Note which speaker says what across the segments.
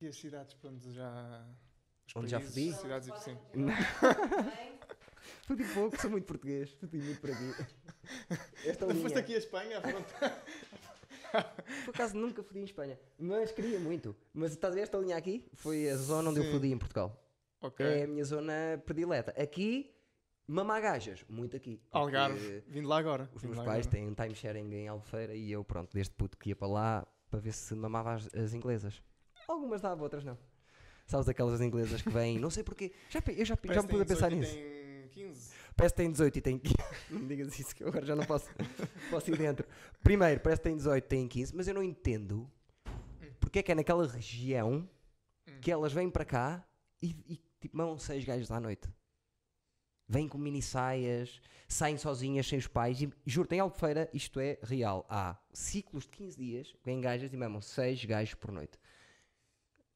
Speaker 1: E as cidades para onde já. os
Speaker 2: Onde já
Speaker 1: países,
Speaker 2: fodi?
Speaker 1: Cidades e sim.
Speaker 2: Fudi pouco, sou muito português. Fudi muito para mim. Esta
Speaker 1: Não
Speaker 2: linha.
Speaker 1: foste aqui a Espanha, à fronteira.
Speaker 2: Por acaso nunca fodi em Espanha. Mas queria muito. Mas estás a ver esta linha aqui? Foi a zona onde eu
Speaker 1: Sim.
Speaker 2: fodi em Portugal.
Speaker 1: ok.
Speaker 2: É a minha zona predileta. Aqui, mamar gajas. Muito aqui. Porque
Speaker 1: Algarve, vim de lá agora.
Speaker 2: Os
Speaker 1: vim de
Speaker 2: meus
Speaker 1: lá
Speaker 2: pais
Speaker 1: agora.
Speaker 2: têm um timesharing em Albufeira e eu, pronto, desde puto que ia para lá para ver se mamava as, as inglesas. Algumas dava, outras não. Sabes aquelas inglesas que vêm, não sei porquê. Já, pe- eu já, pe- já
Speaker 1: Parece
Speaker 2: me
Speaker 1: que
Speaker 2: pude a
Speaker 1: têm
Speaker 2: Então pensar
Speaker 1: 18 e
Speaker 2: nisso.
Speaker 1: têm 15.
Speaker 2: Parece que tem 18 e tem 15. Não me digas isso que eu agora já não posso, posso ir dentro. Primeiro, parece que tem 18 e tem 15, mas eu não entendo porque é que é naquela região que elas vêm para cá e, e tipo, mamam seis gajos à noite. Vêm com mini saias, saem sozinhas, sem os pais. E juro, em Albufeira, isto é real. Há ciclos de 15 dias, vêm gajas e mamam seis gajos por noite.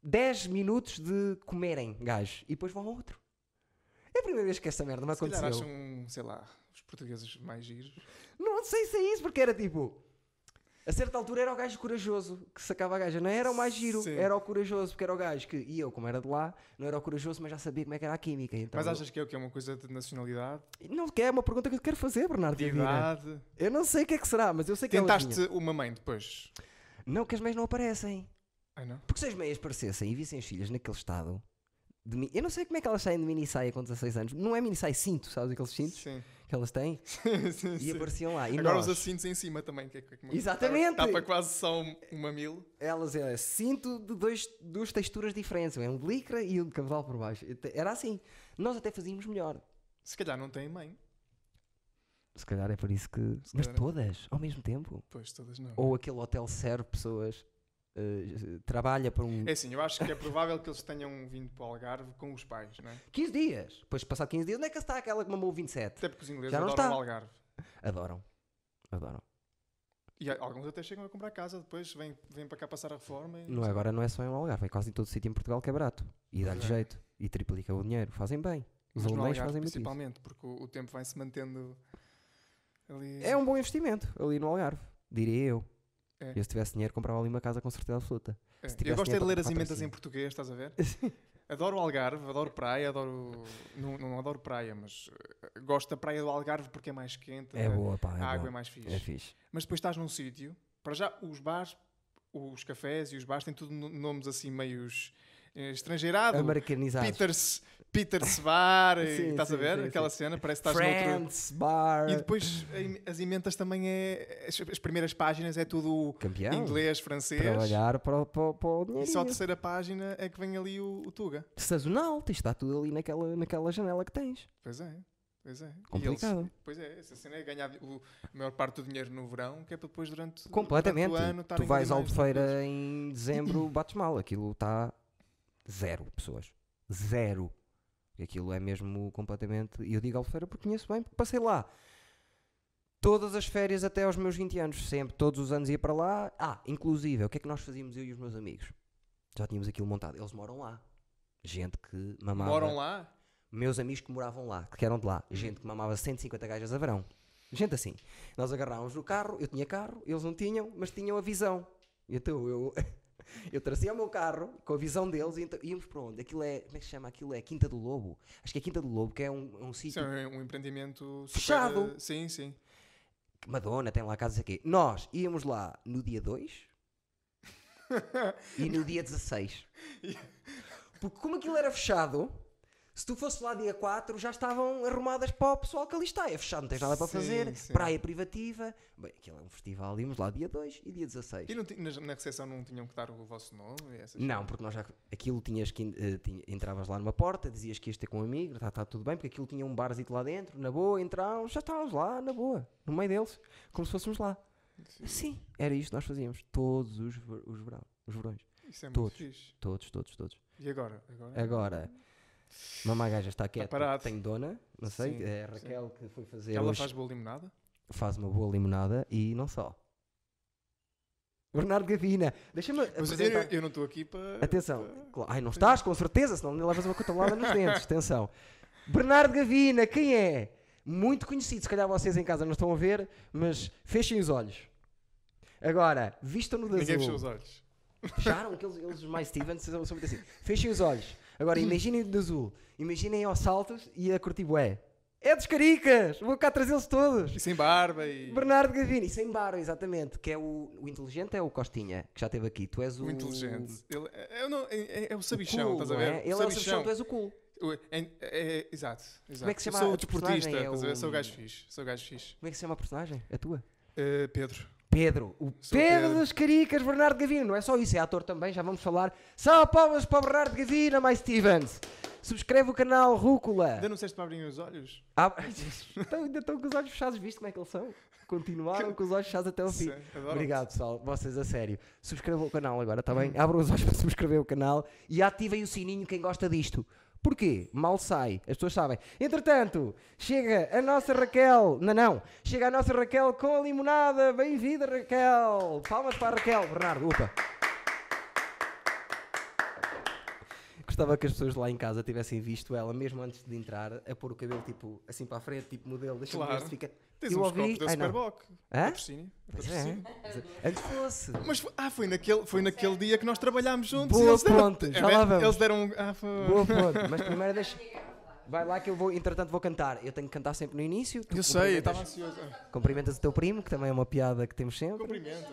Speaker 2: 10 minutos de comerem gajos e depois vão a outro. É a primeira vez que essa merda me
Speaker 1: Se calhar
Speaker 2: aconteceu. Tá
Speaker 1: acham, sei lá, os portugueses mais giros.
Speaker 2: Não sei se é isso, porque era tipo. A certa altura era o gajo corajoso que sacava a gaja. Não era o mais giro,
Speaker 1: Sim.
Speaker 2: era o corajoso, porque era o gajo que. E eu, como era de lá, não era o corajoso, mas já sabia como é que era a química. Então
Speaker 1: Mas
Speaker 2: eu-
Speaker 1: achas que é o que? É uma coisa de nacionalidade,
Speaker 2: Não, que é uma pergunta que eu te quero fazer, Bernardo.
Speaker 1: de
Speaker 2: Vieira.
Speaker 1: idade?
Speaker 2: Eu não sei o que é que será, mas eu sei que elas
Speaker 1: Tentaste uma mãe depois?
Speaker 2: vinham. Não, que as meias não aparecem.
Speaker 1: Ai não?
Speaker 2: Porque se as meias aparecessem e vissem as filhas naquele estado. de mi- Eu não sei como é que elas saem de mini saia com 16 anos. Não é mini saia, cinto, sabes aqueles cintos
Speaker 1: Sim.
Speaker 2: que elas têm?
Speaker 1: sim, sim,
Speaker 2: E
Speaker 1: sim.
Speaker 2: apareciam lá. E
Speaker 1: Agora
Speaker 2: nós,
Speaker 1: os assintos em cima também. Que é que- que-
Speaker 2: Exatamente.
Speaker 1: Tapa quase só um, um mamilo.
Speaker 2: elas é cinto de dois, duas texturas diferentes, é um de licra e um de cavalo por baixo. Até- Era assim. Nós até fazíamos melhor.
Speaker 1: Se calhar não têm mãe.
Speaker 2: Se calhar é por isso que.
Speaker 1: Se
Speaker 2: Mas
Speaker 1: calhar é.
Speaker 2: todas, ao mesmo tempo.
Speaker 1: Pois, todas não.
Speaker 2: Ou aquele hotel serve pessoas, eh, trabalha para um.
Speaker 1: É assim, eu acho que é provável que eles tenham vindo para o Algarve com os pais, não é?
Speaker 2: 15 dias. Depois de passar 15 dias, onde é que está aquela que mamou o 27?
Speaker 1: Até porque os ingleses
Speaker 2: Já não
Speaker 1: adoram
Speaker 2: está.
Speaker 1: o Algarve.
Speaker 2: Adoram. Adoram.
Speaker 1: E há- alguns até chegam a comprar casa, depois vêm, vêm para cá passar a reforma. E...
Speaker 2: Não é agora, não é só em Algarve, é quase em todo o sítio em Portugal que é barato. E dá-lhe
Speaker 1: Pois é.
Speaker 2: jeito. E triplica o dinheiro. Fazem bem. Os
Speaker 1: Mas no
Speaker 2: alemães
Speaker 1: Algarve
Speaker 2: fazem muito isso.
Speaker 1: principalmente, porque o, o tempo vai-se mantendo ali.
Speaker 2: É um bom investimento ali no Algarve, diria eu.
Speaker 1: É.
Speaker 2: Eu se tivesse dinheiro comprava ali uma casa com certeza absoluta.
Speaker 1: É.
Speaker 2: se
Speaker 1: Eu
Speaker 2: tivesse
Speaker 1: gosto é de
Speaker 2: dinheiro
Speaker 1: ler
Speaker 2: para
Speaker 1: as
Speaker 2: comprar
Speaker 1: emendas
Speaker 2: patrocínio.
Speaker 1: em português, estás a ver? Adoro o Algarve, adoro praia, adoro. Não, não adoro praia, mas eh, gosto da praia do Algarve porque é mais quente,
Speaker 2: É
Speaker 1: a-
Speaker 2: boa, pá.
Speaker 1: a
Speaker 2: É
Speaker 1: água
Speaker 2: boa.
Speaker 1: é mais fixe.
Speaker 2: É fixe.
Speaker 1: Mas depois estás num sítio, para já os bares, os cafés e os bares têm tudo no- nomes assim meios eh, estrangeirado.
Speaker 2: Americanizado.
Speaker 1: Peters, Peters Bar, e-
Speaker 2: Sim,
Speaker 1: estás a
Speaker 2: sim,
Speaker 1: ver?
Speaker 2: sim,
Speaker 1: Aquela cena, parece que estás noutro.
Speaker 2: France, bar.
Speaker 1: E depois em- as emendas também é. As, as primeiras páginas é tudo
Speaker 2: Campeão.
Speaker 1: inglês, francês.
Speaker 2: Trabalhar para, o- para, o- para o
Speaker 1: E só a
Speaker 2: dinheirinho.
Speaker 1: terceira página é que vem ali o, o Tuga.
Speaker 2: Sazonal, tens de estar tudo ali naquela, naquela janela que tens.
Speaker 1: Pois é, pois é. E eles-
Speaker 2: Complicado.
Speaker 1: pois é, essa cena é ganhar o- a maior parte do dinheiro no verão, que é para depois durante,
Speaker 2: Completamente.
Speaker 1: durante o ano estarem
Speaker 2: tu vais
Speaker 1: ali
Speaker 2: à
Speaker 1: mais
Speaker 2: Albufeira em dezembro, bates mal. Aquilo está zero pessoas. Zero. Aquilo é mesmo completamente. E eu digo Albufeira porque conheço bem, porque passei lá. Todas as férias até aos meus 20 anos, sempre, todos os anos ia para lá. Ah, inclusive, o que é que nós fazíamos eu e os meus amigos? Já tínhamos aquilo montado. Eles moram lá. Gente que mamava.
Speaker 1: Moram lá?
Speaker 2: meus amigos que moravam lá, que eram de lá, gente que mamava 150 gajas a verão. Gente assim. Nós agarrávamos no carro, eu tinha carro, eles não tinham, mas tinham a visão. Então eu, eu trazia o meu carro com a visão deles e então íamos para onde? Aquilo é, como é que se chama? Aquilo é Quinta do Lobo. Acho que é Quinta do Lobo, que é um, um
Speaker 1: Isso
Speaker 2: sítio.
Speaker 1: é um empreendimento super- eh,
Speaker 2: Fechado.
Speaker 1: Sim, sim.
Speaker 2: que Madonna tem lá casas aqui. Nós íamos lá no dia 2 e no dia 16. Porque como aquilo era fechado, se tu fosse lá dia 4, já estavam arrumadas para o pessoal que ali está. É fechado, não tens nada para
Speaker 1: Sim,
Speaker 2: fazer.
Speaker 1: sim.
Speaker 2: Praia privativa. Bem, aquilo é um festival. Íamos lá dia 2 e dia 16.
Speaker 1: E não ti- nas- na recepção não tinham que dar o vosso nome? E essas
Speaker 2: Não, porque nós já. Aquilo tinhas que. eh, tinha- entravas lá numa porta, dizias que ias ter com um amigo, está tudo bem, porque aquilo tinha um barzito lá dentro, na boa, entrávamos, já estávamos lá, na boa, no meio deles, como se fôssemos lá.
Speaker 1: Sim.
Speaker 2: Sim, era isto que nós fazíamos todos os, ver- os, verão, os verões.
Speaker 1: Isso é muito
Speaker 2: Todos.
Speaker 1: fixe.
Speaker 2: Todos, todos, todos.
Speaker 1: E agora? agora?
Speaker 2: Agora, mamá gaja está quieta,
Speaker 1: Tá parado.
Speaker 2: tem dona, não sei,
Speaker 1: Sim,
Speaker 2: é a Raquel que foi fazer
Speaker 1: Ela
Speaker 2: hoje,
Speaker 1: faz
Speaker 2: faz...
Speaker 1: boa limonada?
Speaker 2: uma boa limonada e não só. Bernardo Gavina, deixa-me
Speaker 1: Mas eu,
Speaker 2: apresentar.
Speaker 1: eu não estou aqui para.
Speaker 2: É, Atenção,
Speaker 1: é,
Speaker 2: cla- ai não estás com certeza, senão levas uma cotovelada nos dentes, atenção. Bernardo Gavina, quem é? Muito conhecido, se calhar vocês em casa não estão a ver, mas fechem os olhos. Agora, vistam-no de
Speaker 1: Ninguém
Speaker 2: é azul.
Speaker 1: fechou os olhos.
Speaker 2: Fecharam aqueles eles, os mais Stevens são, são muito assim. Fechem os olhos. Agora imaginem de azul. Imaginem aos saltos e a curtir bué. É dos caricas! Vou cá trazê-los todos!
Speaker 1: E sem barba e.
Speaker 2: Bernardo Gavini, sem barba, exatamente. Que é o, o inteligente é o Costinha, que já esteve aqui. Tu és o.
Speaker 1: O inteligente. Ele, é, é- não- é- é o sabichão,
Speaker 2: cool,
Speaker 1: estás a
Speaker 2: não é?
Speaker 1: ver?
Speaker 2: Ele é o sabichão, tu és o cool.
Speaker 1: O- é- é- é- exato, exato.
Speaker 2: Como é que se
Speaker 1: Eu
Speaker 2: chama
Speaker 1: sou
Speaker 2: a
Speaker 1: o desportista,
Speaker 2: personagem? É
Speaker 1: estás a ver?
Speaker 2: o-
Speaker 1: Sou o gajo fixe. Sou o gajo fixe.
Speaker 2: Como é que se chama a personagem? A tua?
Speaker 1: Eh, Pedro.
Speaker 2: Pedro, o
Speaker 1: Sou o
Speaker 2: Pedro,
Speaker 1: Pedro.
Speaker 2: dos Caricas, Bernardo Gavina, não é só isso, é ator também, já vamos falar. Salve palmas para o Bernardo Gavina, mais Stevens. Subscreve o canal Rúcula.
Speaker 1: Ainda não disseste para abrirem os olhos?
Speaker 2: Ah, então, ainda estão com os olhos fechados, viste como é que eles são? Continuaram com os olhos fechados até ao fim.
Speaker 1: Sim, adoro.
Speaker 2: Obrigado pessoal, vocês a sério. Subscrevam o canal agora, está
Speaker 1: Uhum.
Speaker 2: bem? Abram os olhos para subscrever o canal e ativem o sininho quem gosta disto. Porquê? Mal sai, as pessoas sabem. Entretanto, chega a nossa Raquel, não, não, chega a nossa Raquel com a limonada. Bem-vinda Raquel! Palmas para a Raquel, Bernardo, opa. Gostava que as pessoas lá em casa tivessem visto ela, mesmo antes de entrar, a pôr o cabelo tipo assim para a frente, tipo modelo, deixa-me ver
Speaker 1: Claro.
Speaker 2: se fica.
Speaker 1: Tens um
Speaker 2: Eu
Speaker 1: uns
Speaker 2: ouvi-
Speaker 1: copos da
Speaker 2: Ai, não.
Speaker 1: Superboc.
Speaker 2: Hã?
Speaker 1: Patrocínio.
Speaker 2: Pois é.
Speaker 1: patrocínio.
Speaker 2: Antes fosse.
Speaker 1: Mas foi, ah, foi, naquele, foi naquele dia que nós trabalhámos juntos.
Speaker 2: Boa
Speaker 1: eles deram-
Speaker 2: ponte, já lá vamos.
Speaker 1: Eles deram um. Ah, foi-
Speaker 2: Boa ponte, mas primeiro deixa. Vai lá que eu vou, entretanto, vou cantar. Eu tenho que cantar sempre no início. Tu
Speaker 1: Eu sei, eu estava
Speaker 2: cumprimentas-
Speaker 1: ansioso. Ah,
Speaker 2: Cumprimentas o teu primo, que também é uma piada que temos sempre.
Speaker 1: Cumprimento.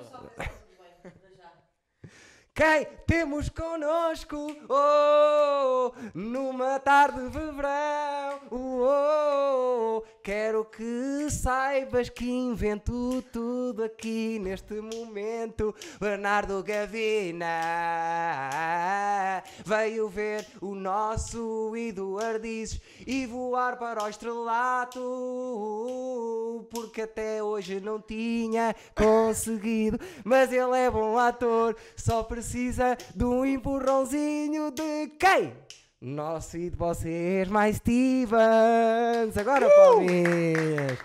Speaker 2: Quem temos connosco oh, numa tarde de verão. oh, oh, oh. quero que saibas que invento tudo aqui neste momento. Bernardo Gavina veio ver o nosso Eduardizes e voar para o estrelato. Porque até hoje não tinha conseguido, mas ele é bom ator, só precisa de um empurrãozinho de quem? Nosso e de vocês, mais Stevens! Agora,
Speaker 1: Uh!
Speaker 2: palminhas!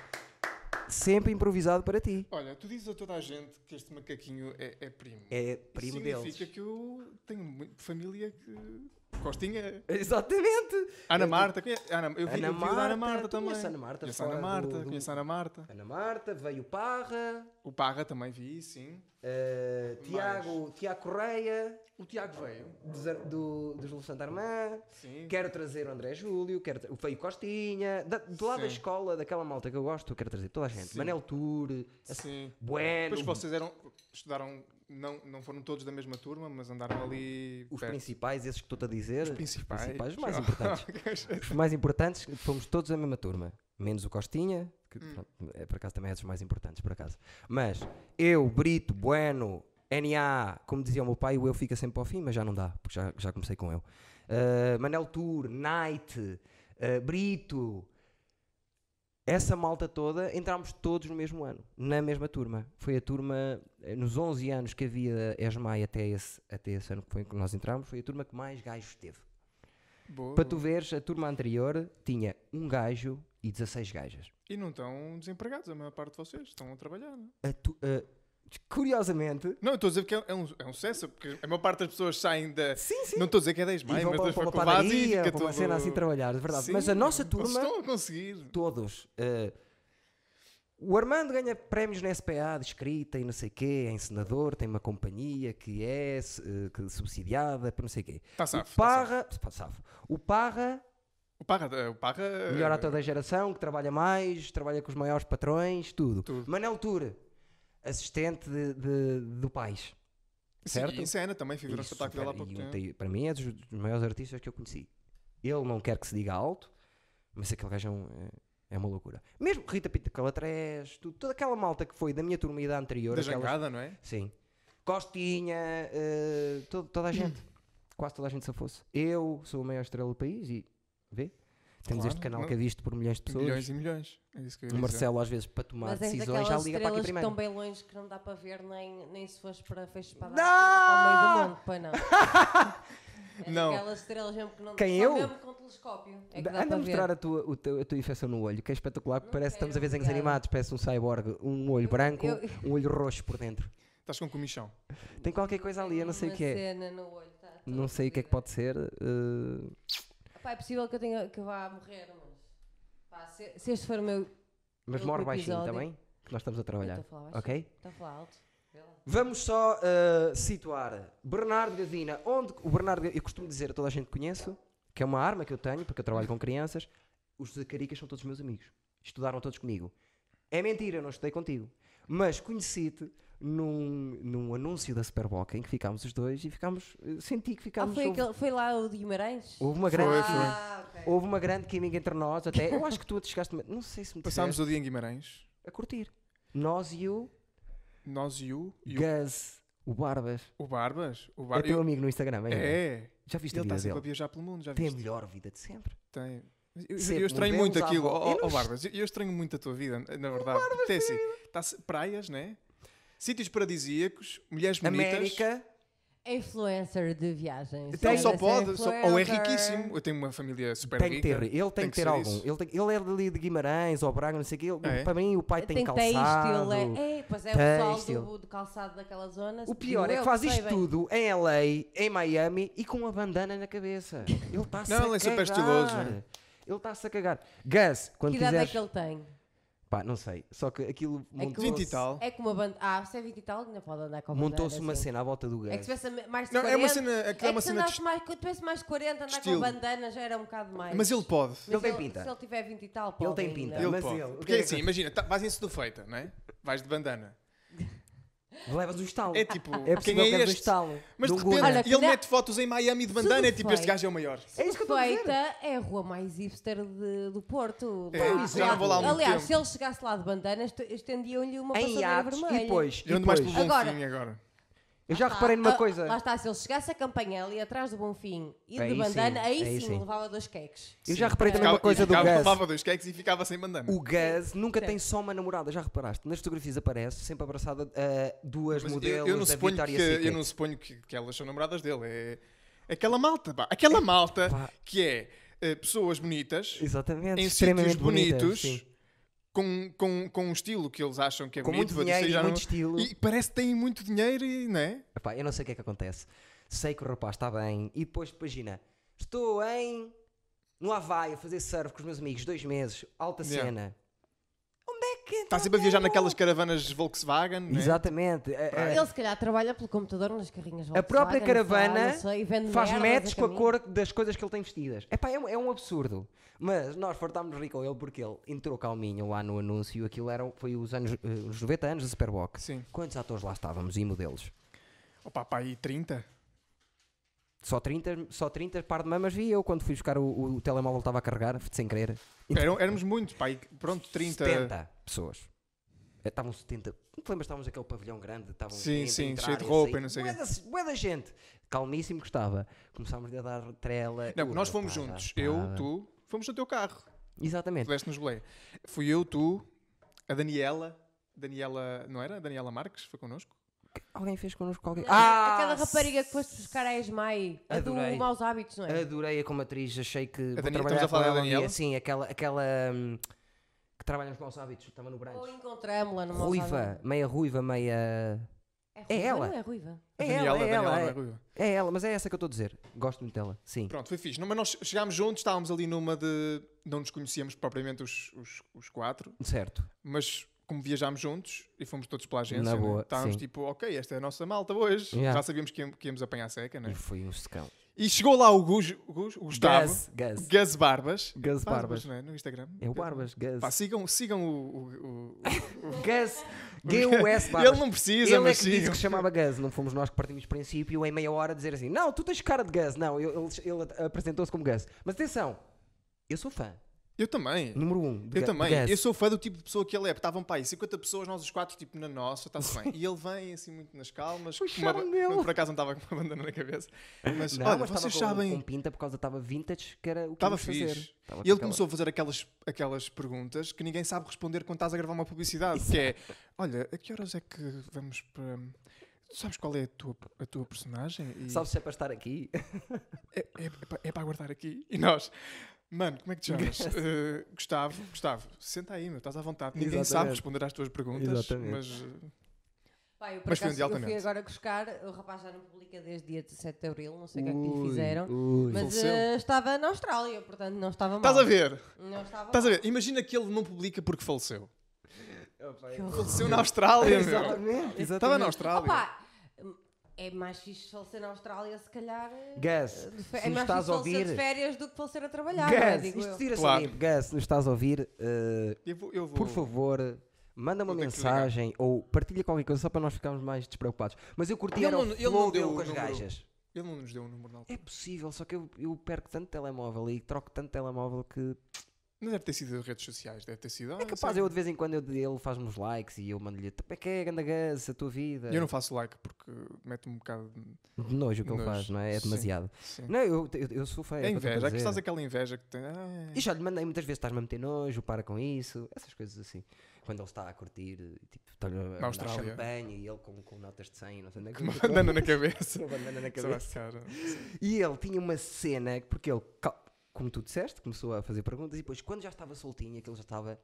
Speaker 2: Sempre improvisado para ti.
Speaker 1: Olha, tu dizes a toda a gente que este macaquinho é, é primo.
Speaker 2: É
Speaker 1: Isso
Speaker 2: primo
Speaker 1: significa
Speaker 2: deles.
Speaker 1: que eu tenho muito- família que. Costinha.
Speaker 2: Exatamente!
Speaker 1: Ana
Speaker 2: Eu-
Speaker 1: Marta, conhece- Ana, eu vi,
Speaker 2: Ana
Speaker 1: eu vi da Ana
Speaker 2: Marta,
Speaker 1: Marta
Speaker 2: tu
Speaker 1: também.
Speaker 2: conheces a Ana Marta
Speaker 1: Conheço a Ana
Speaker 2: fora
Speaker 1: Marta,
Speaker 2: do- É. do-
Speaker 1: conheço a Ana Marta.
Speaker 2: Ana Marta, veio Parra,
Speaker 1: O Parra também vi, sim.
Speaker 2: eh, Tiago, Tiago Correia,
Speaker 1: O Tiago veio.
Speaker 2: dos, Ar- do, dos Luz Santa Armã.
Speaker 1: Sim.
Speaker 2: Quero trazer o André Júlio, quero tra- o Feio Costinha, da- do lado da
Speaker 1: Sim.
Speaker 2: escola, daquela malta que eu gosto, eu quero trazer toda a gente.
Speaker 1: Sim.
Speaker 2: Manel Tour, assim,
Speaker 1: Sim.
Speaker 2: Bueno,
Speaker 1: Depois vocês eram, estudaram, não, não foram todos da mesma turma, mas andaram ali.
Speaker 2: os
Speaker 1: perto.
Speaker 2: principais, esses que estou a dizer. Os
Speaker 1: principais.
Speaker 2: os mais importantes. Os mais importantes, fomos todos da mesma turma. Menos o Costinha, que pronto, é, por acaso também é dos mais importantes, por acaso. Mas eu, Brito, Bueno, NA, como dizia o meu pai, o eu fica sempre ao fim, mas já não dá, porque já, já comecei com eu. Uh, Manel Tour, Knight, uh, Brito, essa malta toda, entramos todos no mesmo ano, na mesma turma. Foi a turma, eh, nos 11 anos que havia ESMAI até esse, até esse ano que foi em que nós entramos, foi a turma que mais gajos teve.
Speaker 1: Boa.
Speaker 2: Para tu veres, a turma anterior tinha um gajo e 16 gajas.
Speaker 1: E não estão desempregados, a maior parte de vocês. Estão a trabalhar. Não, é?
Speaker 2: A tu- a- curiosamente,
Speaker 1: não eu estou a dizer que é, é um, é um sucesso, porque a maior parte das pessoas saem da.
Speaker 2: sim, sim.
Speaker 1: Não estou a dizer que é 10
Speaker 2: e
Speaker 1: mais,
Speaker 2: vão
Speaker 1: mas
Speaker 2: para,
Speaker 1: depois
Speaker 2: para
Speaker 1: foi
Speaker 2: uma
Speaker 1: para o vaso e
Speaker 2: padaria,
Speaker 1: fica
Speaker 2: para uma cena assim
Speaker 1: tudo.
Speaker 2: trabalhar, de verdade.
Speaker 1: Sim,
Speaker 2: Mas a nossa
Speaker 1: vocês
Speaker 2: turma,
Speaker 1: Estão a conseguir.
Speaker 2: todos. eh, o Armando ganha prémios na SPA de escrita e não sei o quê, é encenador, tem uma companhia que é eh, que subsidiada, para não sei o quê.
Speaker 1: Está safo.
Speaker 2: o
Speaker 1: tá safo.
Speaker 2: Parra, pá, safo. O Parra
Speaker 1: O Parra. eh, O Parra
Speaker 2: Melhor ator da geração, que trabalha mais, trabalha com os maiores patrões, tudo.
Speaker 1: Tudo.
Speaker 2: Manel Tour, assistente de- de- do Pais.
Speaker 1: Sim,
Speaker 2: certo?
Speaker 1: E em cena também, fui ver um
Speaker 2: Isso,
Speaker 1: espetáculo dela há
Speaker 2: cara,
Speaker 1: pouco
Speaker 2: e
Speaker 1: tempo.
Speaker 2: tem- para mim é dos, dos maiores artistas que eu conheci. Ele não quer que se diga alto, mas aquele gajo é, um- é- é uma loucura. Mesmo Rita Pinto Calatrés, tudo, toda aquela malta que foi da minha turma e da anterior.
Speaker 1: Da
Speaker 2: aquelas-
Speaker 1: jangada, não é?
Speaker 2: Sim. Costinha, eh, to- toda a gente.
Speaker 1: Hum.
Speaker 2: Quase toda a gente se fosse. Eu sou a maior estrela do país e. Vê? Temos
Speaker 1: Claro,
Speaker 2: este canal
Speaker 1: não-
Speaker 2: que é visto por milhões de pessoas.
Speaker 1: Milhões e milhões. É isso que eu ia
Speaker 2: O
Speaker 1: dizer.
Speaker 2: Marcelo, às vezes, para tomar
Speaker 3: Mas é
Speaker 2: decisões, já
Speaker 3: daquelas
Speaker 2: liga para aqui
Speaker 3: estrelas que
Speaker 2: primeiro.
Speaker 3: estão bem longe que não dá para ver nem, nem se fores para fechos para
Speaker 2: Não!
Speaker 3: dar para o meio do mundo, pois não. É
Speaker 1: Não.
Speaker 3: Aquelas estrelas mesmo que não
Speaker 2: Quem
Speaker 3: só
Speaker 2: eu?
Speaker 3: mesmo com telescópio. É que dá
Speaker 2: Anda
Speaker 3: para
Speaker 2: a mostrar
Speaker 3: ver.
Speaker 2: a tua, o teu- a tua infecção no olho, que é espetacular, porque
Speaker 3: Não
Speaker 2: parece que
Speaker 3: quero,
Speaker 2: estamos a ver desenhos
Speaker 3: obrigada.
Speaker 2: animados, parece um cyborg, um olho branco,
Speaker 3: eu-
Speaker 2: um olho roxo por dentro.
Speaker 1: Estás com comichão.
Speaker 2: Tem qualquer coisa ali, eu não sei o
Speaker 3: Uma
Speaker 2: que é.
Speaker 3: cena no olho, tá, toda
Speaker 2: Não sei o que é que
Speaker 3: fodida.
Speaker 2: pode ser. eh,
Speaker 3: Pá, é possível que eu, tenha, que eu vá morrer, mas. Pá, se, se este for o meu.
Speaker 2: mas
Speaker 3: Outro
Speaker 2: morre baixinho,
Speaker 3: episódio.
Speaker 2: também, que nós estamos a
Speaker 3: Eu Estou
Speaker 2: trabalhar.
Speaker 3: a falar baixo.
Speaker 2: Ok?
Speaker 3: Estou a falar alto.
Speaker 2: Vamos só uh, situar Bernardo Gavina, onde o Bernardo Gavina, eu costumo dizer a toda a gente que conheço, que é uma arma que eu tenho, porque eu trabalho com crianças, os Zacaricas são todos meus amigos. Estudaram todos comigo. É mentira, eu não estudei contigo. Mas conheci-te num, num anúncio da Superboca em que ficámos os dois e ficámos. eh, Senti que
Speaker 3: Ah,
Speaker 2: ficámos.
Speaker 3: foi,
Speaker 2: houve,
Speaker 3: aquele- foi lá o de Guimarães?
Speaker 2: houve uma grande.
Speaker 3: Ah, ok.
Speaker 2: Houve uma grande química entre nós, até. Eu acho que tu te chegaste. Não sei se me
Speaker 1: Passámos
Speaker 2: disseste,
Speaker 1: o dia em Guimarães,
Speaker 2: a curtir. Nós e o
Speaker 1: nós e o. E o,
Speaker 2: Gaz, o Barbas.
Speaker 1: o Barbas. O
Speaker 2: É
Speaker 1: Bar...
Speaker 2: teu
Speaker 1: eu-
Speaker 2: amigo no Instagram, é?
Speaker 1: É.
Speaker 2: Já viste
Speaker 1: Ele
Speaker 2: a
Speaker 1: está
Speaker 2: vida
Speaker 1: sempre a
Speaker 2: dele?
Speaker 1: viajar pelo mundo, já
Speaker 2: Tem a
Speaker 1: viste?
Speaker 2: melhor vida de sempre.
Speaker 1: Tem. Eu, eu,
Speaker 2: Sempre
Speaker 1: eu estranho muito
Speaker 2: modelos à
Speaker 1: aquilo,
Speaker 2: volta.
Speaker 1: ó
Speaker 2: Eu
Speaker 1: ó,
Speaker 2: não-
Speaker 1: Barbas. Eu, eu estranho muito a tua vida, na verdade. Porque é assim, tá praias, né? Sítios paradisíacos, mulheres bonitas.
Speaker 2: América.
Speaker 3: É Influencer de viagens.
Speaker 1: Então
Speaker 3: Olha,
Speaker 1: só
Speaker 3: essa
Speaker 1: pode, só- ou é
Speaker 3: influencer.
Speaker 1: riquíssimo. Eu tenho uma família super
Speaker 2: Tem que
Speaker 1: rica.
Speaker 2: ter, ele tem, que ter
Speaker 1: ser
Speaker 2: algum.
Speaker 1: isso.
Speaker 2: Ele, tem- ele é dali de Guimarães ou Braga, não sei o quê. ele-
Speaker 1: É.
Speaker 2: Para mim, o pai tem,
Speaker 3: Tem
Speaker 2: calçado.
Speaker 3: têxtil, é. é. Pois é, o
Speaker 2: Têxtil.
Speaker 3: pessoal do, do calçado daquela zona.
Speaker 2: O pior é
Speaker 3: digo eu,
Speaker 2: que faz
Speaker 3: sei
Speaker 2: isto
Speaker 3: bem.
Speaker 2: tudo em LA, em Miami e com uma bandana na cabeça. Ele está-se a
Speaker 1: Não, ele é super estiloso,
Speaker 2: cagar.
Speaker 1: né?
Speaker 2: Ele está-se a cagar. Gus, quando
Speaker 3: Que idade é
Speaker 2: quiseres.
Speaker 3: que ele tem?
Speaker 2: Pá, não sei. Só que aquilo
Speaker 3: que
Speaker 2: montou-
Speaker 3: o-
Speaker 1: 20 e tal.
Speaker 3: É com uma banda. Ah, se é 20 e tal, não pode andar com a bandana.
Speaker 2: montou-se uma
Speaker 3: assim.
Speaker 2: cena à volta do Gus.
Speaker 3: É que se tivesse mais de
Speaker 1: Não, é
Speaker 3: 40.
Speaker 1: uma cena- aquilo é
Speaker 3: que
Speaker 1: uma
Speaker 3: se
Speaker 1: cena de
Speaker 3: andasse mais, quando tivesse mais de 40, andar
Speaker 1: estilo.
Speaker 3: com a bandana já era um bocado mais.
Speaker 1: Mas ele pode.
Speaker 3: Mas
Speaker 2: Ele tem pinta.
Speaker 3: Se ele tiver 20 e tal, pode.
Speaker 2: Ele tem
Speaker 3: ainda.
Speaker 2: pinta.
Speaker 1: Ele
Speaker 2: Mas
Speaker 1: pode.
Speaker 2: ele, o que
Speaker 1: Porque
Speaker 2: é
Speaker 1: é
Speaker 2: que
Speaker 1: assim,
Speaker 2: acontece?
Speaker 1: imagina, tá, vais em Sudofeita, não é? Vais de bandana.
Speaker 2: Levas um estalo.
Speaker 1: É tipo,
Speaker 2: É possível
Speaker 1: quem
Speaker 2: que
Speaker 1: é
Speaker 2: leves um
Speaker 1: este?
Speaker 2: estalo.
Speaker 1: Mas
Speaker 2: de
Speaker 1: de
Speaker 2: um
Speaker 1: repente,
Speaker 2: Gunner.
Speaker 3: Olha, que
Speaker 1: ele
Speaker 3: dá-
Speaker 1: mete fotos em Miami de bandana, é tipo, este
Speaker 3: Sudofeita.
Speaker 1: gajo é o maior.
Speaker 2: É isso que eu estou a dizer.
Speaker 3: Feita é a rua mais hipster de- do Porto.
Speaker 1: É,
Speaker 3: Lá-
Speaker 1: já não vou lá há muito
Speaker 3: Aliás,
Speaker 1: tempo.
Speaker 3: se ele chegasse lá de bandana, est- estendiam-lhe uma
Speaker 2: Em
Speaker 3: passadeira
Speaker 2: iates
Speaker 3: vermelha.
Speaker 2: e depois.
Speaker 1: Eu
Speaker 2: E
Speaker 1: ando mais pelo
Speaker 2: depois.
Speaker 1: Bonfim
Speaker 3: Agora-
Speaker 1: agora. agora.
Speaker 2: Eu já reparei numa
Speaker 3: Ah,
Speaker 2: coisa.
Speaker 3: Lá está, se ele chegasse a campanha ali atrás do Bonfim e de
Speaker 2: Aí sim,
Speaker 3: bandana, aí,
Speaker 2: aí
Speaker 3: sim,
Speaker 2: sim.
Speaker 3: levava dois queques.
Speaker 2: Eu já reparei também
Speaker 1: Ficava-
Speaker 2: uma coisa
Speaker 1: e
Speaker 2: do
Speaker 1: ficava,
Speaker 2: Gus.
Speaker 1: Levava dois cakes e ficava sem bandana.
Speaker 2: O Gaz nunca
Speaker 3: Sim.
Speaker 2: tem só uma namorada, já reparaste? Nas fotografias aparece sempre abraçada a duas
Speaker 1: Mas eu- eu,
Speaker 2: modelos
Speaker 1: não
Speaker 2: da
Speaker 1: suponho, que,
Speaker 2: Victoria's
Speaker 1: eu
Speaker 2: Secret.
Speaker 1: não suponho que, que elas são namoradas dele. É aquela malta, pá. Aquela malta
Speaker 2: pá.
Speaker 1: que é eh, pessoas bonitas,
Speaker 2: Exatamente,
Speaker 1: em sítios
Speaker 2: extremamente bonita,
Speaker 1: bonitos,
Speaker 2: sim.
Speaker 1: com, com, com um estilo que eles acham que é
Speaker 2: Com
Speaker 1: bonito.
Speaker 2: muito
Speaker 1: mas isso
Speaker 2: dinheiro
Speaker 1: aí
Speaker 2: e
Speaker 1: já
Speaker 2: muito
Speaker 1: não-
Speaker 2: estilo.
Speaker 1: E parece que têm muito dinheiro e, não é?
Speaker 2: Epá, eu não sei o que é que acontece. Sei que o rapaz está bem e depois, imagina, estou em no Havaí a fazer surf com os meus amigos, dois meses, alta
Speaker 1: Yeah. Tá,
Speaker 2: cena. Onde é que
Speaker 1: Está sempre a viajar naquelas caravanas Volkswagen, não é?
Speaker 2: Exatamente. é, A- a-
Speaker 3: Ele se calhar trabalha pelo computador nas carrinhas
Speaker 2: A
Speaker 3: Volkswagen,
Speaker 2: própria
Speaker 3: sei lá,
Speaker 2: caravana
Speaker 3: não sei, e vende
Speaker 2: faz
Speaker 3: merdas a
Speaker 2: matches com a
Speaker 3: caminho.
Speaker 2: cor das coisas que ele tem vestidas. Epá, é, um, é um absurdo. Mas nós fartámos rir com ele porque ele entrou calminho lá no anúncio. Aquilo eram, foi os anos eh, os 90 anos da Superbox.
Speaker 1: Sim.
Speaker 2: Quantos atores lá estávamos e modelos?
Speaker 1: Opa, pá, aí 30?
Speaker 2: Só 30, só 30 par de mamas vi eu quando fui buscar o, o, telemóvel estava a carregar, sem querer.
Speaker 1: Eram, éramos muitos, pá, aí, pronto, 30.
Speaker 2: 70 pessoas. Eh, Estavam 70. Não te lembras, estávamos naquele pavilhão grande? Estavam
Speaker 1: Sim,
Speaker 2: 30 a
Speaker 1: sim,
Speaker 2: entrar
Speaker 1: cheio de
Speaker 2: a
Speaker 1: roupa e
Speaker 2: sair.
Speaker 1: não sei o quê.
Speaker 2: Bué da- bué da gente. Calmíssimo que estava. Começámos a dar trela.
Speaker 1: Não,
Speaker 2: O
Speaker 1: nós fomos
Speaker 2: rapaz já
Speaker 1: juntos.
Speaker 2: estava.
Speaker 1: Eu, tu, fomos no teu carro.
Speaker 2: Exatamente.
Speaker 1: Pudeste nos boleia. Fui eu, tu, a Daniela. Daniela, não era? A Daniela Marques foi connosco?
Speaker 2: Alguém fez connosco qualquer
Speaker 3: Ah, Aquela rapariga que foste buscar é a Esmai, a do
Speaker 2: Adorei.
Speaker 3: Maus Hábitos, não é?
Speaker 2: Adorei-a como atriz, achei que. vou
Speaker 1: Daniela-
Speaker 2: trabalhar
Speaker 1: estamos a falar da
Speaker 2: com ela um dia.
Speaker 1: Daniela?
Speaker 2: Sim, aquela, aquela hum, que trabalha nos maus hábitos, estava no branco.
Speaker 3: Ou encontramos-la no Maus
Speaker 2: Ruiva,
Speaker 3: Hábitos.
Speaker 2: meia ruiva, meia.
Speaker 3: ruiva,
Speaker 2: ela?
Speaker 3: Não é ruiva.
Speaker 2: É
Speaker 1: Daniela,
Speaker 2: ela, é
Speaker 1: Daniela
Speaker 2: ela.
Speaker 1: não é
Speaker 2: é-
Speaker 1: ruiva.
Speaker 2: É, ela, mas é essa que eu estou a dizer. Gosto muito dela, sim.
Speaker 1: Pronto, foi fixe. Não, mas nós chegámos juntos, estávamos ali numa de. Não nos conhecíamos propriamente os, os, os quatro,
Speaker 2: Certo.
Speaker 1: mas como viajámos juntos e fomos todos pela agência,
Speaker 2: Na
Speaker 1: né?
Speaker 2: boa,
Speaker 1: estávamos
Speaker 2: sim.
Speaker 1: tipo, ok, esta é a nossa malta hoje.
Speaker 2: Yeah.
Speaker 1: Já sabíamos que íamos, que íamos apanhar seca, né?
Speaker 2: E foi um secão.
Speaker 1: E chegou lá o, Gus, o Gus- o Gustavo,
Speaker 2: Gus, Gus.
Speaker 1: Gus Barbas.
Speaker 2: Gus Barbas.
Speaker 1: não é? No Instagram.
Speaker 2: É o Barbas, Gus.
Speaker 1: Pá, sigam, sigam o. o- o-
Speaker 2: Gus, G.U.S. Barbas.
Speaker 1: Ele não precisa,
Speaker 2: Ele é
Speaker 1: mas
Speaker 2: que disse
Speaker 1: sigam.
Speaker 2: que se chamava Gus, não fomos nós que partimos do princípio em meia hora dizer assim, não, tu tens cara de Gus. Não, eu- ele, ele apresentou-se como Gus. Mas atenção, eu sou fã,
Speaker 1: Eu também.
Speaker 2: número um. de
Speaker 1: Eu
Speaker 2: Gu-
Speaker 1: também.
Speaker 2: de Gus.
Speaker 1: Eu sou fã do tipo de pessoa que ele é. porque Estavam, pá, aí 50 pessoas, nós os quatro, tipo, na nossa, está-se bem. E ele vem, assim, muito nas calmas.
Speaker 2: O
Speaker 1: com uma ba-
Speaker 2: charme dele.
Speaker 1: não, por acaso não estava com uma bandana na cabeça. Mas,
Speaker 2: Não,
Speaker 1: olha,
Speaker 2: mas
Speaker 1: vocês
Speaker 2: estava com- um
Speaker 1: sabem...
Speaker 2: Com pinta por causa estava vintage, que era o que
Speaker 1: Estava
Speaker 2: íamos fazer.
Speaker 1: fixe.
Speaker 2: Estava
Speaker 1: E ele
Speaker 2: com
Speaker 1: começou a fazer aquelas, aquelas perguntas que ninguém sabe responder quando estás a gravar uma publicidade. Que é, olha, a que horas é que vamos para... Tu sabes qual é a tua, a tua personagem? E
Speaker 2: aquela- Sabes se é para estar aqui?
Speaker 1: É, é, é pa- é para aguardar aqui. E nós... Mano, como é que te chamas? Eh, Gustavo, Gustavo, senta aí, meu, estás à vontade. Ninguém sabe
Speaker 2: Exatamente.
Speaker 1: responder às tuas perguntas,
Speaker 2: Exatamente.
Speaker 1: mas eh,
Speaker 3: Pá, eu, por
Speaker 1: Mas foi um
Speaker 3: acaso,
Speaker 1: dia
Speaker 3: eu fui
Speaker 1: altamente.
Speaker 3: agora buscar, o rapaz já não publica desde dia 17 de Abril, não sei o que é que lhe fizeram.
Speaker 2: Ui.
Speaker 3: Mas
Speaker 1: Faleceu.
Speaker 3: eh, estava na Austrália, portanto não estava mal.
Speaker 1: Estás a ver?
Speaker 3: Não estava
Speaker 1: Estás a
Speaker 3: mal.
Speaker 1: ver? Imagina que ele não publica porque faleceu.
Speaker 3: Que horror.
Speaker 1: Aconteceu na Austrália, meu.
Speaker 2: Exatamente,
Speaker 1: Estava é na
Speaker 2: exatamente.
Speaker 1: Austrália.
Speaker 3: Opa, é mais fixe falecer na Austrália, se calhar. eh,
Speaker 2: Gus,
Speaker 3: de fe-
Speaker 2: se
Speaker 3: é
Speaker 2: nos
Speaker 3: mais
Speaker 2: estás
Speaker 3: fixe
Speaker 2: a
Speaker 3: falecer de
Speaker 2: ouvir.
Speaker 3: férias do que falecer a trabalhar, não é?
Speaker 2: Gus,
Speaker 3: digo eu.
Speaker 2: isto tira-se
Speaker 1: Claro.
Speaker 2: a mim. Gus, nos estás a ouvir, eh,
Speaker 1: Eu vou, eu vou.
Speaker 2: por favor, manda uma
Speaker 1: Vou ter é que
Speaker 2: mensagem ou partilha qualquer coisa só para nós ficarmos mais despreocupados. Mas eu curti
Speaker 1: Ele
Speaker 2: era o
Speaker 1: não- ele não
Speaker 2: flow
Speaker 1: deu
Speaker 2: dele
Speaker 1: o
Speaker 2: com as
Speaker 1: número.
Speaker 2: gajas.
Speaker 1: Ele não nos deu o número na altura.
Speaker 2: É possível, só que eu, eu perco tanto telemóvel e troco tanto telemóvel que
Speaker 1: Não deve ter sido redes sociais, deve ter sido. ah,
Speaker 2: é capaz.
Speaker 1: sei.
Speaker 2: Eu de vez em quando eu, ele faz-me uns likes e eu mando-lhe como é que é, ganda Gus, a tua vida.
Speaker 1: Eu não faço like porque mete-me um bocado. de-
Speaker 2: De nojo o que ele
Speaker 1: Nojo,
Speaker 2: faz, não é? É
Speaker 1: sim.
Speaker 2: demasiado.
Speaker 1: Sim.
Speaker 2: Não, eu, eu, eu sou feio.
Speaker 1: É
Speaker 2: o que eu estou
Speaker 1: inveja,
Speaker 2: a
Speaker 1: é que
Speaker 2: dizer.
Speaker 1: estás aquela inveja que tem. Ah,
Speaker 2: E já lhe mandei muitas vezes, estás-me a meter nojo, para com isso, essas coisas assim. Quando ele está a curtir, eh, tipo, está-lhe a mandar
Speaker 1: Austrália.
Speaker 2: champanhe e ele com, com notas de 100, não sei onde é que
Speaker 1: uma banana na assim. cabeça.
Speaker 2: Uma bandana na
Speaker 1: Sei lá,
Speaker 2: cabeça.
Speaker 1: cara.
Speaker 2: E ele tinha uma cena, porque ele, cal- como tu disseste, começou a fazer perguntas e depois, quando já estava soltinho, aquilo já estava.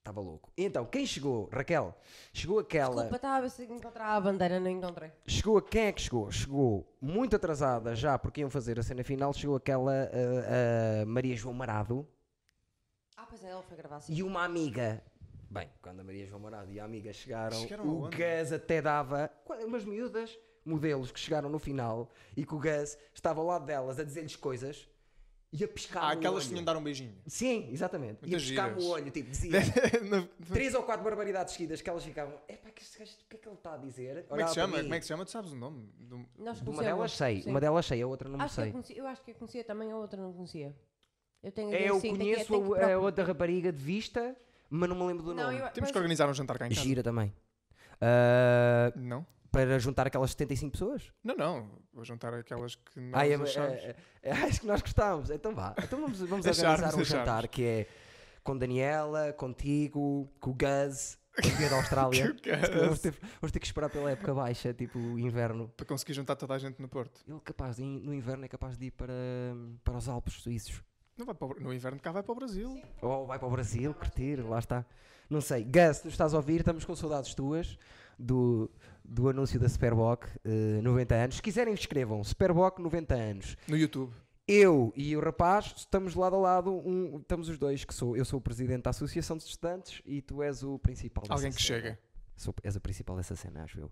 Speaker 2: Estava louco. E então, quem chegou? Raquel. Chegou aquela.
Speaker 3: Desculpa, estava a ver se encontrava a bandeira, não encontrei.
Speaker 2: Chegou a quem é que chegou? Chegou muito atrasada já, porque iam fazer a cena final. Chegou aquela ah, ah, Maria João Marado
Speaker 3: Ah, pois é, ele foi gravar assim.
Speaker 2: e uma amiga. Bem, quando a Maria João Marado e a amiga chegaram,
Speaker 1: Chegaram
Speaker 2: o
Speaker 1: aonde?
Speaker 2: Gus até dava qu- umas miúdas, modelos que chegaram no final e que o Gus estava ao lado delas a dizer-lhes coisas e a piscar
Speaker 1: Ah,
Speaker 2: o
Speaker 1: aquelas que
Speaker 2: olho.
Speaker 1: tinham de dar um beijinho.
Speaker 2: Sim, exatamente. e a
Speaker 1: Muitas
Speaker 2: piscar
Speaker 1: giras.
Speaker 2: o olho, tipo, dizia
Speaker 1: Como
Speaker 2: três ou quatro barbaridades seguidas que elas ficavam, epá, que este gajo, o que é que ele está a dizer?
Speaker 1: é que
Speaker 2: Olhava
Speaker 1: se
Speaker 2: para
Speaker 1: chama?
Speaker 2: mim.
Speaker 1: Como é que se chama? Tu sabes o nome? Do-
Speaker 3: Nós
Speaker 2: Uma
Speaker 3: conhecemos,
Speaker 2: delas sei,
Speaker 3: sim.
Speaker 2: uma delas sei, a outra não me
Speaker 3: acho que é eu,
Speaker 2: sei.
Speaker 3: conheci, eu acho que eu conhecia também, a outra não conhecia. Eu tenho a
Speaker 2: É,
Speaker 3: ver,
Speaker 2: eu
Speaker 3: sim, tenho que-
Speaker 2: conheço
Speaker 3: tenho que
Speaker 2: a, é a
Speaker 3: procurar. um
Speaker 2: outra rapariga de vista, mas não me lembro do
Speaker 3: Não,
Speaker 2: nome.
Speaker 3: eu-
Speaker 1: Temos
Speaker 3: mas-
Speaker 1: que organizar um jantar cá em casa.
Speaker 2: Gira também. Ah,
Speaker 1: Não?
Speaker 2: para juntar aquelas 75 pessoas.
Speaker 1: Não, não. Vou juntar aquelas que nós
Speaker 2: Ai, é-
Speaker 1: achamos.
Speaker 2: é- é- acho que nós gostávamos. Então vá. Então vamos,
Speaker 1: Acharmos,
Speaker 2: vamos organizar um
Speaker 1: acharmos.
Speaker 2: jantar que é com Daniela, contigo, com o Guz, que veio da Austrália.
Speaker 1: Que o Gus.
Speaker 2: Se calhar Vamos ter, vamos ter que esperar pela época baixa, tipo inverno.
Speaker 1: Para conseguir juntar toda a gente no Porto.
Speaker 2: Ele capaz de, ir- no inverno é capaz de ir para, para os Alpes suíços.
Speaker 1: Não vai para o... Bra- No inverno cá vai para o Brasil.
Speaker 2: Ou vai para o Brasil, curtir, lá está. Não sei. Gus, se nos estás a ouvir, estamos com saudades tuas do, do anúncio da Superboc eh, 90 anos. Se quiserem, escrevam Superboc 90 anos.
Speaker 1: No YouTube.
Speaker 2: Eu e o rapaz estamos lado a lado, um- estamos os dois, que sou eu sou o presidente da Associação de Estudantes e tu és o principal dessa
Speaker 1: Alguém que
Speaker 2: cena.
Speaker 1: chega.
Speaker 2: Sou, és o principal dessa cena, acho eu.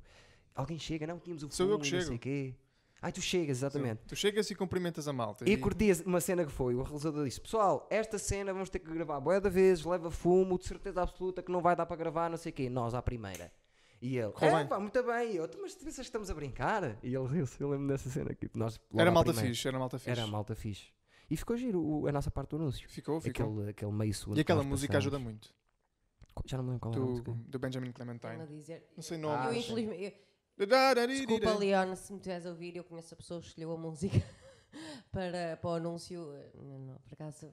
Speaker 2: Alguém chega, não? Tínhamos o
Speaker 1: Sou eu que
Speaker 2: fumo, não
Speaker 1: chego.
Speaker 2: sei quê. Ai, tu chegas, exatamente.
Speaker 1: Tu chegas e cumprimentas a malta.
Speaker 2: E curti a- uma cena que foi, o realizador disse, pessoal, esta cena vamos ter que gravar bué da vezes, leva fumo, de certeza absoluta que não vai dar para gravar, não sei o quê, nós à primeira. E ele,
Speaker 1: Correu
Speaker 2: é,
Speaker 1: bem.
Speaker 2: pá, muito bem, E eu, "Tu, mas tu pensas que estamos a brincar? E ele riu-se, eu lembro dessa cena aqui. Nós, logo
Speaker 1: Era
Speaker 2: à
Speaker 1: malta
Speaker 2: primeira.
Speaker 1: fixe, era malta fixe.
Speaker 2: Era malta fixe. E ficou giro o- a nossa parte do anúncio.
Speaker 1: Ficou, ficou.
Speaker 2: Aquele, aquele meio segundo.
Speaker 1: E aquela música ajuda muito.
Speaker 2: muito. Já não me lembro qual era a
Speaker 1: Do,
Speaker 2: música.
Speaker 1: do Benjamin
Speaker 3: Estão-me a
Speaker 1: Clementine.
Speaker 3: dizer.
Speaker 1: Não sei o nome.
Speaker 2: Ah,
Speaker 3: eu,
Speaker 2: sim.
Speaker 3: infelizmente. eu- Desculpa,
Speaker 1: Desculpa
Speaker 3: Leon, se me estiveres a ouvir, eu conheço a pessoa que escolheu a música para, para o anúncio. Não, não, por acaso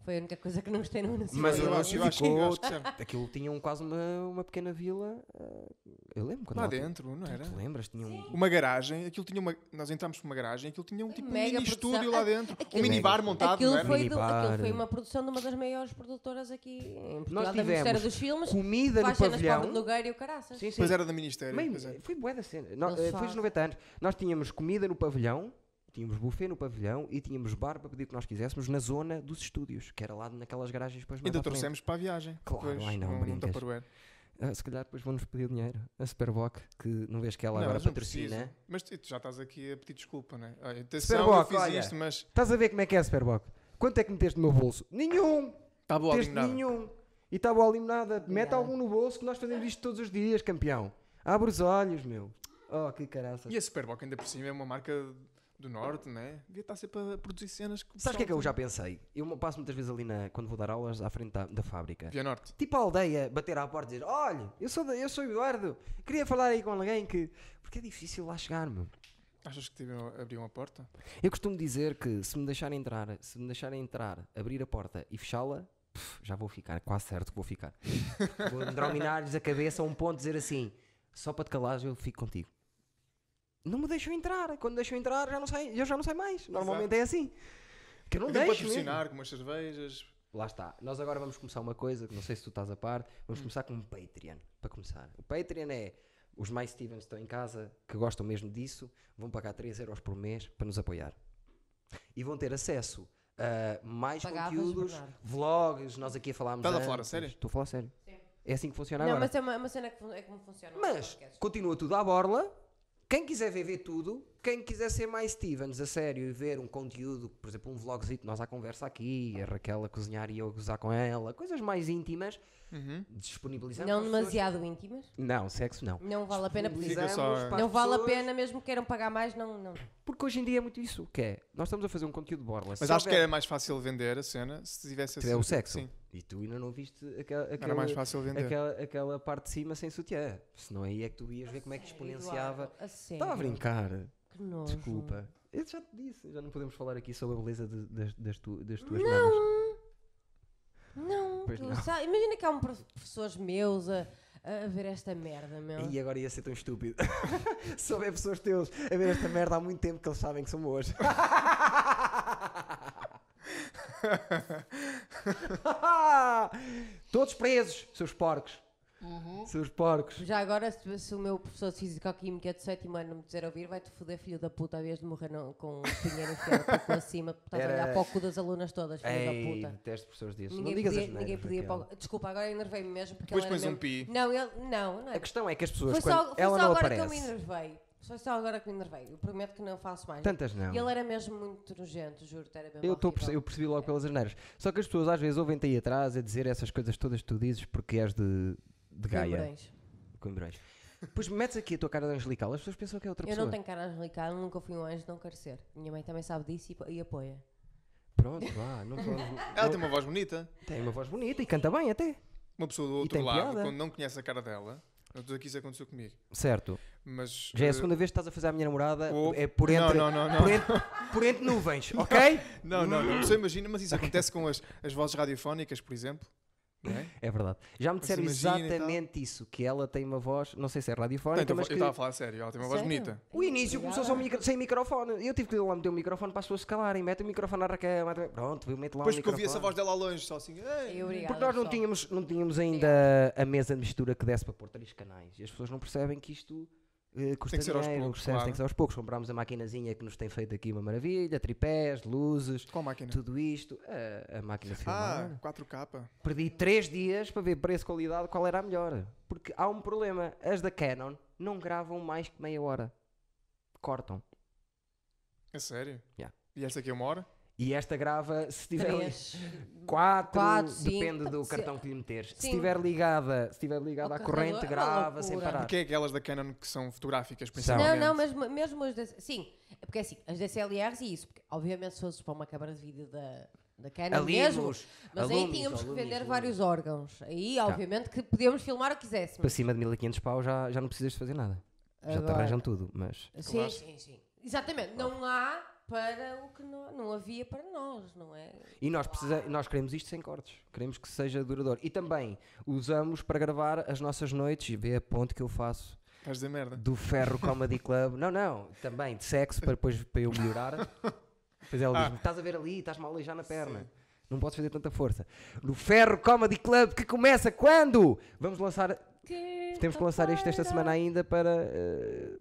Speaker 3: foi a única coisa que não gostei no anúncio.
Speaker 2: Mas
Speaker 3: Foi
Speaker 2: eu
Speaker 3: a
Speaker 2: acho- eu
Speaker 3: música.
Speaker 2: acho- ficou-
Speaker 1: percebe.
Speaker 2: Aquilo tinha um, quase uma, uma pequena vila. ah, eu lembro quando
Speaker 1: Lá
Speaker 2: ela-
Speaker 1: dentro, não era?
Speaker 2: Tu lembras? Tinha um.
Speaker 1: Uma garagem, aquilo tinha uma. Nós entramos por uma garagem, aquilo tinha um tipo um
Speaker 3: mega
Speaker 1: mini
Speaker 3: produção.
Speaker 1: estúdio lá
Speaker 3: Ah,
Speaker 1: dentro.
Speaker 3: aquilo-
Speaker 1: um minibar montado, não
Speaker 3: Aquilo
Speaker 1: era?
Speaker 3: foi, do-
Speaker 2: Minibar.
Speaker 3: aquilo foi uma produção de uma das maiores produtoras aqui em Portugal, da
Speaker 2: tivemos
Speaker 3: Ministério dos Filmes.
Speaker 2: Comida no
Speaker 3: Faz cenas para o
Speaker 2: pavilhão.
Speaker 3: Nogueira e o Caraças.
Speaker 2: Sim, sim.
Speaker 1: Pois era da Ministério.
Speaker 2: Meio-
Speaker 1: pois é.
Speaker 2: foi bué da cena. Nó-
Speaker 3: Eles
Speaker 2: eh, foi
Speaker 3: fazem.
Speaker 2: os 90 anos. Nós tínhamos comida no pavilhão, tínhamos buffet no pavilhão e tínhamos bar para pedir o que nós quiséssemos na zona dos estúdios, que era lá naquelas garagens depois mais
Speaker 1: Ainda
Speaker 2: à frente.
Speaker 1: trouxemos para a viagem.
Speaker 2: Claro,
Speaker 1: pois,
Speaker 2: ai não,
Speaker 1: um- um
Speaker 2: brincas.
Speaker 1: Tupperware.
Speaker 2: Ah, se calhar depois vão-nos pedir dinheiro. A Superboc, que não vês que ela
Speaker 1: Não,
Speaker 2: agora
Speaker 1: eles não
Speaker 2: patrocina. né?
Speaker 1: precisam. Mas tu tu já estás aqui a pedir desculpa, não é? Olha, atenção, eu
Speaker 2: Superboc,
Speaker 1: fiz
Speaker 2: olha.
Speaker 1: isto, mas.
Speaker 2: Estás a ver como é que é, Superboc? Quanto é que meteste no meu bolso? Nenhum!
Speaker 1: Está boa,
Speaker 2: Meteste
Speaker 1: nada.
Speaker 2: nenhum! E está boa ali nada. Mete
Speaker 3: Obrigada.
Speaker 2: algum no bolso que nós fazemos isto todos os dias, campeão. Abre os olhos, meu. Oh, que caraças.
Speaker 1: E a Superboc, ainda por cima, é uma marca do Norte, não é? Devia estar sempre a produzir cenas que. o
Speaker 2: Sabes o que é que eu já
Speaker 1: pessoal
Speaker 2: pensei? Eu passo muitas vezes ali na, quando vou dar aulas à frente da, da fábrica.
Speaker 1: tem. Via Norte.
Speaker 2: Tipo a aldeia bater à porta e dizer: Olha, eu sou, da- eu sou Eduardo, queria falar aí com alguém que. Porque é difícil lá chegar, meu.
Speaker 1: Achas que tiveram- abriam a porta?
Speaker 2: Eu costumo dizer que se me deixarem entrar, se me deixarem entrar, abrir a porta e fechá-la, pff, já vou ficar, quase certo que vou ficar. vou drominar-lhes a cabeça a um ponto dizer assim: só para te calares eu fico contigo. Não me deixam entrar, quando deixam entrar já não sai, eu já não sei mais. Normalmente é assim. Que eu não
Speaker 1: Podiam
Speaker 2: deixo. mesmo.
Speaker 1: patrocinar com umas cervejas.
Speaker 2: Lá está. Nós agora vamos começar uma coisa que não sei se tu estás a par.
Speaker 3: Hum.
Speaker 2: Vamos começar com um Patreon. Para começar. O Patreon é. Os mais Stevens estão em casa, que gostam mesmo disso, vão pagar 3 euros por mês para nos apoiar. E vão ter acesso a mais
Speaker 3: Pagavas,
Speaker 2: conteúdos,
Speaker 3: Bernardo?
Speaker 2: vlogs, nós aqui a falámos
Speaker 1: Estás a
Speaker 2: antes.
Speaker 1: falar a sério?
Speaker 2: Estou a falar a sério.
Speaker 3: Sim.
Speaker 2: É assim que funciona
Speaker 3: Não,
Speaker 2: agora.
Speaker 3: mas é uma, é uma cena que fun- é como funciona. os
Speaker 2: Mas
Speaker 3: podcasts.
Speaker 2: continua tudo à borla. Quem quiser ver, ver tudo, quem quiser ser mais Stevens a sério e ver um conteúdo, por exemplo, um vlogzito, nós à conversa aqui, a Raquel a cozinhar e eu a gozar com ela, coisas mais íntimas,
Speaker 1: Uhum.
Speaker 2: disponibilizamos.
Speaker 3: não
Speaker 2: às pessoas-
Speaker 3: demasiado íntimas.
Speaker 2: Não, sexo não.
Speaker 3: Não vale a pena. porque-
Speaker 1: Fica só,
Speaker 2: Disponibilizamos
Speaker 1: é.
Speaker 2: para
Speaker 3: Não
Speaker 2: as
Speaker 3: vale a
Speaker 2: pessoas,
Speaker 3: pena, mesmo que queiram pagar mais, não. não.
Speaker 2: Porque hoje em dia é muito isso, que é, nós estamos a fazer um conteúdo de borla.
Speaker 1: Mas
Speaker 2: Se
Speaker 1: acho que
Speaker 2: houver-
Speaker 1: era mais fácil vender a cena se tivesse assim
Speaker 2: É
Speaker 1: esse-
Speaker 2: o sexo.
Speaker 1: Sim,
Speaker 2: E tu ainda não viste aquela,
Speaker 1: era mais
Speaker 2: aquela,
Speaker 1: fácil vender.
Speaker 2: aquela, aquela parte de cima sem sutiã. Senão aí é que tu ias ver como é que
Speaker 3: Sério,
Speaker 2: exponenciava.
Speaker 3: Eduardo? A sério.
Speaker 2: Estava a brincar.
Speaker 3: Que nojo.
Speaker 2: Desculpa. Eu já te disse, já não podemos falar aqui sobre a beleza de- das, das, tu- das tuas mamas.
Speaker 3: Não,
Speaker 2: Pois
Speaker 3: tu
Speaker 2: não.
Speaker 3: sa- imagina que há um prof- professores meus a, a ver esta merda, meu.
Speaker 2: E agora ia ser tão estúpido. Souber pessoas teus a ver esta merda há muito tempo que eles sabem que são boas. Todos presos, seus porcos.
Speaker 3: Uhum.
Speaker 2: Seus porcos.
Speaker 3: Já agora, se, se o meu professor de Físico-Química é de sétimo ano me quiser ouvir, vai-te foder, filho da puta, a vez de morrer não- com o pinheiro enfiado para o cu acima, porque estás a
Speaker 2: Era-
Speaker 3: olhar para o cu das alunas todas, filho
Speaker 2: Ei,
Speaker 3: da puta.
Speaker 2: detesto pessoas desses.
Speaker 3: Ninguém
Speaker 2: não digas
Speaker 3: podia,
Speaker 2: as
Speaker 3: ninguém
Speaker 2: neiras,
Speaker 3: podia
Speaker 2: Raquel.
Speaker 3: para o- Desculpa, agora enervei-me mesmo. Porque
Speaker 1: Depois
Speaker 3: ele era
Speaker 1: pões um
Speaker 3: mesmo-
Speaker 1: pi.
Speaker 3: Não, ele, não, não é.
Speaker 2: A questão é que as pessoas,
Speaker 3: Foi
Speaker 2: quando
Speaker 3: só, foi
Speaker 2: ela
Speaker 3: só
Speaker 2: não
Speaker 3: agora que eu me
Speaker 2: aparece,
Speaker 3: enervei. Foi só agora que me enervei. Eu prometo que não faço mais.
Speaker 2: tantas não.
Speaker 3: E ele era mesmo muito nojento, juro, era mesmo
Speaker 2: Eu, tô a
Speaker 3: horrível.
Speaker 2: perce- eu percebi logo pelas asneiras. Só que as pessoas às vezes ouvem-te aí atrás a dizer essas coisas todas que tu dizes porque és de, de Gaia.
Speaker 3: Lembrei-os.
Speaker 2: Coimbrões. Pois metes aqui a tua cara de angelical, as pessoas pensam que é outra
Speaker 3: Eu
Speaker 2: pessoa.
Speaker 3: não tenho cara angelical, nunca fui um anjo, não quero ser. Minha mãe também sabe disso e, e apoia.
Speaker 2: Pronto, vá, não vamos.
Speaker 1: Ela tem uma voz bonita.
Speaker 2: Tem uma voz bonita e canta bem até.
Speaker 1: Uma pessoa do outro
Speaker 2: tem
Speaker 1: lado,
Speaker 2: piada.
Speaker 1: quando não conhece a cara dela, eu estou aqui isso aconteceu comigo.
Speaker 2: Certo.
Speaker 1: Mas
Speaker 2: Já é
Speaker 1: eh,
Speaker 2: a segunda vez que estás a fazer a minha namorada.
Speaker 1: Oh.
Speaker 2: É por
Speaker 1: Não,
Speaker 2: entre,
Speaker 1: não, não, não.
Speaker 2: Por, entre, por entre nuvens, ok?
Speaker 1: Não, não, não. Só imagina, mas isso acontece com as, as vozes radiofónicas, por exemplo. Não é?
Speaker 2: É verdade. Já
Speaker 1: Mas
Speaker 2: me disseram
Speaker 1: imagina e tal.
Speaker 2: exatamente isso: que ela tem uma voz, não sei se é
Speaker 1: Não,
Speaker 2: radiofónica,
Speaker 1: então, eu
Speaker 2: mas que
Speaker 1: estava a falar a sério, ela tem uma voz
Speaker 3: Sério?
Speaker 1: bonita.
Speaker 2: O início começou
Speaker 3: Obrigada.
Speaker 2: só micro- sem microfone. Eu tive que ir lá meter o microfone para as pessoas se calarem. Mete o microfone na Raquel. mete- Pronto, eu meto lá
Speaker 1: Depois
Speaker 2: o
Speaker 1: porque eu
Speaker 2: microfone.
Speaker 1: vi essa voz dela ao longe, só assim. "Ei".
Speaker 3: E obrigada,
Speaker 2: Porque nós não
Speaker 3: pessoal.
Speaker 2: tínhamos, não tínhamos ainda a mesa de mistura que desse para pôr três canais. E as pessoas não percebem que isto eh, custa
Speaker 1: que ser aos
Speaker 2: dinheiro,
Speaker 1: poucos,
Speaker 2: percebes? Tem
Speaker 1: claro.
Speaker 2: que ser aos poucos. Comprámos a maquinazinha que nos tem feito aqui uma maravilha, tripés, luzes,
Speaker 1: Qual máquina?
Speaker 2: tudo isto. A, a máquina de filmar.
Speaker 1: Ah, 4K.
Speaker 2: Perdi três dias para ver preço-qualidade qual era a melhor. Porque há um problema. As da Canon não gravam mais que meia hora. Cortam.
Speaker 1: É sério?
Speaker 2: Yeah.
Speaker 1: E esta aqui é uma hora?
Speaker 2: E esta grava, se tiver ali-
Speaker 3: Três.
Speaker 2: quatro,
Speaker 3: Quatro, cinco, tá,
Speaker 2: depende do
Speaker 3: se-
Speaker 2: cartão que lhe meteres. Se
Speaker 3: Sim.
Speaker 2: estiver ligada, se estiver ligada
Speaker 3: Ao
Speaker 2: à corrente,
Speaker 3: carregador, é uma
Speaker 2: grava sem
Speaker 3: loucura.
Speaker 2: parar.
Speaker 1: Porque é aquelas da Canon que são fotográficas,
Speaker 2: Tá. São.
Speaker 1: principalmente.
Speaker 3: Não, não, mesmo, mesmo as DSLRs. Sim, é porque é assim, as DSLRs e isso. Porque, obviamente, se fosse para uma câmara de vídeo da, da Canon é mesmo.
Speaker 2: Alunos,
Speaker 3: Mas aí
Speaker 2: alunos,
Speaker 3: tínhamos que
Speaker 2: alunos,
Speaker 3: vender
Speaker 2: alunos. Tá.
Speaker 3: vários órgãos. Aí, obviamente, que podíamos filmar o que
Speaker 2: Para
Speaker 3: quiséssemos.
Speaker 2: cima de 1500 pau já, já não precisas de fazer nada. Já te
Speaker 3: Agora.
Speaker 2: arranjam tudo, mas...
Speaker 3: Sim, sim, sim. Exatamente. Não há para o que não, não havia para nós, não é?
Speaker 2: E nós, precisa, nós queremos isto sem cortes. Queremos que seja duradouro. E também usamos para gravar as nossas noites e vê a ponte que eu faço
Speaker 1: Estás a dizer merda.
Speaker 2: do Ferro Comedy Club. Não, não. Também de sexo para depois para eu melhorar. Depois ela diz-me: estás a ver ali, estás-me a aleijar na perna. Não podes fazer tanta força. No Ferro Comedy Club que começa quando? Vamos lançar. Temos que lançar isto esta semana ainda para. eh,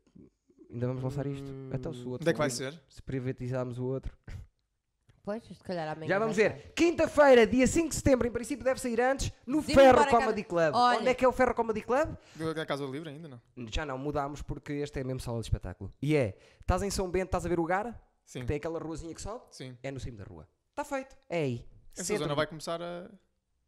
Speaker 2: ainda vamos lançar isto. Então, se o outro
Speaker 1: Onde é que vai
Speaker 2: não-
Speaker 1: ser?
Speaker 2: Se privatizarmos o outro.
Speaker 3: Pois, se calhar amanhã.
Speaker 2: Já vamos
Speaker 3: vai
Speaker 2: ver. Quinta-feira, dia 5 de setembro, em princípio deve sair antes, no
Speaker 3: Sim,
Speaker 2: Ferro
Speaker 3: bora, cara.
Speaker 2: Comedy Club.
Speaker 3: Olha.
Speaker 2: Onde é que é o Ferro Comedy Club?
Speaker 1: Do- Da Casa do Livre ainda, não?
Speaker 2: Já não, mudámos porque este é mesmo sala de espetáculo. E é, estás em São Bento, estás a ver o Gara?
Speaker 1: Sim.
Speaker 2: Tem aquela ruazinha que sobe?
Speaker 1: Sim.
Speaker 2: É no cimo da rua. Está feito. É aí.
Speaker 1: Essa
Speaker 2: Centro.
Speaker 1: zona vai começar a.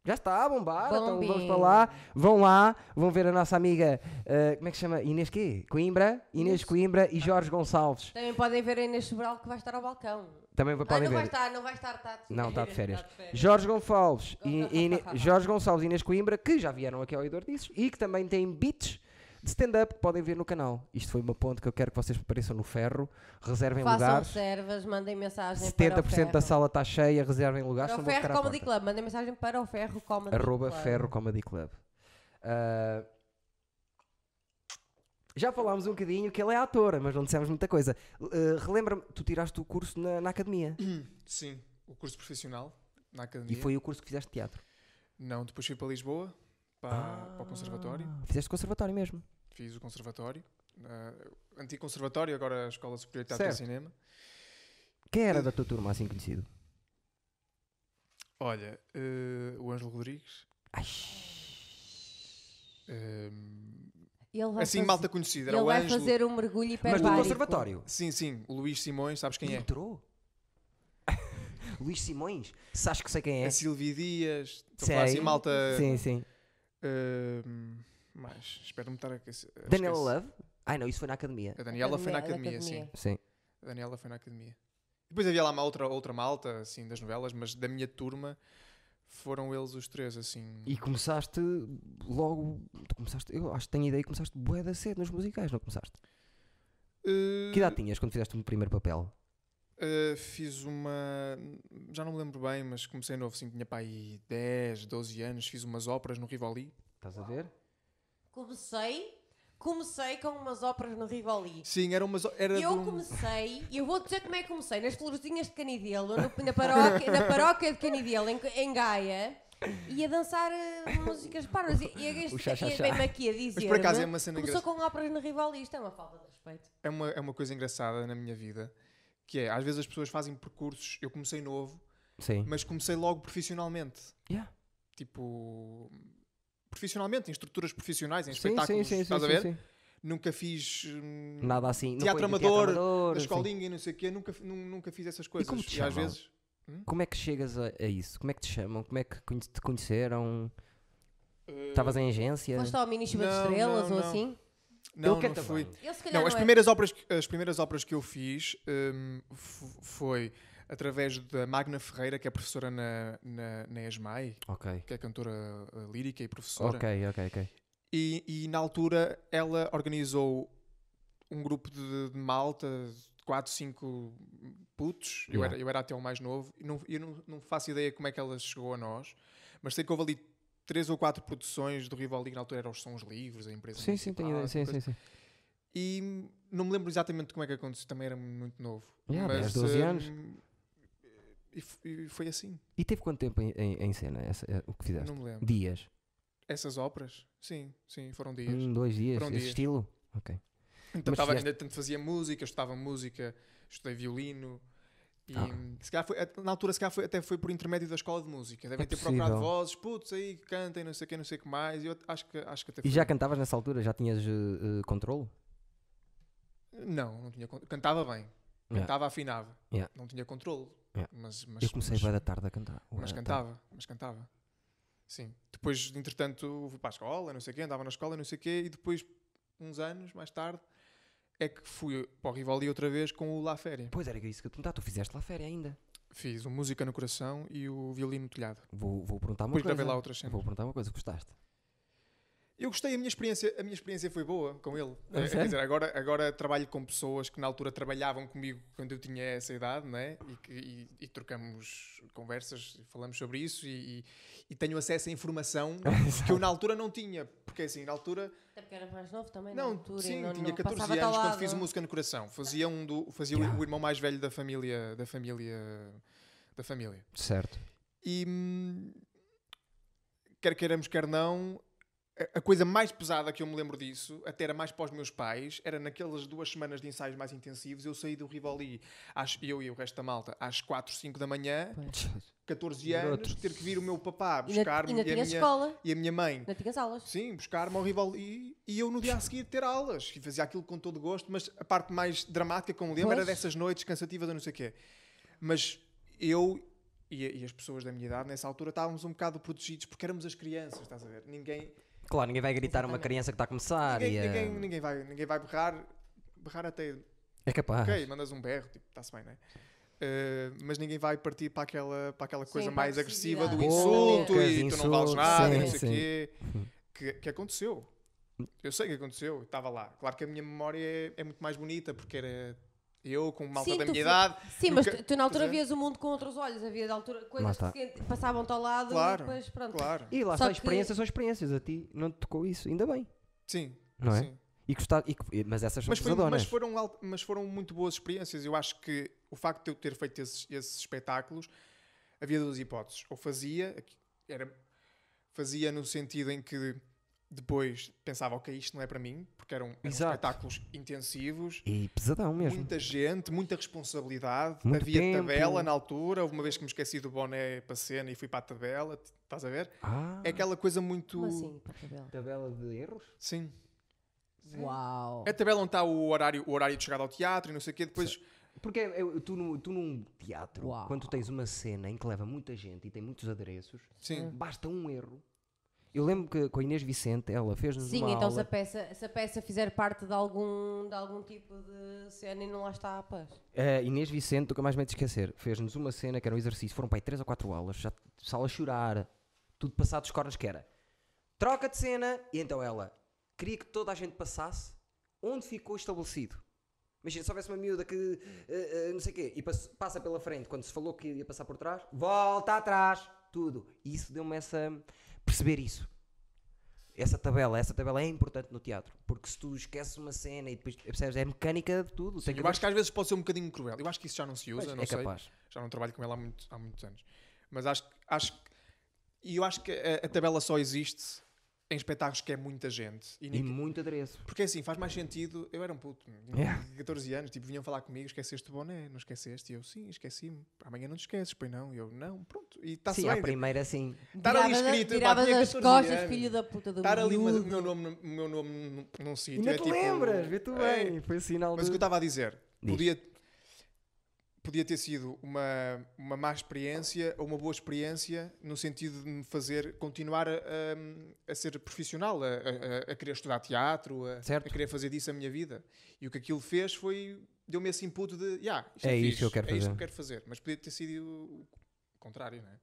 Speaker 2: Já está a bombar. Então vamos
Speaker 3: Bombinho.
Speaker 2: para lá. Vão lá. Vão ver a nossa amiga, ah, como é que se chama? Inês quê? Coimbra. Inês
Speaker 3: Inês.
Speaker 2: Coimbra e Jorge Gonçalves.
Speaker 3: Também podem ver a Inês Sobral que vai estar ao balcão.
Speaker 2: Também podem
Speaker 3: ah, não
Speaker 2: ver.
Speaker 3: vai estar, não vai estar, está de
Speaker 2: Não, está de férias.
Speaker 3: Tá
Speaker 2: Jorge Gonçalves e,
Speaker 3: Gonçalves.
Speaker 2: e Ine- Jorge Gonçalves e Inês Coimbra, que já vieram aqui ao Idor Dissos e que também têm beats de stand-up que podem ver no canal. Isto foi uma ponte que eu quero que vocês apareçam no ferro, reservem
Speaker 3: Façam
Speaker 2: lugares.
Speaker 3: servas, mandem mensagem para o
Speaker 2: 70% da
Speaker 3: Ferro.
Speaker 2: sala está cheia, reservem lugares.
Speaker 3: Para
Speaker 2: senão
Speaker 3: o
Speaker 2: vou ficar
Speaker 3: Ferro
Speaker 2: à
Speaker 3: Comedy
Speaker 2: porta.
Speaker 3: Club, mandem mensagem para o Ferro Comedy
Speaker 2: Arroba
Speaker 3: Club.
Speaker 2: Ferro Comedy Club. Ah, já falámos um bocadinho que ele é ator, mas não dissemos muita coisa. Ah, Relembra-me, tu tiraste o curso na, na academia
Speaker 1: Sim, o curso profissional na
Speaker 2: e
Speaker 1: academia.
Speaker 2: foi o curso que fizeste de teatro.
Speaker 1: Não, depois fui para Lisboa, para, para o conservatório.
Speaker 2: Ah, Fizeste conservatório mesmo.
Speaker 1: Fiz o conservatório. Uh, antigo conservatório, agora a Escola Superior de Teatro e
Speaker 2: Certo.
Speaker 1: Cinema.
Speaker 2: Quem era da tua turma assim conhecido?
Speaker 1: Olha, eh, o Ângelo Rodrigues. ehm,
Speaker 3: Ele vai
Speaker 1: assim,
Speaker 3: fazer-
Speaker 1: malta conhecida. Era
Speaker 3: Ele
Speaker 1: o
Speaker 3: vai
Speaker 1: Ângelo.
Speaker 3: fazer um mergulho
Speaker 2: Mas do
Speaker 3: hiperbárico.
Speaker 2: conservatório.
Speaker 1: Sim, sim, o Luís Simões, sabes quem é?
Speaker 2: Entrou. Luís Simões? Sabes que sei quem é?
Speaker 1: A Silvia Dias. Estou a
Speaker 2: Sei.
Speaker 1: falar assim, malta.
Speaker 2: Sim, sim.
Speaker 1: ehm, mas espero-me estar a esquecer. a
Speaker 2: Daniela
Speaker 1: esquecer.
Speaker 2: Love? Ai não, isso foi na academia.
Speaker 1: A Daniela foi na academia, sim.
Speaker 2: Sim.
Speaker 1: A Daniela foi na academia. Depois havia lá uma outra, outra malta, assim, das novelas, mas da minha turma foram eles os três, assim.
Speaker 2: E começaste logo. Tu começaste, eu acho que tenho ideia que começaste bué da cedo nos musicais, não começaste?
Speaker 1: Eh,
Speaker 2: Que idade tinhas quando fizeste o primeiro papel?
Speaker 1: eh, fiz uma. Já não me lembro bem, mas comecei novo, assim, tinha pá aí 10, 12 anos, fiz umas óperas no Rivoli.
Speaker 2: Estás a ver?
Speaker 3: Comecei, comecei com umas óperas no Rivoli.
Speaker 1: Sim, era umas. o- Era de
Speaker 3: Eu
Speaker 1: um-
Speaker 3: comecei, e eu vou dizer como é que comecei, nas florzinhas de Canidelo, no- na, paróquia, na paróquia de Canidelo, em, em Gaia, e a dançar eh, músicas parvas. E, e este
Speaker 2: O chá-chá-chá.
Speaker 3: e vem-me aqui a dizer.
Speaker 1: Mas por acaso é uma cena
Speaker 3: Começou com óperas no Rivoli, isto é uma falta de respeito.
Speaker 1: é uma, é uma coisa engraçada na minha vida, que é, às vezes as pessoas fazem percursos, eu comecei novo,
Speaker 2: Sim.
Speaker 1: mas comecei logo profissionalmente.
Speaker 2: Yeah.
Speaker 1: Tipo, profissionalmente, em estruturas profissionais, em
Speaker 2: Sim, sim,
Speaker 1: espetáculos,
Speaker 2: sim,
Speaker 1: estás
Speaker 2: sim,
Speaker 1: a ver?
Speaker 2: sim, sim.
Speaker 1: Nunca fiz hum,
Speaker 2: Nada assim. não
Speaker 1: Teatro
Speaker 2: foi de
Speaker 1: amador,
Speaker 2: amador,
Speaker 1: da
Speaker 2: assim.
Speaker 1: escolinha e não sei o quê, nunca, nu- nunca fiz essas coisas.
Speaker 2: como te
Speaker 1: às
Speaker 2: chamam?
Speaker 1: vezes,
Speaker 2: Como é que chegas a, a isso? Como é que te chamam? Como é que conhe- te conheceram?
Speaker 1: Eh,
Speaker 2: Estavas em agência?
Speaker 3: Foste ao Mini Chuva de
Speaker 1: Não,
Speaker 3: Estrelas
Speaker 1: não,
Speaker 3: ou
Speaker 1: não.
Speaker 3: assim?
Speaker 1: não,
Speaker 2: Ele
Speaker 1: não
Speaker 2: canta
Speaker 1: fui.
Speaker 2: bem.
Speaker 3: Ele se calhar
Speaker 1: Não,
Speaker 3: não,
Speaker 1: as
Speaker 3: é.
Speaker 1: primeiras, óperas, que- as primeiras óperas que eu fiz hum, f- foi através da Magna Ferreira, que é professora na, na, na ESMAI,
Speaker 2: Ok.
Speaker 1: que é cantora uh, lírica e professora.
Speaker 2: Ok, ok, ok.
Speaker 1: E, e na altura ela organizou um grupo de, de malta, 4, 5 putos. Eu,
Speaker 2: Yeah.
Speaker 1: era, eu era até o mais novo. E não, eu não, não faço ideia como é que ela chegou a nós, mas sei que houve ali três ou quatro produções do Rivoli, que na altura eram os Sons Livres, a empresa.
Speaker 2: Sim, sim, tenho
Speaker 1: municipal,
Speaker 2: ideia.
Speaker 1: essa
Speaker 2: Sim,
Speaker 1: coisa.
Speaker 2: sim, sim.
Speaker 1: E não me lembro exatamente como é que aconteceu, também era muito novo.
Speaker 2: Yeah, 10, 12 anos.
Speaker 1: hum, E, f- e foi assim,
Speaker 2: E teve quanto tempo em, em- em cena essa- eh, o que fizeste?
Speaker 1: não me lembro.
Speaker 2: Dias.
Speaker 1: Essas óperas? Sim, sim, foram dias.
Speaker 2: Um, dois dias.
Speaker 1: Foram
Speaker 2: Esse
Speaker 1: dias.
Speaker 2: estilo?
Speaker 1: Então,
Speaker 2: Mas
Speaker 1: tava,
Speaker 2: fizeste-
Speaker 1: ainda tanto fazia música, estudava música, estudei violino. E
Speaker 2: Ah.
Speaker 1: se calhar foi, na altura, se calhar foi, até foi por intermédio da escola de música. Devem
Speaker 2: É
Speaker 1: ter
Speaker 2: possível.
Speaker 1: procurado vozes, putos aí, que cantem, não sei o que, não sei o que mais. e Eu acho que, acho que até
Speaker 2: E
Speaker 1: foi. um
Speaker 2: já cantavas nessa altura? Já tinhas eh, eh, controlo?
Speaker 1: Não, não tinha con- Cantava bem,
Speaker 2: Yeah.
Speaker 1: cantava, afinava.
Speaker 2: Yeah.
Speaker 1: Não tinha controle.
Speaker 2: Yeah.
Speaker 1: Mas, mas,
Speaker 2: Eu comecei
Speaker 1: mas,
Speaker 2: bem da tá. tarde a cantar. bué
Speaker 1: mas
Speaker 2: da tarde.
Speaker 1: cantava, mas cantava. Sim. Depois, entretanto, fui para a escola, não sei o quê, andava na escola, não sei o quê, e depois, uns anos mais tarde, é que fui para o Rivoli outra vez com o La Féria.
Speaker 2: Pois era isso que eu te perguntava. Tu fizeste lá férias ainda.
Speaker 1: Fiz o Música no Coração e o Violino no Telhado.
Speaker 2: Vou, vou perguntar uma
Speaker 1: Depois
Speaker 2: coisa.
Speaker 1: gravei lá outras cenas.
Speaker 2: Vou perguntar uma coisa. Gostaste?
Speaker 1: Eu gostei, a minha experiência, a minha experiência foi boa com ele. Eh,
Speaker 2: A sério?
Speaker 1: quer dizer, agora, agora trabalho com pessoas que na altura trabalhavam comigo quando eu tinha essa idade, né? E, que- e- e trocamos conversas, e falamos sobre isso e, e- e tenho acesso a informação que eu na altura não tinha. Porque assim, na altura.
Speaker 3: Até porque era mais novo também, na
Speaker 1: Não,
Speaker 3: altura, e
Speaker 1: sim,
Speaker 3: não,
Speaker 1: tinha
Speaker 3: não
Speaker 1: 14
Speaker 3: passava-te ao
Speaker 1: anos quando
Speaker 3: lado.
Speaker 1: fiz o Música no Coração. Fazia, um do, fazia o-
Speaker 2: Yeah.
Speaker 1: o irmão mais velho da família. Da família, da família.
Speaker 2: Certo.
Speaker 1: E hum, quer queiramos, quer não, a- a coisa mais pesada que eu me lembro disso, até era mais para os meus pais, era naquelas duas semanas de ensaios mais intensivos, eu saí do Rivoli, às, eu e o resto da malta, às 4, 5 da manhã, 14 anos,
Speaker 2: Garoto.
Speaker 1: ter que vir o meu papá
Speaker 3: E ainda-
Speaker 1: buscar-me
Speaker 3: ainda
Speaker 1: e, a
Speaker 3: tinhas
Speaker 1: minha-
Speaker 3: escola,
Speaker 1: e a minha mãe.
Speaker 3: ainda tinhas aulas.
Speaker 1: Sim, buscar-me ao Rivoli e eu no dia a seguir ter aulas. E fazia aquilo com todo gosto, mas a parte mais dramática, como lembro, era
Speaker 3: Pois.
Speaker 1: dessas noites cansativas a não sei o quê. Mas eu e, e as pessoas da minha idade, nessa altura, estávamos um bocado protegidos porque éramos as crianças, estás a ver? Ninguém,
Speaker 2: Claro, ninguém vai gritar a uma
Speaker 3: Exatamente.
Speaker 2: criança que está a começar.
Speaker 1: ninguém,
Speaker 2: e, eh,
Speaker 1: ninguém, ninguém vai, ninguém vai berrar, berrar até,
Speaker 2: É capaz.
Speaker 1: ok, mandas um berro, tipo, está-se bem, não é? Eh, mas ninguém vai partir para aquela, para aquela
Speaker 3: Sim,
Speaker 1: coisa
Speaker 3: para a
Speaker 1: mais agressiva do
Speaker 3: agressividade.
Speaker 1: insulto
Speaker 2: Bocas,
Speaker 1: e tu não vales
Speaker 2: insulto,
Speaker 1: nada e
Speaker 2: sim,
Speaker 1: não sei o
Speaker 2: sim. Uhum.
Speaker 1: quê. Que, que aconteceu. Eu sei que aconteceu, eu estava lá. Claro que a minha memória é, é muito mais bonita porque era eu com malta
Speaker 3: Sim,
Speaker 1: da
Speaker 3: tu
Speaker 1: minha
Speaker 3: fo-
Speaker 1: idade.
Speaker 3: Sim, mas
Speaker 1: nunca-
Speaker 3: tu, tu na altura
Speaker 1: Estás a ver?
Speaker 3: vias o mundo com outros olhos, havia de altura
Speaker 2: Lá
Speaker 3: coisas
Speaker 2: está.
Speaker 3: que se- passavam-te ao lado
Speaker 1: Claro,
Speaker 3: e depois pronto.
Speaker 1: claro.
Speaker 2: E lá
Speaker 3: Só
Speaker 2: só
Speaker 3: que-
Speaker 2: experiências são experiências. A ti não te tocou isso. Ainda bem.
Speaker 1: Sim,
Speaker 2: Não é?
Speaker 1: sim.
Speaker 2: E gostar, e que- e- mas essas são
Speaker 1: Mas, foi-
Speaker 2: pesadonas.
Speaker 1: mas foram, al- mas foram muito boas experiências. Eu acho que o facto de eu ter feito esses, esses espetáculos, havia duas hipóteses. Ou fazia, aqui- era, fazia no sentido em que Depois pensava, ok, isto não é para mim, porque eram, eram
Speaker 2: Exato.
Speaker 1: espetáculos intensivos,
Speaker 2: E pesadão mesmo.
Speaker 1: muita gente, muita responsabilidade.
Speaker 2: Muito
Speaker 1: Havia
Speaker 2: tempo.
Speaker 1: tabela na altura, houve uma vez que me esqueci do boné para a cena e fui para a tabela, t- estás a ver?
Speaker 2: Ah,
Speaker 1: É aquela coisa muito.
Speaker 3: Como assim, para cabelo?
Speaker 2: tabela de erros?
Speaker 1: Sim.
Speaker 3: Uau!
Speaker 1: A tabela onde está o horário, o horário de chegada ao teatro e não sei o quê, depois.
Speaker 2: Porque é- é- tu, num- tu num teatro,
Speaker 3: Uau.
Speaker 2: quando tu tens uma cena em que leva muita gente e tem muitos adereços,
Speaker 1: Sim.
Speaker 2: basta um erro. Eu lembro que com a Inês Vicente, ela fez-nos
Speaker 3: Sim,
Speaker 2: uma
Speaker 3: então se a,
Speaker 2: aula...
Speaker 3: peça, se a peça fizer parte de algum, de algum tipo de cena e não lá está a paz.
Speaker 2: A Eh, Inês Vicente, nunca mais me hei de esquecer, fez-nos uma cena que era um exercício. Foram para aí 3 ou 4 aulas, já sala a chorar, tudo passado dos cornos que era. Troca de cena, e então ela queria que toda a gente passasse onde ficou estabelecido. Imagina, se houvesse uma miúda que eh, eh, não sei o quê, e pass- passa pela frente, quando se falou que ia passar por trás, volta atrás, tudo. E isso deu-me essa. perceber isso. Essa tabela, essa tabela é importante no teatro, porque se tu esqueces uma cena e depois percebes, é mecânica de tudo. tem que
Speaker 1: Eu
Speaker 2: haver-
Speaker 1: acho que às vezes pode ser um bocadinho cruel. Eu acho que isso já não se usa,
Speaker 2: Pois,
Speaker 1: não
Speaker 2: é
Speaker 1: sei.
Speaker 2: capaz.
Speaker 1: Já não trabalho com ela há, muito- há muitos anos. Mas acho, que- acho que- E eu acho que a, a tabela só existe em espetáculos que é muita gente. E
Speaker 2: E
Speaker 1: ninguém-
Speaker 2: muito adereço.
Speaker 1: Porque assim, faz mais sentido. Eu era um puto,
Speaker 2: Yeah.
Speaker 1: de 14 anos, tipo, vinham falar comigo: esqueceste o boné, não esqueceste? E eu, sim, esqueci-me. Amanhã não te esqueces, pois não. E eu, não, pronto. E está-se
Speaker 2: Sim,
Speaker 1: bem.
Speaker 2: à
Speaker 1: né? tipo,
Speaker 2: primeira sim.
Speaker 1: Estar ali
Speaker 3: Tirava da-
Speaker 1: escrito, pá,
Speaker 3: tirava
Speaker 1: tinha
Speaker 3: das
Speaker 1: 14
Speaker 3: costas,
Speaker 1: anos.
Speaker 3: filho da puta do
Speaker 1: Estar Tá ali uma- o
Speaker 3: miúdo.
Speaker 1: meu nome, no- o meu nome num, num sítio.
Speaker 2: Ainda
Speaker 1: é
Speaker 2: te
Speaker 1: tipo,
Speaker 2: lembras, vê tu
Speaker 1: é,
Speaker 2: bem. Foi sinal
Speaker 1: Mas o que eu
Speaker 2: de...
Speaker 1: estava a dizer,
Speaker 2: Diz.
Speaker 1: podia, podia ter sido uma, uma má experiência ou uma boa experiência no sentido de me fazer continuar a, a- a ser profissional, a, a- a querer estudar teatro, a,
Speaker 2: Certo.
Speaker 1: a querer fazer disso a minha vida. E o que aquilo fez foi, deu-me esse input de, "Ya, isto é,
Speaker 2: É isto
Speaker 1: fixe,
Speaker 2: que eu quero
Speaker 1: é isto
Speaker 2: fazer."
Speaker 1: que eu quero fazer. Mas podia ter sido o contrário, não é?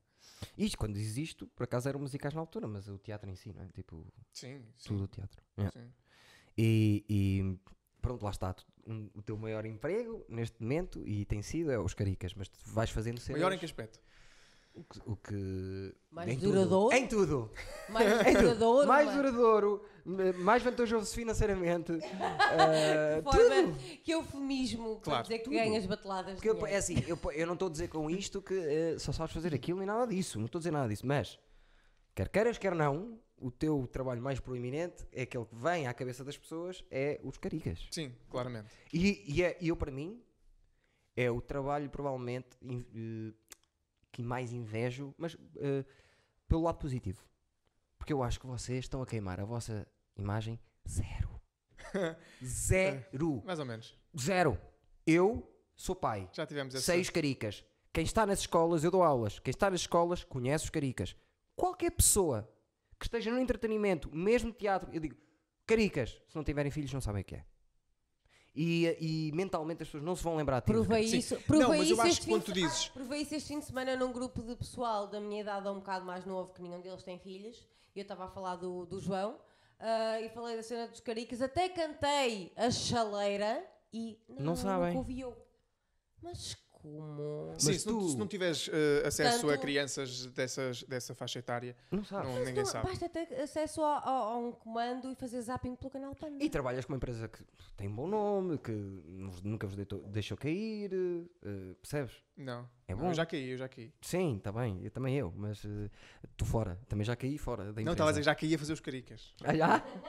Speaker 2: Isto, quando diz isto, por acaso eram musicais na altura, mas o teatro em si, não é? Tipo,
Speaker 1: Sim, sim. É.
Speaker 2: tudo o teatro. Yeah.
Speaker 1: sim.
Speaker 2: E, e pronto, lá está. tu- um- o teu maior emprego neste momento, e tem sido, é os caricas, mas tu vais fazendo cenas.
Speaker 1: Maior em que aspecto?
Speaker 2: O que. O que
Speaker 3: Mais
Speaker 2: em tudo.
Speaker 3: duradouro?
Speaker 2: Em tudo!
Speaker 3: Mais
Speaker 2: Em tudo.
Speaker 3: duradouro. é?
Speaker 2: mais
Speaker 3: mano.
Speaker 2: duradouro, m- mais vantajoso financeiramente. ah, tudo.
Speaker 3: Forma que eufemismo para
Speaker 1: Claro,
Speaker 3: dizer que
Speaker 2: tudo.
Speaker 3: ganhas bateladas.
Speaker 2: Porque
Speaker 3: de
Speaker 2: eu,
Speaker 3: dinheiro.
Speaker 2: é assim, eu, po- eu não estou a dizer com isto que eh, só sabes fazer aquilo e nada disso. Não estou a dizer nada disso. Mas, quer queiras, quer não, o teu trabalho mais proeminente é aquele que vem à cabeça das pessoas, é os caricas.
Speaker 1: Sim, claramente.
Speaker 2: E, e é- e eu, para mim, é o trabalho provavelmente in- eh, que mais invejo, mas eh, pelo lado positivo. Porque eu acho que vocês estão a queimar a vossa imagem zero. Zero.
Speaker 1: Mais ou menos.
Speaker 2: Zero. Eu sou pai.
Speaker 1: Já tivemos essa...
Speaker 2: Sei os caricas. Quem está nas escolas, eu dou aulas. Quem está nas escolas, conhece os caricas. Qualquer pessoa que esteja no entretenimento, mesmo teatro, eu digo, caricas, se não tiverem filhos, não sabem o que é. E, e mentalmente as pessoas não se vão lembrar de ti.
Speaker 3: Provei
Speaker 1: Sim.
Speaker 3: isso.
Speaker 1: Não,
Speaker 3: Provei
Speaker 1: mas eu
Speaker 3: isso
Speaker 1: acho
Speaker 3: este
Speaker 1: que quando
Speaker 3: fim
Speaker 1: tu
Speaker 3: de-
Speaker 1: dizes-
Speaker 3: Ah, provei isso este fim de semana num grupo de pessoal da minha idade, ou um bocado mais novo, que nenhum deles tem filhos. E eu estava a falar do, do João ah, e falei da cena dos caricas. Até cantei a chaleira e. Não,
Speaker 2: Não sabem.
Speaker 3: nunca ouvi eu. Mas como?
Speaker 1: Sim,
Speaker 2: Mas
Speaker 1: se, não,
Speaker 2: tu-
Speaker 1: se não tiveres eh, acesso a
Speaker 3: Tanto-
Speaker 1: crianças dessas, dessa faixa etária,
Speaker 2: Ah, Não sabes.
Speaker 1: não- ninguém
Speaker 3: Não,
Speaker 1: sabe.
Speaker 3: Basta ter acesso a, a- a um comando e fazer zapping pelo canal Panda.
Speaker 2: E trabalhas com uma empresa que tem um bom nome, que nos- nunca vos deitou- deixou cair, eh, percebes?
Speaker 1: Não.
Speaker 2: É
Speaker 1: Não,
Speaker 2: bom.
Speaker 1: Eu já caí, eu já caí.
Speaker 2: Sim, está bem, eu também eu, mas eh, tu fora, também já caí fora da empresa.
Speaker 1: Não, estava a dizer, já caí a fazer os caricas.
Speaker 2: Ah, já?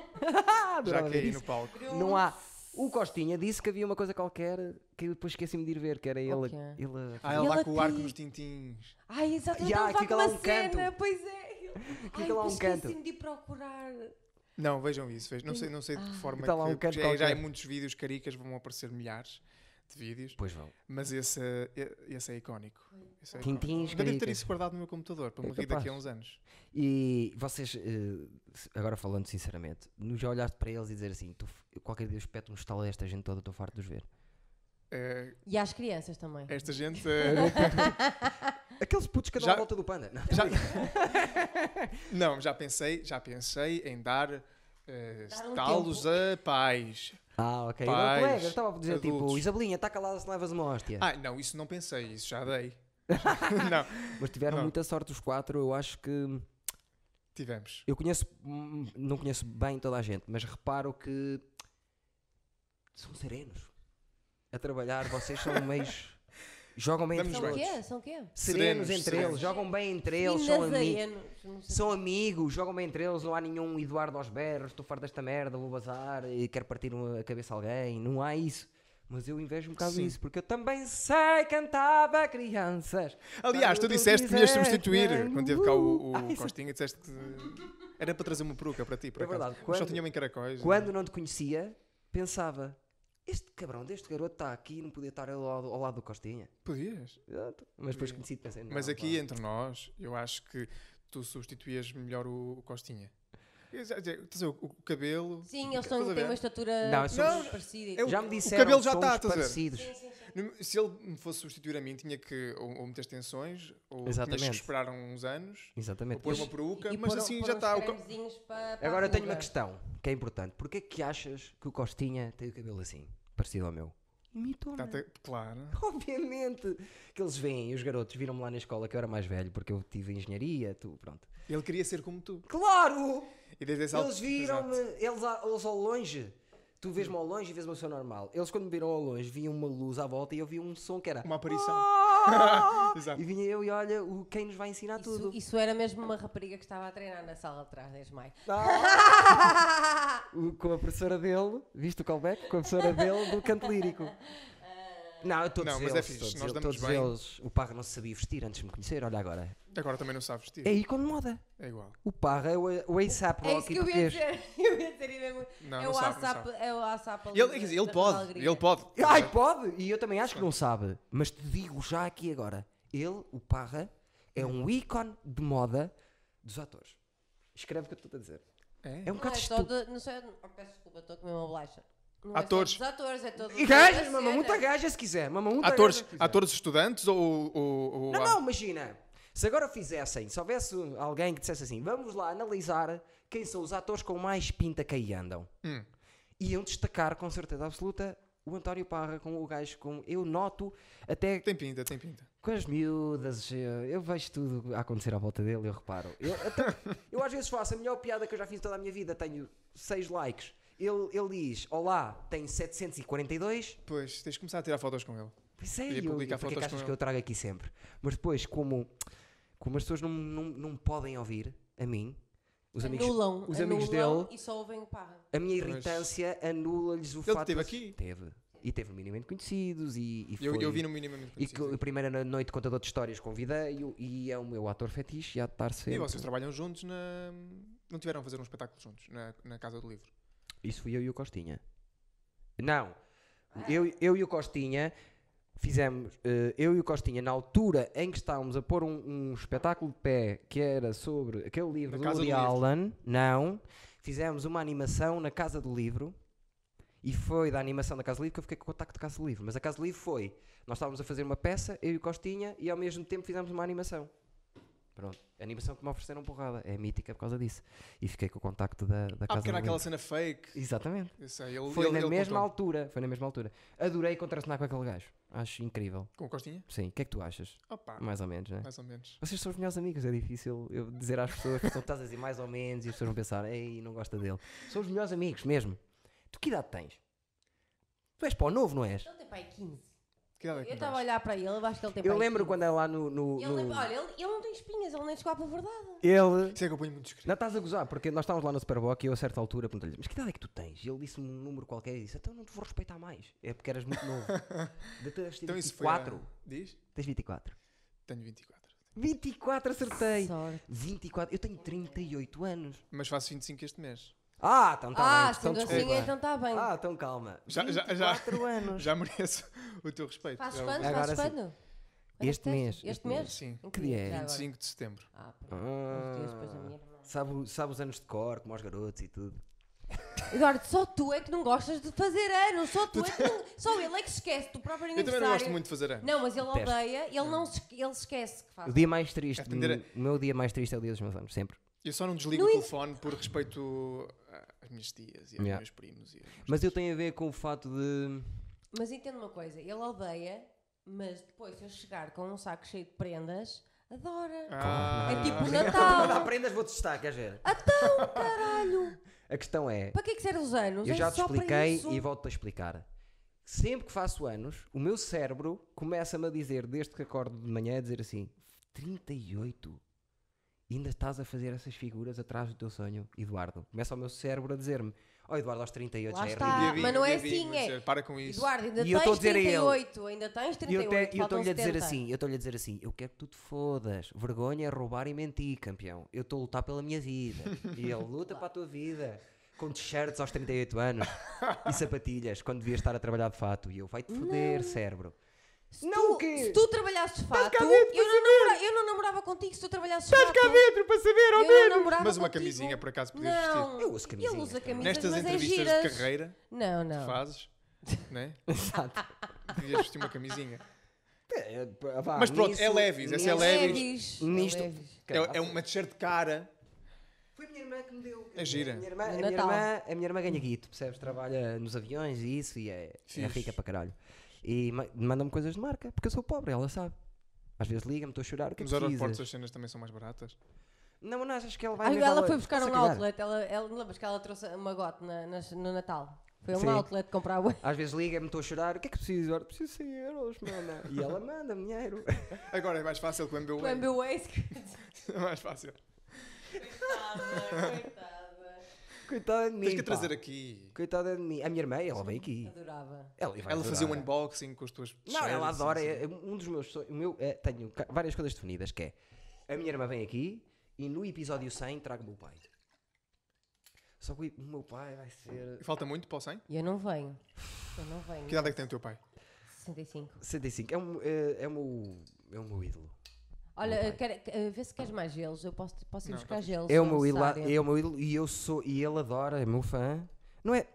Speaker 1: Já
Speaker 2: Adorava ver
Speaker 1: caí
Speaker 2: isso.
Speaker 1: no palco.
Speaker 2: Não há. O Costinha disse que havia uma coisa qualquer que eu depois esqueci-me de ir ver, que era ele.
Speaker 3: Ok.
Speaker 2: ele
Speaker 1: Ah, ela lá
Speaker 2: tá
Speaker 3: Ele
Speaker 1: com o arco
Speaker 3: aqui.
Speaker 1: nos tintins.
Speaker 3: Ai, exatamente.
Speaker 2: Ya,
Speaker 3: ele vai
Speaker 2: fica
Speaker 3: com
Speaker 2: lá
Speaker 3: uma
Speaker 2: um canto.
Speaker 3: cena, Pois é. Ai,
Speaker 2: lá um
Speaker 3: depois
Speaker 2: canto.
Speaker 3: esqueci-me de ir procurar.
Speaker 1: Não, vejam isso. vejam. Não, sei, não sei de que forma.
Speaker 2: Está lá um
Speaker 1: que-
Speaker 2: canto
Speaker 1: já, é, já
Speaker 2: qualquer.
Speaker 1: em muitos vídeos caricas vão aparecer milhares de vídeos,
Speaker 2: Pois vão.
Speaker 1: mas esse, eh, esse é icónico. Esse é icónico.
Speaker 2: Tintins,
Speaker 1: Eu devo ter
Speaker 2: caricas.
Speaker 1: isso guardado no meu computador para
Speaker 2: É
Speaker 1: me rir daqui a
Speaker 2: capaz.
Speaker 1: uns anos.
Speaker 2: E vocês, eh, se- agora falando sinceramente, no- já olhaste para eles e dizer assim: tu, qualquer dia eu espeto um estalo desta gente toda, estou farto de os ver.
Speaker 1: Eh,
Speaker 3: E às crianças também.
Speaker 1: esta gente. eh,
Speaker 2: Aqueles putos que
Speaker 1: andam Já-
Speaker 2: andam à volta do panda.
Speaker 1: já... não, já pensei, já pensei em dar. eh,
Speaker 3: Dar um
Speaker 1: estalos a pais.
Speaker 2: Ah, ok. Não,
Speaker 1: Pais,
Speaker 2: colega, eu estava a dizer tipo:
Speaker 1: adultos.
Speaker 2: Isabelinha, está calada se levas uma hóstia.
Speaker 1: Ah, não, isso não pensei, isso já dei. não,
Speaker 2: Mas tiveram
Speaker 1: não.
Speaker 2: muita sorte os quatro, eu acho que. hum,
Speaker 1: tivemos.
Speaker 2: Eu conheço, hum, não conheço bem toda a gente, mas reparo que são serenos. A trabalhar, vocês são meios jogam bem
Speaker 1: Damos
Speaker 2: entre
Speaker 3: São o
Speaker 1: bem.
Speaker 2: eles.
Speaker 3: quê? São o quê?
Speaker 2: Serenos
Speaker 1: Serenos,
Speaker 2: entre
Speaker 1: serenos.
Speaker 2: eles, jogam bem entre eles, são amigos.
Speaker 3: Minazaenos, não sei.
Speaker 2: São amigos, jogam bem entre eles, não há nenhum Eduardo aos berros, estou farto desta merda, vou bazar e quero partir uma- a cabeça a alguém, não há isso. Mas eu invejo um bocado
Speaker 1: Sim.
Speaker 2: isso, porque eu também sei cantava a crianças.
Speaker 1: Aliás, tu
Speaker 2: Quando
Speaker 1: disseste que vinhas
Speaker 2: quiseres,
Speaker 1: substituir
Speaker 2: mãe,
Speaker 1: quando teve cá o,
Speaker 2: uh. Ah,
Speaker 1: o
Speaker 2: isso-
Speaker 1: Costinha, disseste que era para trazer uma peruca para ti, por
Speaker 2: É
Speaker 1: acaso.
Speaker 2: verdade,
Speaker 1: Mas só
Speaker 2: quando-
Speaker 1: tinha uma em caracóis.
Speaker 2: Quando não te conhecia, pensava, este cabrão deste garoto está aqui, não podia estar ao, lado- ao lado do Costinha.
Speaker 1: Podias.
Speaker 2: Exato. Mas depois conheci-te, pensei, não,
Speaker 1: Mas aqui,
Speaker 2: pá.
Speaker 1: entre nós, eu acho que tu substituías melhor o, o Costinha. Quer dizer, quer dizer, o, o cabelo...
Speaker 3: Sim, eles
Speaker 1: Estás a
Speaker 3: são,
Speaker 1: ver?
Speaker 3: têm uma estatura
Speaker 2: Não, eu sou-
Speaker 3: muito parecida. tipo,
Speaker 1: eu-
Speaker 2: Já me
Speaker 1: o
Speaker 2: disseram
Speaker 1: cabelo já
Speaker 2: que
Speaker 1: está,
Speaker 2: somos
Speaker 1: estás a ver?
Speaker 2: parecidos.
Speaker 3: Sim, sim, sim.
Speaker 1: Se ele me fosse substituir a mim, tinha que ou, ou meter tensões, ou tinhas
Speaker 2: Exatamente.
Speaker 1: que esperar uns anos, ou
Speaker 2: Exatamente.
Speaker 1: pôr
Speaker 2: Mas
Speaker 1: uma peruca,
Speaker 3: E
Speaker 1: mas
Speaker 3: pôr- um
Speaker 1: assim
Speaker 3: pôr
Speaker 1: já
Speaker 3: uns
Speaker 1: está. o co-
Speaker 3: cremezinhos pa- pa
Speaker 2: Agora eu tenho
Speaker 3: ruga.
Speaker 2: uma questão que é importante. Porquê que achas que o Costinha tem o cabelo assim, parecido ao meu? Imitou-me.
Speaker 1: Tá, tá- Claro.
Speaker 2: Obviamente que eles veem, os garotos viram-me lá na escola que eu era mais velho porque eu tive engenharia, tu, pronto.
Speaker 1: Ele queria ser como tu.
Speaker 2: Claro!
Speaker 1: E desde esse
Speaker 2: Eles viram-me, eles, a- eles ao longe. Tu vês-me ao longe e vês-me o seu normal. Eles quando me viram ao longe, viam uma luz à volta e eu vi um som que era.
Speaker 1: Uma aparição.
Speaker 2: "Ah!"
Speaker 1: Exato.
Speaker 2: e vinha eu e olha, o, quem nos vai ensinar
Speaker 3: Isso,
Speaker 2: tudo.
Speaker 3: isso era mesmo uma rapariga que estava a treinar na sala de trás, desde maio.
Speaker 2: Ah! O- com a professora dele, viste o callback? Com a professora dele do canto lírico. Não, todos
Speaker 1: Não, mas
Speaker 2: eles,
Speaker 1: é fixe,
Speaker 2: todos,
Speaker 1: nós
Speaker 2: eles,
Speaker 1: damos
Speaker 2: todos
Speaker 1: bem.
Speaker 2: eles. O Parra não se sabia vestir antes de me conhecer, olha agora.
Speaker 1: Agora também não sabes vestir.
Speaker 2: É ícone de moda.
Speaker 1: É igual.
Speaker 2: O Parra é o, o ASAP
Speaker 3: É isso
Speaker 2: Rocky
Speaker 3: que eu ia
Speaker 2: português.
Speaker 3: dizer. Eu ia dizer mesmo.
Speaker 1: Não,
Speaker 3: é,
Speaker 1: não
Speaker 3: o
Speaker 1: sabe, não
Speaker 3: ASAP, é o ASAP. ali
Speaker 1: Ele,
Speaker 3: da-
Speaker 1: quer dizer, ele
Speaker 3: da
Speaker 1: pode.
Speaker 3: Alegria.
Speaker 1: Ele pode.
Speaker 2: Ai, pode! E eu também acho que não sabe, mas te digo já aqui agora. Ele, o Parra, é um ícone de moda dos atores. Escreve o que eu estou a dizer.
Speaker 1: É?
Speaker 2: É um
Speaker 3: Não é
Speaker 2: bocado
Speaker 3: só
Speaker 2: estúpido.
Speaker 3: de, não sei, oh, peço desculpa, estou a comer uma bolacha. Não
Speaker 1: Atores.
Speaker 3: É só dos atores, é todo.
Speaker 2: E gajas,
Speaker 3: toda a
Speaker 2: mama, muita
Speaker 3: cena.
Speaker 2: gaja se quiser. Mama, muita
Speaker 1: Atores,
Speaker 2: gaja se quiser.
Speaker 1: atores estudantes ou. ou, ou
Speaker 2: Não, não, imagina. Se agora fizessem, se houvesse alguém que dissesse assim, vamos lá analisar quem são os atores com mais pinta que aí andam.
Speaker 1: Hum.
Speaker 2: Iam destacar com certeza absoluta o António Parra com o gajo com. Eu noto até
Speaker 1: Tem pinta, tem pinta.
Speaker 2: com as miúdas, eu, eu vejo tudo a acontecer à volta dele, eu reparo. Eu, até- eu às vezes faço a melhor piada que eu já fiz toda a minha vida, tenho 6 likes. Ele, ele diz, olá, tem 742.
Speaker 1: Pois, tens de começar a tirar fotos com ele.
Speaker 2: Pois é,
Speaker 1: E
Speaker 2: eu,
Speaker 1: publicar
Speaker 2: eu- porque é
Speaker 1: fotos
Speaker 2: que
Speaker 1: com
Speaker 2: achas que
Speaker 1: ele.
Speaker 2: eu trago aqui sempre? Mas depois, como, como as pessoas não, não, não me podem ouvir, a mim, os amigos,
Speaker 3: anulam,
Speaker 2: os amigos
Speaker 3: anulam
Speaker 2: dele,
Speaker 3: E só ouvem o parra.
Speaker 2: a minha
Speaker 1: Pois.
Speaker 2: irritância anula-lhes o
Speaker 1: Ele
Speaker 2: fato.
Speaker 1: esteve
Speaker 2: de-
Speaker 1: aqui.
Speaker 2: Teve. E teve minimamente conhecidos e, e
Speaker 1: Eu,
Speaker 2: foi-
Speaker 1: eu vi no minimamente
Speaker 2: e que
Speaker 1: conhecido.
Speaker 2: a primeira no- noite contador de histórias convidei-o e é o meu ator fetiche e há de estar
Speaker 1: E
Speaker 2: sempre.
Speaker 1: vocês trabalham juntos na. Não tiveram a fazer um espetáculo juntos na, na Casa do Livro.
Speaker 2: Isso fui eu e o Costinha. Não. Eu, eu e o Costinha fizemos. eh, eu e o Costinha, na altura em que estávamos a pôr um, um espetáculo de pé que era sobre aquele livro
Speaker 1: Na
Speaker 2: do
Speaker 1: Casa
Speaker 2: Woody
Speaker 1: do Livro.
Speaker 2: Allen, não. Fizemos uma animação na Casa do Livro. E foi da animação da Casa do Livro que eu fiquei com o contacto da Casa do Livro. Mas a Casa do Livro foi. Nós estávamos a fazer uma peça, eu e o Costinha, e ao mesmo tempo fizemos uma animação. Pronto. A animação que me ofereceram porrada. É mítica por causa disso. E fiquei com o contacto da, da
Speaker 1: Ah,
Speaker 2: Casa
Speaker 1: porque
Speaker 2: do
Speaker 1: era
Speaker 2: Livro.
Speaker 1: aquela cena fake.
Speaker 2: Exatamente.
Speaker 1: Eu sei, ele,
Speaker 2: Foi
Speaker 1: ele,
Speaker 2: na
Speaker 1: ele
Speaker 2: mesma
Speaker 1: contou.
Speaker 2: altura. Foi na mesma altura. Adorei contracenar com aquele gajo. Acho incrível.
Speaker 1: Com o Costinha?
Speaker 2: Sim. O que é que tu achas?
Speaker 1: Opa,
Speaker 2: Mais ou menos, né?
Speaker 1: mais ou menos.
Speaker 2: Vocês são os melhores amigos, é difícil eu dizer às pessoas que estás a dizer mais ou menos e as pessoas vão pensar, ei, não gosta dele. São os melhores amigos mesmo. Tu que idade tens? Tu és pó novo, não és?
Speaker 3: Ele tem pai 15.
Speaker 1: Que idade é que
Speaker 3: Eu
Speaker 1: tu
Speaker 3: estava a
Speaker 1: vais?
Speaker 3: olhar para ele, eu acho que ele tem
Speaker 2: Eu
Speaker 3: pai
Speaker 2: lembro
Speaker 3: 15.
Speaker 2: quando é lá no. no-
Speaker 3: Ele, lembra-
Speaker 2: no-
Speaker 3: um. olha, ele, ele não tem espinhas, ele nem chegou à verdade.
Speaker 2: Ele.
Speaker 1: Isso é que eu ponho muito escrito.
Speaker 2: Não estás a gozar, porque nós estávamos lá no Superboc e eu a certa altura perguntei-lhe, mas que idade é que tu tens? E ele disse-me um número qualquer e disse, então não te vou respeitar mais. É porque eras muito novo. De teres
Speaker 1: Então isso foi. a-
Speaker 2: 24.
Speaker 1: Diz?
Speaker 2: Tens 24.
Speaker 1: Tenho 24.
Speaker 2: 24 acertei.
Speaker 3: Sorte.
Speaker 2: 24. Eu tenho 38 anos.
Speaker 1: Mas faço 25 este mês.
Speaker 2: Ah, então está
Speaker 3: Ah,
Speaker 2: bem.
Speaker 3: sendo
Speaker 2: Então,
Speaker 3: assim,
Speaker 2: desculpa.
Speaker 3: então está bem.
Speaker 2: Ah, então calma.
Speaker 1: Já- já- já.
Speaker 2: 24 anos.
Speaker 1: Já mereço É o teu respeito.
Speaker 3: Fazes
Speaker 1: Já-
Speaker 3: quando?
Speaker 2: Agora
Speaker 3: Fazes
Speaker 2: sim.
Speaker 3: quando? Quando
Speaker 2: Este
Speaker 3: é que
Speaker 2: mês,
Speaker 3: tens?
Speaker 2: este
Speaker 3: Este mês?
Speaker 1: Sim.
Speaker 3: Em
Speaker 2: Que dia é?
Speaker 3: já agora?
Speaker 1: 25 de setembro.
Speaker 3: Ah, pronto. Uns dias depois da
Speaker 2: Ah,
Speaker 3: minha irmã.
Speaker 2: sabe, o- sabe os anos de cor, como aos garotos e tudo.
Speaker 3: Eduardo, só tu é que não gostas de fazer anos. Só tu é que não, Só ele é que se esquece do próprio
Speaker 1: Eu
Speaker 3: aniversário.
Speaker 1: também não gosto muito de fazer anos.
Speaker 3: Não, mas ele
Speaker 2: Detesto.
Speaker 3: odeia, ele não se, ele se esquece que faz.
Speaker 2: O dia mais triste.
Speaker 1: Esta maneira-
Speaker 2: O meu dia mais triste é o dia dos meus anos, sempre.
Speaker 1: Eu só não desligo
Speaker 3: Não
Speaker 1: o
Speaker 3: en-
Speaker 1: telefone por respeito a- às minhas tias e aos
Speaker 2: Yeah.
Speaker 1: meus primos. E aos meus-
Speaker 2: Mas eu tenho a ver com o fato de.
Speaker 3: Mas entenda uma coisa, ele odeia, mas depois se eu chegar com um saco cheio de prendas, adora.
Speaker 1: Ah,
Speaker 3: É tipo o
Speaker 2: Quando
Speaker 3: Natal.
Speaker 2: aprendas, vou-te testar, quer ver?
Speaker 3: Então, caralho.
Speaker 2: A questão é.
Speaker 3: Para que é que servem os anos?
Speaker 2: Eu
Speaker 3: É
Speaker 2: já te
Speaker 3: só para
Speaker 2: expliquei
Speaker 3: isso.
Speaker 2: e volto a explicar. sempre que faço anos, o meu cérebro começa-me a dizer, desde que acordo de manhã, a dizer assim: 38. Ainda estás a fazer essas figuras atrás do teu sonho, Eduardo. Começa o meu cérebro a dizer-me: Oh, Eduardo, aos 38
Speaker 3: Lá
Speaker 2: já
Speaker 3: está.
Speaker 2: é
Speaker 3: Ah,
Speaker 2: ridículo.
Speaker 1: Diabinho,
Speaker 3: mas não é
Speaker 1: diabinho,
Speaker 3: assim, é.
Speaker 1: dizer, Para com isso.
Speaker 3: Eduardo, ainda
Speaker 2: E eu estou a
Speaker 3: tens
Speaker 2: dizer a ele.
Speaker 3: 38, ainda tens
Speaker 2: E eu até- e
Speaker 3: 38,
Speaker 2: eu
Speaker 3: faltam
Speaker 2: estou-lhe a dizer
Speaker 3: 70.
Speaker 2: assim, eu estou-lhe a dizer assim, eu quero que tu te fodas. Vergonha é roubar e mentir, campeão. Eu estou a lutar pela minha vida. E ele luta para a tua vida. Com t-shirts aos 38 anos e sapatilhas, quando devias estar a trabalhar de fato. E eu, vai-te foder, cérebro.
Speaker 3: Se
Speaker 2: Não,
Speaker 3: tu,
Speaker 2: o quê?
Speaker 3: se tu trabalhasses de
Speaker 1: Tá
Speaker 3: fato,
Speaker 2: cá
Speaker 3: eu
Speaker 2: dentro
Speaker 3: não, namora- eu não namorava contigo se tu trabalhasses de fato.
Speaker 2: dentro para saber,
Speaker 3: Eu não namorava
Speaker 1: Mas uma
Speaker 3: contigo.
Speaker 1: camisinha, por acaso, podias vestir.
Speaker 3: não,
Speaker 2: Eu uso camisinhas,
Speaker 3: Ele usa
Speaker 2: cara.
Speaker 3: camisas,
Speaker 1: Nestas
Speaker 3: mas é
Speaker 1: entrevistas
Speaker 3: giras.
Speaker 1: de carreira
Speaker 3: Não,
Speaker 1: que
Speaker 3: não.
Speaker 1: fazes, né?
Speaker 2: Ah. Exato.
Speaker 1: Devias vestir uma camisinha.
Speaker 2: É, pá, vá,
Speaker 1: Mas pronto,
Speaker 2: nisso-
Speaker 1: é leves, essa é
Speaker 2: nisso-
Speaker 1: leve.
Speaker 3: Leves,
Speaker 2: Nisto-
Speaker 3: leves.
Speaker 1: É, é uma t-shirt cara.
Speaker 2: Foi a minha irmã que me deu.
Speaker 1: É gira.
Speaker 2: A minha irmã, a
Speaker 3: No
Speaker 2: minha
Speaker 3: Natal.
Speaker 2: irmã, a minha irmã ganha guito, percebes? Trabalha nos aviões e isso e é, é
Speaker 1: Fixe.
Speaker 2: rica para caralho. E ma- manda-me coisas de marca, porque eu sou pobre, ela sabe. Às vezes liga-me, estou a chorar, o que é
Speaker 1: Nos
Speaker 2: que
Speaker 1: aeroportos
Speaker 2: precisas?
Speaker 1: as cenas também são mais baratas.
Speaker 2: Não, mas não achas que ela vai
Speaker 3: Ah,
Speaker 2: mesmo
Speaker 3: ela
Speaker 2: ao-
Speaker 3: foi buscar
Speaker 2: Se
Speaker 3: um
Speaker 2: calhar.
Speaker 3: outlet, ela, ela, não lembras que ela trouxe uma gote na- nas- no Natal? Foi a um
Speaker 2: Sim.
Speaker 3: outlet comprar bué.
Speaker 2: Às vezes liga-me, estou a chorar, o que é que precisas? Ora, Preciso de 100 euros, mana. E ela manda dinheiro.
Speaker 1: Agora é mais fácil com o MBU.
Speaker 3: O MBWay.
Speaker 1: É mais fácil.
Speaker 3: Coitada, coitada.
Speaker 2: Coitada de mim.
Speaker 1: Tens que a
Speaker 2: pá.
Speaker 1: trazer aqui.
Speaker 2: Coitada de mim. A minha irmã, ela vem aqui.
Speaker 3: Adorava.
Speaker 2: Ela, vai
Speaker 1: Ela fazia um
Speaker 2: adorar.
Speaker 1: unboxing com as tuas
Speaker 2: Não, ela
Speaker 1: t-shirts,
Speaker 2: adora.
Speaker 1: assim.
Speaker 2: é- é um dos meus sonhos. o meu, é, tenho ca- várias coisas definidas, que é a minha irmã vem aqui e no episódio 100 trago o meu pai. Só que o meu pai vai ser
Speaker 1: E Falta muito para o 100?
Speaker 3: E eu não venho. Eu não venho.
Speaker 1: Que idade é que tem o teu pai?
Speaker 3: 65.
Speaker 2: 65. É, um, é, é o meu, é o meu ídolo.
Speaker 3: Olha,
Speaker 2: Não
Speaker 3: eh, quer, eh, vê se queres mais gelos. Eu posso, posso ir
Speaker 1: Não,
Speaker 3: buscar gelos.
Speaker 2: É o
Speaker 3: se
Speaker 2: meu ídolo,
Speaker 3: necessário.
Speaker 2: é o meu ídolo e eu sou e ele adora, é meu fã. Não é?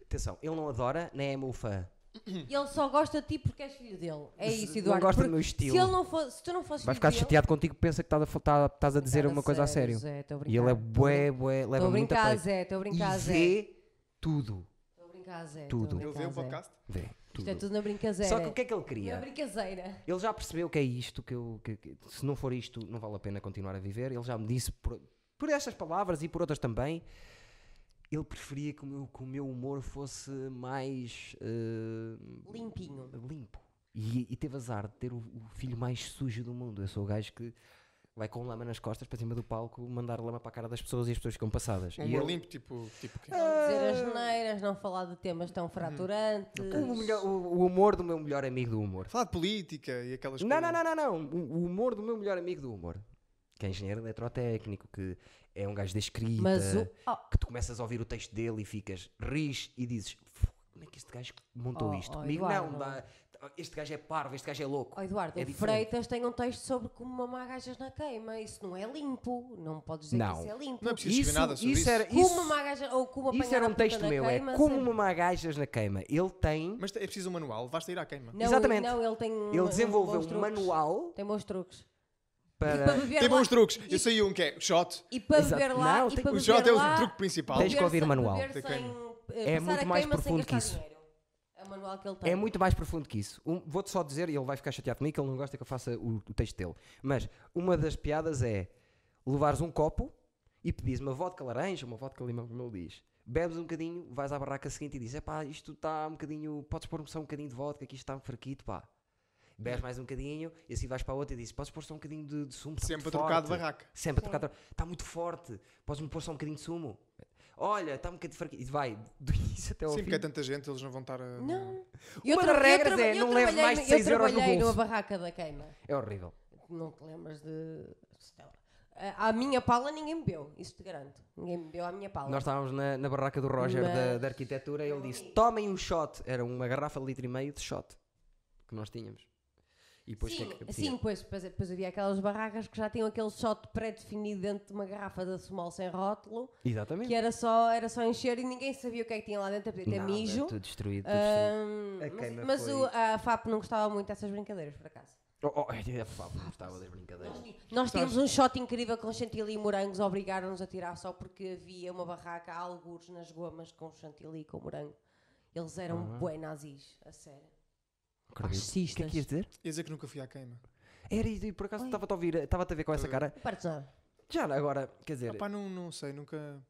Speaker 2: Atenção, ele não adora, nem é meu fã.
Speaker 3: Ele só gosta de ti porque és filho dele. É
Speaker 2: Se-
Speaker 3: isso, Eduardo.
Speaker 2: Não gosta do
Speaker 3: porque
Speaker 2: meu
Speaker 3: se,
Speaker 2: estilo.
Speaker 3: ele não fosse, se tu não fosses
Speaker 2: Vai
Speaker 3: filho
Speaker 2: ficar
Speaker 3: dele-
Speaker 2: chateado contigo, pensa que estás a, fa- tá- estás a dizer
Speaker 3: Cara,
Speaker 2: uma coisa a sério.
Speaker 3: Zé, tô a
Speaker 2: E ele é
Speaker 3: brincar.
Speaker 2: bué, bué,
Speaker 3: Estou
Speaker 2: leva
Speaker 3: a
Speaker 2: muito a
Speaker 3: brincar,
Speaker 2: peito.
Speaker 3: Zé. Estou a brincar,
Speaker 2: E
Speaker 3: Zé.
Speaker 2: vê tudo.
Speaker 3: Estou a brincar, Zé.
Speaker 2: Tudo.
Speaker 3: estou a
Speaker 2: Ele
Speaker 1: Ele
Speaker 3: brincar,
Speaker 1: vê o
Speaker 3: Zé.
Speaker 1: podcast?
Speaker 2: Vê,
Speaker 3: Isto é
Speaker 2: tudo.
Speaker 3: tudo na brincadeira.
Speaker 2: Só que o que é que ele
Speaker 3: Na
Speaker 2: queria?
Speaker 3: brincadeira.
Speaker 2: Ele já percebeu que é isto, que, eu, que- que se não for isto, não vale a pena continuar a viver. Ele já me disse, por, por estas palavras e por outras também, ele preferia que o meu, que o meu humor fosse mais eh,
Speaker 3: Limpinho.
Speaker 2: limpo. E, e teve azar de ter o, o filho mais sujo do mundo. Eu sou o gajo que vai com lama nas costas para cima do palco mandar lama para a cara das pessoas e as pessoas ficam passadas.
Speaker 1: Um
Speaker 2: E
Speaker 1: humor
Speaker 2: ele-
Speaker 1: limpo, tipo, tipo
Speaker 2: Ah.
Speaker 1: quê?
Speaker 3: Não dizer as neiras, não falar de temas
Speaker 2: Uhum.
Speaker 3: tão fraturantes.
Speaker 2: o, melhor- o- o humor do meu melhor amigo do humor.
Speaker 1: Falar de política e aquelas
Speaker 2: Não,
Speaker 1: coisas.
Speaker 2: não, não, não, não. O o humor do meu melhor amigo do humor. Que é engenheiro eletrotécnico, que é um gajo da escrita.
Speaker 3: Mas o. Oh,
Speaker 2: Que tu começas a ouvir o texto dele e ficas, ris e dizes, "Fu, como é que este gajo montou
Speaker 3: Oh,
Speaker 2: isto?
Speaker 3: oh,
Speaker 2: Comigo
Speaker 3: Eduardo.
Speaker 2: não, dá- este gajo é parvo, este gajo é louco.
Speaker 3: oh, Eduardo,
Speaker 2: É
Speaker 3: o
Speaker 2: diferente.
Speaker 3: Freitas tem um texto sobre como mamar gajas na queima. Isso não é limpo. Não podes dizer
Speaker 2: Não.
Speaker 3: que isso é limpo.
Speaker 1: Não é preciso escrever nada sobre isso.
Speaker 2: isso era,
Speaker 3: Como
Speaker 2: isso,
Speaker 3: mamar gajas. Ou como apanhar
Speaker 2: isso era
Speaker 3: a
Speaker 2: um
Speaker 3: puta
Speaker 2: texto
Speaker 3: na
Speaker 2: meu,
Speaker 3: queima,
Speaker 2: é como
Speaker 3: sempre.
Speaker 2: mamar gajas na queima. Ele tem,
Speaker 1: Mas é preciso um manual, basta ir à queima.
Speaker 3: Não,
Speaker 2: Exatamente.
Speaker 3: Não, ele tem. um-
Speaker 2: ele desenvolveu
Speaker 3: bons
Speaker 2: um
Speaker 3: truques.
Speaker 2: manual
Speaker 3: Tem bons truques. E para
Speaker 2: para...
Speaker 3: beber
Speaker 1: Tem
Speaker 3: lá.
Speaker 1: bons truques. Eu
Speaker 3: E-
Speaker 1: sei um que é o shot.
Speaker 3: E para
Speaker 2: Exato.
Speaker 3: beber lá.
Speaker 2: Não,
Speaker 3: e
Speaker 2: tem-
Speaker 3: para
Speaker 1: O
Speaker 3: beber
Speaker 1: shot é
Speaker 3: lá,
Speaker 1: o truque principal.
Speaker 2: Tens- que
Speaker 3: beber
Speaker 2: ouvir
Speaker 3: sem-
Speaker 2: o manual.
Speaker 3: beber
Speaker 1: Da
Speaker 3: sem,
Speaker 1: queima.
Speaker 3: eh,
Speaker 2: É
Speaker 3: passar
Speaker 2: muito
Speaker 3: a
Speaker 2: mais
Speaker 3: queima sem
Speaker 2: profundo que
Speaker 3: gastar
Speaker 2: isso.
Speaker 3: dinheiro. É o manual que ele tem.
Speaker 2: É muito mais profundo que isso. Um- Vou-te só dizer, e ele vai ficar chateado comigo, que ele não gosta que eu faça o, o texto dele. Mas uma das piadas é levares um copo e pedires uma vodka laranja, uma vodka limão, como ele diz. Bebes um bocadinho, vais à barraca seguinte e dizes: pá, isto está um bocadinho. Podes pôr-me só um bocadinho de vodka, que isto está fraquito, pá. Bebes mais um bocadinho e assim vais para a outra e dizes: podes pôr só um bocadinho de, de sumo? está
Speaker 1: Sempre a
Speaker 2: muito
Speaker 1: trocar de
Speaker 2: forte."
Speaker 1: barraca.
Speaker 2: Sempre a trocar de Está muito forte, podes-me pôr só um bocadinho de sumo? Olha, está um bocadinho fraquito. E vai, do início até ao
Speaker 1: Sim,
Speaker 2: fim.
Speaker 1: porque é tanta gente, eles não vão estar a.
Speaker 3: Não.
Speaker 2: Uma das regras é, não leve mais de seis
Speaker 3: eu
Speaker 2: euros no
Speaker 3: trabalhei
Speaker 2: bolso.
Speaker 3: numa barraca da queima.
Speaker 2: É horrível.
Speaker 3: Não te lembras de. Ah, À minha pala ninguém me bebeu, isso te garanto. Ninguém me bebeu à minha pala.
Speaker 2: Nós estávamos na, na barraca do Roger da,
Speaker 3: Mas-
Speaker 2: da arquitetura e ele disse: tomem um shot. Era uma garrafa de litro e meio de shot que nós tínhamos. E depois
Speaker 3: sim,
Speaker 2: o que é que apetecia?
Speaker 3: sim pois, pois, pois havia aquelas barracas que já tinham aquele shot pré-definido dentro de uma garrafa de small sem rótulo,
Speaker 2: Exatamente.
Speaker 3: que era só, era só encher e ninguém sabia o que é que tinha lá dentro, até
Speaker 2: Nada,
Speaker 3: mijo. ah,
Speaker 2: Tudo destruído, tudo destruído.
Speaker 3: Ahm,
Speaker 2: A queima
Speaker 3: mas mas
Speaker 2: foi-
Speaker 3: o- a FAP não gostava muito dessas brincadeiras, por acaso.
Speaker 2: Oh, oh, é fácil, gostava das brincadeiras.
Speaker 3: Então, Nós tínhamos
Speaker 2: é.
Speaker 3: um shot incrível com chantilly e morangos, obrigaram-nos a tirar só porque havia uma barraca a algures nas gomas com chantilly e com morango. Eles eram bué nazis, a sério.
Speaker 2: Acredito. O que é
Speaker 3: Fascistas.
Speaker 2: que ias dizer?
Speaker 1: Ia dizer que nunca fui à queima.
Speaker 2: Era, e e por acaso estava-te a ouvir, estava-te a ver com
Speaker 1: Ah.
Speaker 2: essa cara.
Speaker 3: Não partes nada.
Speaker 2: Já agora, quer dizer,
Speaker 1: Opá, não, não sei, nunca,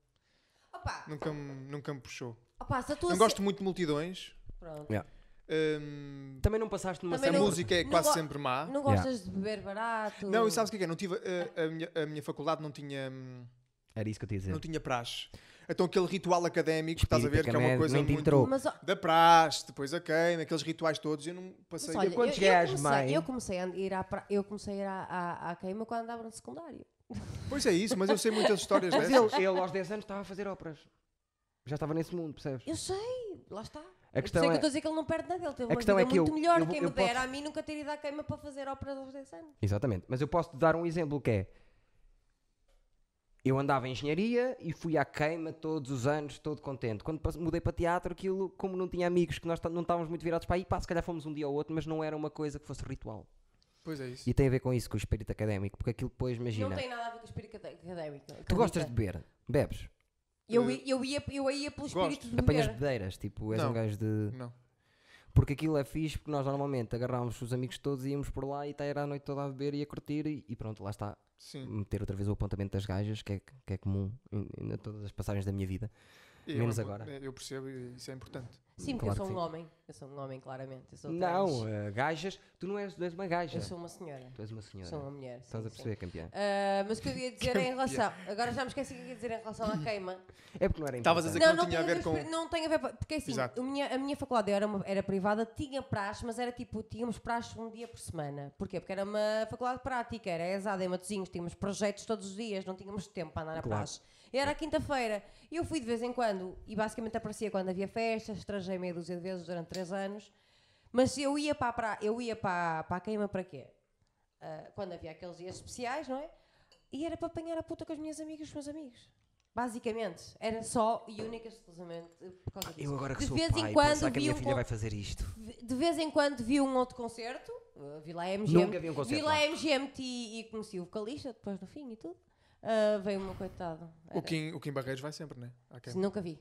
Speaker 3: Opa,
Speaker 1: nunca, me- nunca me puxou.
Speaker 3: opa, se a tua
Speaker 1: Não
Speaker 3: se-
Speaker 1: gosto muito de multidões.
Speaker 3: Pronto.
Speaker 2: yeah.
Speaker 1: eh, hum,
Speaker 2: Também não passaste numa
Speaker 1: a
Speaker 3: Também
Speaker 2: cena-
Speaker 3: não-
Speaker 1: música é
Speaker 3: não
Speaker 1: quase
Speaker 3: go-
Speaker 1: sempre
Speaker 2: Ah,
Speaker 1: má.
Speaker 3: Não gostas de beber barato?
Speaker 1: Não, e sabes o que é que é? Não tive, a, a minha, a minha faculdade não tinha, hum,
Speaker 2: Era isso que eu te ia dizer.
Speaker 1: não tinha praxe. Então aquele ritual académico, estás a ver, que é uma
Speaker 2: Espiriticamente,
Speaker 1: coisa
Speaker 2: nem te
Speaker 1: muito...
Speaker 2: entrou.
Speaker 3: Mas, ó,
Speaker 1: Da praxe, depois a queima, aqueles rituais todos, eu não
Speaker 3: mas
Speaker 1: passei...
Speaker 3: olha,
Speaker 2: quando
Speaker 3: eu,
Speaker 2: cheguei
Speaker 3: eu
Speaker 2: às
Speaker 3: comecei,
Speaker 2: mãe-
Speaker 3: eu comecei a ir à, pra- eu comecei a ir à, à, à queima quando andava no secundário.
Speaker 1: Pois é isso, mas eu sei muitas histórias
Speaker 2: Mas
Speaker 1: dessas.
Speaker 2: ele, ele aos 10 anos estava a fazer óperas. Já estava nesse mundo, percebes?
Speaker 3: Eu sei, lá está.
Speaker 2: A questão
Speaker 3: eu sei que eu
Speaker 2: é-
Speaker 3: estou a dizer que ele não perde nada, ele teve uma
Speaker 2: questão
Speaker 3: vida
Speaker 2: é que eu-
Speaker 3: muito melhor.
Speaker 2: eu vou-
Speaker 3: Quem
Speaker 2: eu
Speaker 3: me dera
Speaker 2: posso-
Speaker 3: a mim nunca ter ido à queima para fazer óperas aos 10 anos.
Speaker 2: Exatamente. Mas eu posso te dar um exemplo que é. Eu andava em engenharia e fui à queima todos os anos, todo contente. Quando passe- mudei para teatro, aquilo, como não tinha amigos, que nós ta- não estávamos muito virados para aí, pá, se calhar fomos um dia ou outro, mas não era uma coisa que fosse ritual.
Speaker 1: Pois é isso.
Speaker 2: E tem a ver com isso, com o espírito académico, porque aquilo depois,
Speaker 3: Não
Speaker 2: imagina.
Speaker 3: tem nada a ver com o espírito acad- académico. acredita?
Speaker 2: Tu gostas de beber? Bebes?
Speaker 3: Eu, i- eu, ia, eu ia pelo
Speaker 1: Gosto.
Speaker 3: espírito de
Speaker 2: Apanhas
Speaker 3: beber.
Speaker 2: bebedeiras, tipo, és
Speaker 1: Não.
Speaker 2: um gajo de.
Speaker 1: Não.
Speaker 2: Porque aquilo é fixe, porque nós normalmente agarrávamos os amigos todos, íamos por lá e tá, era a noite toda a beber e a curtir e, e pronto, lá está.
Speaker 1: Sim.
Speaker 2: Meter outra vez o apontamento das gajas, que é, que é comum em, em todas as passagens da minha vida.
Speaker 1: Eu-
Speaker 2: Menos
Speaker 1: eu-
Speaker 2: agora.
Speaker 1: Eu percebo e isso é importante.
Speaker 3: Sim, porque
Speaker 2: Claro
Speaker 3: eu
Speaker 2: que
Speaker 3: sou
Speaker 2: sim.
Speaker 3: um homem. Eu sou um homem, claramente. Eu sou
Speaker 2: não,
Speaker 3: trans.
Speaker 2: eh, gajas, tu não és, não és uma gaja.
Speaker 3: Eu sou uma senhora.
Speaker 2: Tu és uma senhora.
Speaker 3: Sou uma mulher. sim,
Speaker 2: Estás a
Speaker 3: sim.
Speaker 2: perceber, campeã?
Speaker 3: Ah, mas o que eu ia dizer é em relação. Agora já me esqueci o que eu ia dizer em relação à queima.
Speaker 2: É porque não era
Speaker 1: Estavas a
Speaker 2: importante.
Speaker 1: dizer que não tinha a ver
Speaker 3: com
Speaker 1: com-
Speaker 3: espírito, Não tem a ver. Porque assim,
Speaker 1: Exato.
Speaker 3: o minha- a minha faculdade era, uma- era privada, tinha praxe, mas era tipo, tínhamos praxe um dia por semana. Porquê? Porque era uma faculdade de prática, era exada em Matosinhos, tínhamos projetos todos os dias, não tínhamos tempo para andar na
Speaker 2: Claro.
Speaker 3: praxe. E Era a quinta-feira. E eu fui de vez em quando, e basicamente aparecia quando havia festas, trajei meia dúzia de vezes durante três anos. Mas eu ia para a, pra- eu ia para, para a queima para quê? Ah, quando havia aqueles dias especiais, não é? E era para apanhar a puta com as minhas amigas e os meus amigos. Basicamente. Era só e única e exclusivamente por causa disso.
Speaker 2: Eu agora que
Speaker 3: de
Speaker 2: sou
Speaker 3: vez
Speaker 2: pai, pensar
Speaker 3: em quando
Speaker 2: que a
Speaker 3: vi
Speaker 2: minha
Speaker 3: um
Speaker 2: filha
Speaker 3: con-
Speaker 2: vai fazer isto.
Speaker 3: De vez em quando vi um outro concerto. uh, vi lá a MGM.
Speaker 2: Nunca vi um concerto
Speaker 3: vi lá
Speaker 2: lá.
Speaker 3: a MGMT e conheci o vocalista depois no fim e tudo. Ah, veio o meu coitado.
Speaker 1: O Kim, o Kim Barreiros vai sempre, né? À queima.
Speaker 3: Nunca vi.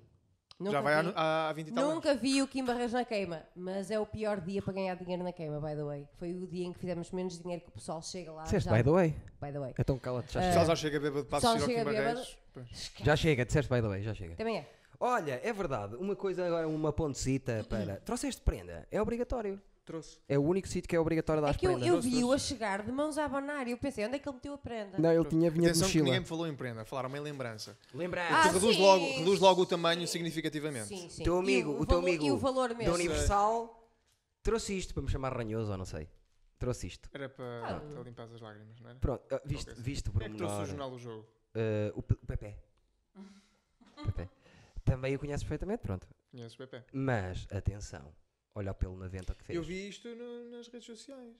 Speaker 3: Nunca
Speaker 1: Já vai há
Speaker 3: vi.
Speaker 1: no-
Speaker 2: Ah,
Speaker 1: há, há 20 e tal
Speaker 2: então
Speaker 1: anos.
Speaker 3: Nunca vi o Kim Barreiros na queima, mas é o pior dia para ganhar dinheiro na queima, by the way. Foi o dia em que fizemos menos dinheiro que o pessoal chega lá.
Speaker 2: Disseste,
Speaker 3: Ah, já- Eh,
Speaker 2: by the way.
Speaker 3: by the way.
Speaker 2: Então cala-te, já
Speaker 1: O pessoal
Speaker 2: chega.
Speaker 1: já chega bêbado para
Speaker 3: pessoal
Speaker 1: assistir ao Kim
Speaker 3: É. chega bêbado.
Speaker 1: Barreiros. Pois.
Speaker 3: Esquece.
Speaker 2: Já chega, disseste, by the way, já chega.
Speaker 3: Também é.
Speaker 2: Olha, é verdade. Uma coisa agora, uma pontecita para. Trouxeste prenda? É obrigatório. Trouxe. É o único sítio que é obrigatório dar
Speaker 3: É
Speaker 2: as
Speaker 3: que eu,
Speaker 2: prendas.
Speaker 3: eu vi-o a chegar de mãos a abanar e eu pensei, onde é que ele meteu a prenda?
Speaker 2: Não, ele tinha vinha de
Speaker 1: Atenção que
Speaker 2: mochila.
Speaker 1: ninguém me falou em prenda, falaram em lembrança.
Speaker 2: Lembrar.
Speaker 3: Ah,
Speaker 1: Tu reduz,
Speaker 3: sim,
Speaker 1: logo, reduz logo o tamanho
Speaker 3: sim.
Speaker 1: significativamente.
Speaker 3: Sim, sim.
Speaker 2: teu
Speaker 3: E
Speaker 2: amigo, o, teu
Speaker 3: valor-
Speaker 2: amigo um
Speaker 3: E o valor
Speaker 2: da
Speaker 3: mesmo.
Speaker 2: Universal trouxe isto para me chamar ranhoso ou não sei. Trouxe isto.
Speaker 1: Era
Speaker 3: Ah.
Speaker 1: para para limpar as lágrimas, não era?
Speaker 2: Pronto, ah, viste,
Speaker 1: Ok.
Speaker 2: viste o
Speaker 1: Quem é que trouxe o
Speaker 2: pormenor.
Speaker 1: jornal do jogo?
Speaker 2: Ah, o Pe- o Pepe. Pepe. Também o conheces perfeitamente, pronto.
Speaker 1: Conheces o Pepe?
Speaker 2: Mas, atenção, olha o pelo na venta que fez.
Speaker 1: Eu vi isto no- nas redes sociais.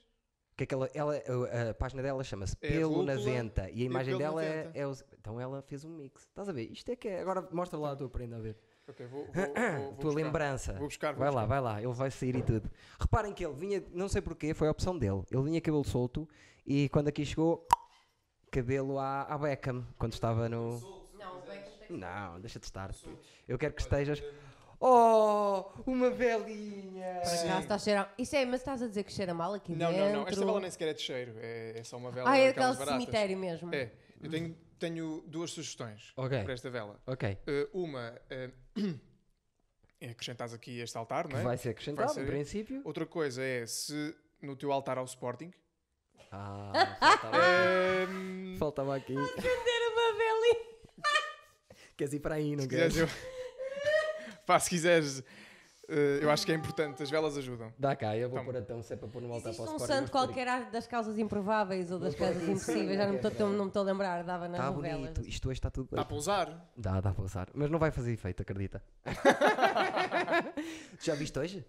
Speaker 2: Que é que ela, ela- a- a página dela chama-se
Speaker 1: É
Speaker 2: Pelo
Speaker 1: Rúcula
Speaker 2: na Venta e a imagem
Speaker 1: Pelo na
Speaker 2: dela é,
Speaker 1: Venta.
Speaker 2: é os- Então ela fez um mix. Estás a ver? Isto é que é. Agora mostra lá a tua prenda a ver.
Speaker 1: Ok, vou, vou, vou, vou
Speaker 2: a tua
Speaker 1: buscar.
Speaker 2: lembrança.
Speaker 1: Vou buscar, vou
Speaker 2: vai lá,
Speaker 1: buscar.
Speaker 2: vai lá. Ele vai sair e tudo. Reparem que ele vinha, não sei porquê, foi a opção dele. Ele vinha cabelo solto e quando aqui chegou, cabelo à, à Beckham. Quando estava no.
Speaker 3: Não, o Beckham tem que-
Speaker 2: Não, deixa de estar. Eu quero que estejas. Oh, uma velinha!
Speaker 3: Por acaso está a cheirar. Isso é, mas estás a dizer que cheira mal aqui
Speaker 1: Não,
Speaker 3: dentro?
Speaker 1: não, não. Esta vela nem sequer é de cheiro. É, é só uma vela
Speaker 3: Ah, é
Speaker 1: daquelas
Speaker 3: aquele
Speaker 1: baratas.
Speaker 3: cemitério mesmo.
Speaker 1: É. Eu tenho, tenho duas sugestões
Speaker 2: Ok.
Speaker 1: para esta vela.
Speaker 2: Ok.
Speaker 1: Eh, uma, eh, é acrescentas aqui este altar, não é?
Speaker 2: Vai ser acrescentado,
Speaker 1: ser-
Speaker 2: em princípio.
Speaker 1: Outra coisa é se no teu altar ao Sporting.
Speaker 2: Ah, faltava aqui.
Speaker 1: ehm,
Speaker 2: Faltava aqui.
Speaker 3: Vender uma vela
Speaker 2: Queres ir para aí, não
Speaker 1: se quiseres,
Speaker 2: queres?
Speaker 1: eu... Pá, se quiseres, eh, eu acho que é importante, as velas ajudam.
Speaker 2: Dá cá, eu vou
Speaker 1: Toma.
Speaker 2: pôr então, se é para pôr no altar
Speaker 3: Existe
Speaker 2: para o
Speaker 3: um
Speaker 2: Sporting, vamos
Speaker 3: santo
Speaker 2: pôr aqui.
Speaker 3: qualquer ar das causas improváveis ou das causas impossíveis, já não me estou- não me estou a lembrar, dava nas
Speaker 2: Está
Speaker 3: novelas.
Speaker 2: Tá bonito, isto hoje está tudo bem.
Speaker 1: Dá para usar?
Speaker 2: Dá, dá para usar. Mas não vai fazer efeito, acredita. Já viste hoje?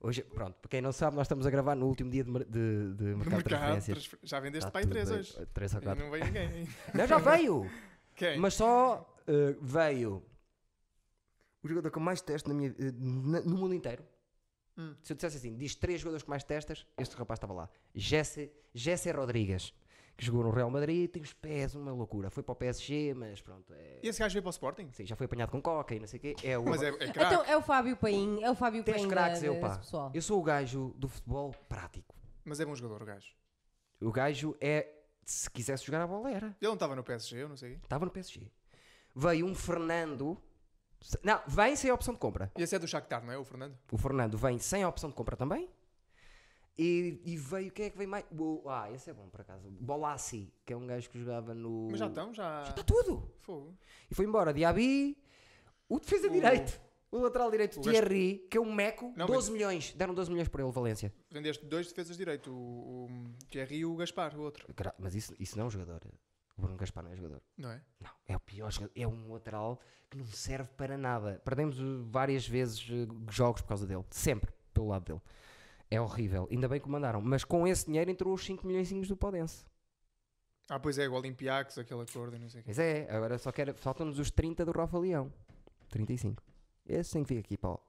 Speaker 2: Hoje, pronto, para quem não sabe, nós estamos a gravar no último dia de, mer- de, de mercado,
Speaker 1: No
Speaker 2: de transferências.
Speaker 1: transfer- Já vendeste
Speaker 2: Está
Speaker 1: para aí
Speaker 2: tudo
Speaker 1: três
Speaker 2: bem.
Speaker 1: hoje.
Speaker 2: Três ou
Speaker 1: E
Speaker 2: quatro.
Speaker 1: não É. veio ninguém.
Speaker 2: Não, já veio!
Speaker 1: Quem?
Speaker 2: Mas só eh, veio o jogador com mais testes na minha, eh, na- no mundo inteiro.
Speaker 1: Hum.
Speaker 2: Se eu dissesse assim, diz três jogadores com mais testas, este rapaz estava lá. Jesse, Jesse Rodrigues, que jogou no Real Madrid, tem os pés, uma loucura. Foi para o PSG, mas pronto. é-
Speaker 1: E esse gajo veio para o Sporting?
Speaker 2: Sim, já foi apanhado com coca e não sei o quê. É o...
Speaker 1: Mas é, é craque.
Speaker 3: Então é o Fábio Paim, é o Fábio
Speaker 2: Tens
Speaker 3: Paim
Speaker 2: craques,
Speaker 3: da-
Speaker 2: eu
Speaker 3: desse
Speaker 2: pá.
Speaker 3: pessoal.
Speaker 2: Eu sou o gajo do futebol prático.
Speaker 1: Mas é bom jogador o gajo.
Speaker 2: O gajo é, se quisesse jogar a bola, era.
Speaker 1: Ele não estava no PSG, eu não sei.
Speaker 2: Estava no PSG. Veio um Fernando Se- Não, vem sem a opção de compra.
Speaker 1: Esse é do Shakhtar, não é? O Fernando?
Speaker 2: O Fernando vem sem a opção de compra também. E, e veio, quem é que veio mais? O- ah, esse é bom por acaso. Bolassi, que é um gajo que jogava no.
Speaker 1: Mas já estão, já.
Speaker 2: Está tudo!
Speaker 1: Fogo.
Speaker 2: E foi embora. Diaby, o defesa
Speaker 1: O-
Speaker 2: direito, o lateral direito,
Speaker 1: O gajo-
Speaker 2: Thierry, que é um meco,
Speaker 1: Não,
Speaker 2: 12 milhões. Deram 12 milhões por ele, Valência.
Speaker 1: Vendeste dois defesas de direito, o, o Thierry e o Gaspar, o outro.
Speaker 2: Cara, Mas isso, isso não é um jogador. O Bruno Gaspar não é jogador.
Speaker 1: Não é?
Speaker 2: Não, é o pior jogador. É um lateral que não serve para nada. Perdemos uh, várias vezes uh, jogos por causa dele. Sempre pelo lado dele. É horrível. Ainda bem que o mandaram. Mas com esse dinheiro entrou os 5 milhões do Podense.
Speaker 1: Ah, pois é, o Olympiacos, aquele acordo e não sei o quê.
Speaker 2: Mas é, agora só quero, faltam-nos os 30 do Rafa Leão. 35. Esse tem que vir aqui para o,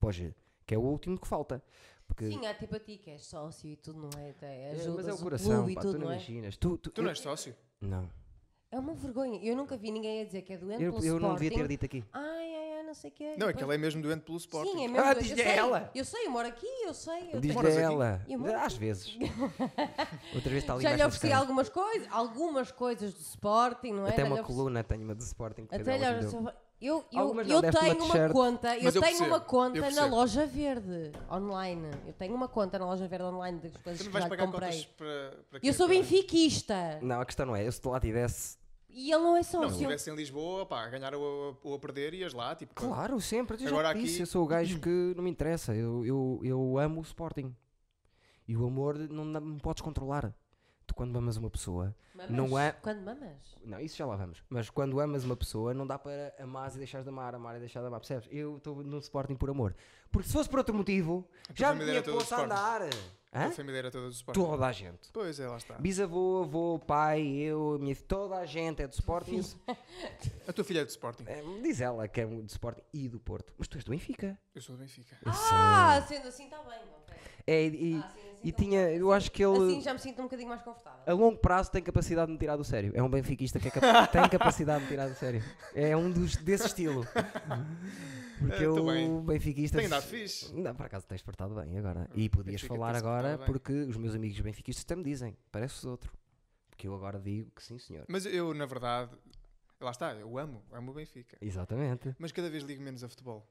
Speaker 2: para o G, que é o último que falta. Porque,
Speaker 3: Sim, há tipo a ti que és sócio e tudo, não é? Até
Speaker 2: É,
Speaker 3: ajudas
Speaker 2: mas é o
Speaker 3: o
Speaker 2: coração,
Speaker 3: clube
Speaker 2: pá,
Speaker 3: e
Speaker 2: tu
Speaker 3: tudo,
Speaker 2: não
Speaker 3: não é?
Speaker 2: imaginas. Tu, tu-
Speaker 1: Tu
Speaker 2: eu-
Speaker 1: não és sócio?
Speaker 2: Não,
Speaker 3: É uma vergonha. Eu nunca vi ninguém a dizer que é doente
Speaker 2: eu,
Speaker 3: pelo
Speaker 2: eu
Speaker 3: Sporting.
Speaker 2: não devia ter dito aqui.
Speaker 3: Ai, ai, ai, não sei o quê.
Speaker 1: Não,
Speaker 3: E
Speaker 1: é que
Speaker 3: depois-
Speaker 1: ele é mesmo doente pelo Sporting.
Speaker 3: Sim, é mesmo.
Speaker 2: Ah,
Speaker 3: doente.
Speaker 2: diz-lhe
Speaker 3: eu sei,
Speaker 2: ela.
Speaker 3: Eu sei, eu moro aqui, eu sei. Eu
Speaker 2: Diz-lhe
Speaker 1: Moras aqui?
Speaker 2: ela.
Speaker 3: Eu moro
Speaker 2: Às vezes. Outra vez está ali
Speaker 3: Já
Speaker 2: embaixo
Speaker 3: lhe
Speaker 2: dos
Speaker 3: ofereci
Speaker 2: canos.
Speaker 3: algumas coisas, algumas coisas do Sporting, não é?
Speaker 2: Até
Speaker 3: Já lhe
Speaker 2: uma
Speaker 3: ofereci-
Speaker 2: coluna tenho uma de Sporting. que foi
Speaker 3: Até
Speaker 2: dela que
Speaker 3: lhe
Speaker 2: me deu.
Speaker 3: ofereci- eu, eu,
Speaker 2: Algumas não,
Speaker 3: eu
Speaker 2: deste uma
Speaker 3: tenho uma
Speaker 2: t-shirt.
Speaker 3: conta, eu,
Speaker 1: Mas eu
Speaker 3: tenho
Speaker 1: percebo,
Speaker 3: uma
Speaker 1: eu
Speaker 3: conta na
Speaker 1: percebo.
Speaker 3: loja verde online. Eu tenho uma conta na loja verde online das
Speaker 1: Tu
Speaker 3: coisas
Speaker 1: não
Speaker 3: que
Speaker 1: vais
Speaker 3: já
Speaker 1: pagar
Speaker 3: comprei.
Speaker 1: contas para, para quê?
Speaker 3: Eu sou
Speaker 1: Para-
Speaker 3: benfiquista
Speaker 2: Não, a questão não é. Eu se de lá tivesse.
Speaker 3: e ele não é
Speaker 1: Não, se
Speaker 3: sócio.
Speaker 1: estivesse em Lisboa, pá, a ganhar ou a, ou a perder, ias lá, tipo.
Speaker 2: Claro, sempre. Eu
Speaker 1: Agora
Speaker 2: já te disse,
Speaker 1: aqui-
Speaker 2: eu sou o gajo que não me interessa. Eu, eu, eu amo o Sporting. E o amor não, dá- não podes controlar. Tu quando amas uma pessoa.
Speaker 3: Mamas?
Speaker 2: Não é-
Speaker 3: Quando mamas?
Speaker 2: Não, isso já lá vamos. Mas quando amas uma pessoa, não dá para amar e deixares de amar, amar e deixar de amar. Percebes? Eu estou no Sporting por amor. Porque se fosse por outro motivo, já me
Speaker 1: família
Speaker 2: tinha
Speaker 1: era toda do
Speaker 2: posto a andar.
Speaker 1: A
Speaker 3: é?
Speaker 2: Hã?
Speaker 1: família era toda do Sporting.
Speaker 2: Toda a gente.
Speaker 1: Pois é, lá está.
Speaker 2: Bisavô, avô, pai, eu, minha, toda a gente é do Sporting.
Speaker 1: A tua filha é do Sporting.
Speaker 2: É, Diz ela que é do Sporting e do Porto. Mas tu és do Benfica.
Speaker 1: Eu sou do Benfica.
Speaker 3: Ah, sendo assim está bem. ok.
Speaker 2: É, e
Speaker 3: Ah, sim, assim
Speaker 2: e
Speaker 3: então
Speaker 2: tinha, eu acho que ele
Speaker 3: Assim já me sinto um bocadinho mais confortável.
Speaker 2: a longo prazo tem capacidade de me tirar do sério. É um benfiquista que é capa- tem capacidade de me tirar do sério. É um dos desse estilo. Porque
Speaker 1: Eh,
Speaker 2: eu,
Speaker 1: tô bem.
Speaker 2: benfiquista.
Speaker 1: Tem andado fixe. Hum,
Speaker 2: Não, por acaso tens portado bem agora. E podias
Speaker 1: Benfica
Speaker 2: falar
Speaker 1: tem-se portado
Speaker 2: agora,
Speaker 1: bem.
Speaker 2: porque os meus amigos benfiquistas até me dizem, pareces outro. Porque eu agora digo que sim, senhor.
Speaker 1: Mas eu, na verdade, lá está, eu amo, amo o Benfica.
Speaker 2: Exatamente.
Speaker 1: Mas cada vez ligo menos a futebol.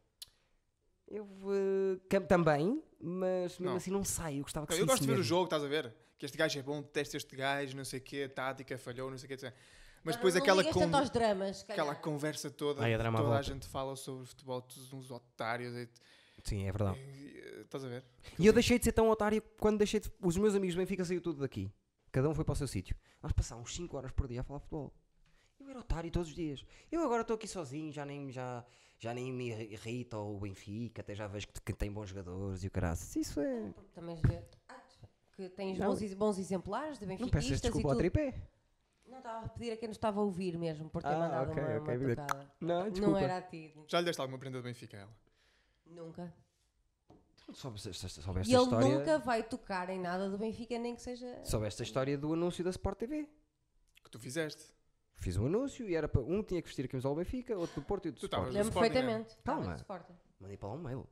Speaker 2: Eu eh, cam- também, mas mesmo
Speaker 1: Não.
Speaker 2: assim não sai. Eu gostava que
Speaker 1: Eu gosto
Speaker 2: saísse
Speaker 1: de ver o
Speaker 2: mesmo.
Speaker 1: jogo, estás a ver? Que este gajo é bom, detesto este gajo, não sei o quê, tática, falhou, não sei o quê. etc. Mas
Speaker 3: Não,
Speaker 1: depois
Speaker 3: Ah, não
Speaker 1: aquela,
Speaker 3: ligas
Speaker 1: con-
Speaker 3: tanto aos dramas, se
Speaker 1: aquela
Speaker 3: calhar. é
Speaker 1: conversa toda,
Speaker 2: Ai, a
Speaker 1: toda
Speaker 2: drama
Speaker 1: a
Speaker 2: volta.
Speaker 1: gente fala sobre futebol, todos uns otários. E,
Speaker 2: Sim, é verdade.
Speaker 1: e- e- estás a ver?
Speaker 2: E eu deixei de ser tão otário quando deixei de... Os meus amigos do Benfica saiu tudo daqui. Cada um foi para o seu sítio. Nós passámos 5 horas por dia a falar futebol. Eu era otário todos os dias. Eu agora estou aqui sozinho, já nem, já, já nem me irrita o Benfica, até já vejo que, que tem bons jogadores e o caraças. Isso é...
Speaker 3: Porque também já- Ah, que tens
Speaker 2: Não.
Speaker 3: bons, ex- bons exemplares de
Speaker 2: Não
Speaker 3: benfiquistas
Speaker 2: peças
Speaker 3: e é
Speaker 2: desculpa ao
Speaker 3: tudo.
Speaker 2: tripé.
Speaker 3: Não estava a pedir a quem nos estava a ouvir mesmo por ter
Speaker 2: Ah,
Speaker 3: mandado
Speaker 2: ok,
Speaker 3: uma,
Speaker 2: ok,
Speaker 3: uma
Speaker 2: beleza.
Speaker 3: tocada.
Speaker 2: Não,
Speaker 3: Não
Speaker 2: desculpa.
Speaker 3: era a ti.
Speaker 1: Já lhe deste alguma prenda do Benfica a ela?
Speaker 3: Nunca.
Speaker 2: Soube, se- se- soube esta
Speaker 3: E ele
Speaker 2: história...
Speaker 3: nunca vai tocar em nada do Benfica, nem que seja.
Speaker 2: Soube esta história do anúncio da Sport TV.
Speaker 1: Que tu fizeste.
Speaker 2: Fiz um anúncio e era para... Um tinha que vestir a camisola do Benfica, outro do Porto e outro
Speaker 1: Tu
Speaker 2: do
Speaker 1: estavas
Speaker 2: Sporting.
Speaker 1: no
Speaker 3: Lembro
Speaker 1: Sporting,
Speaker 3: perfeitamente. Estava
Speaker 2: é? Calma.
Speaker 3: de Sporting.
Speaker 2: Mandei para lá um mail.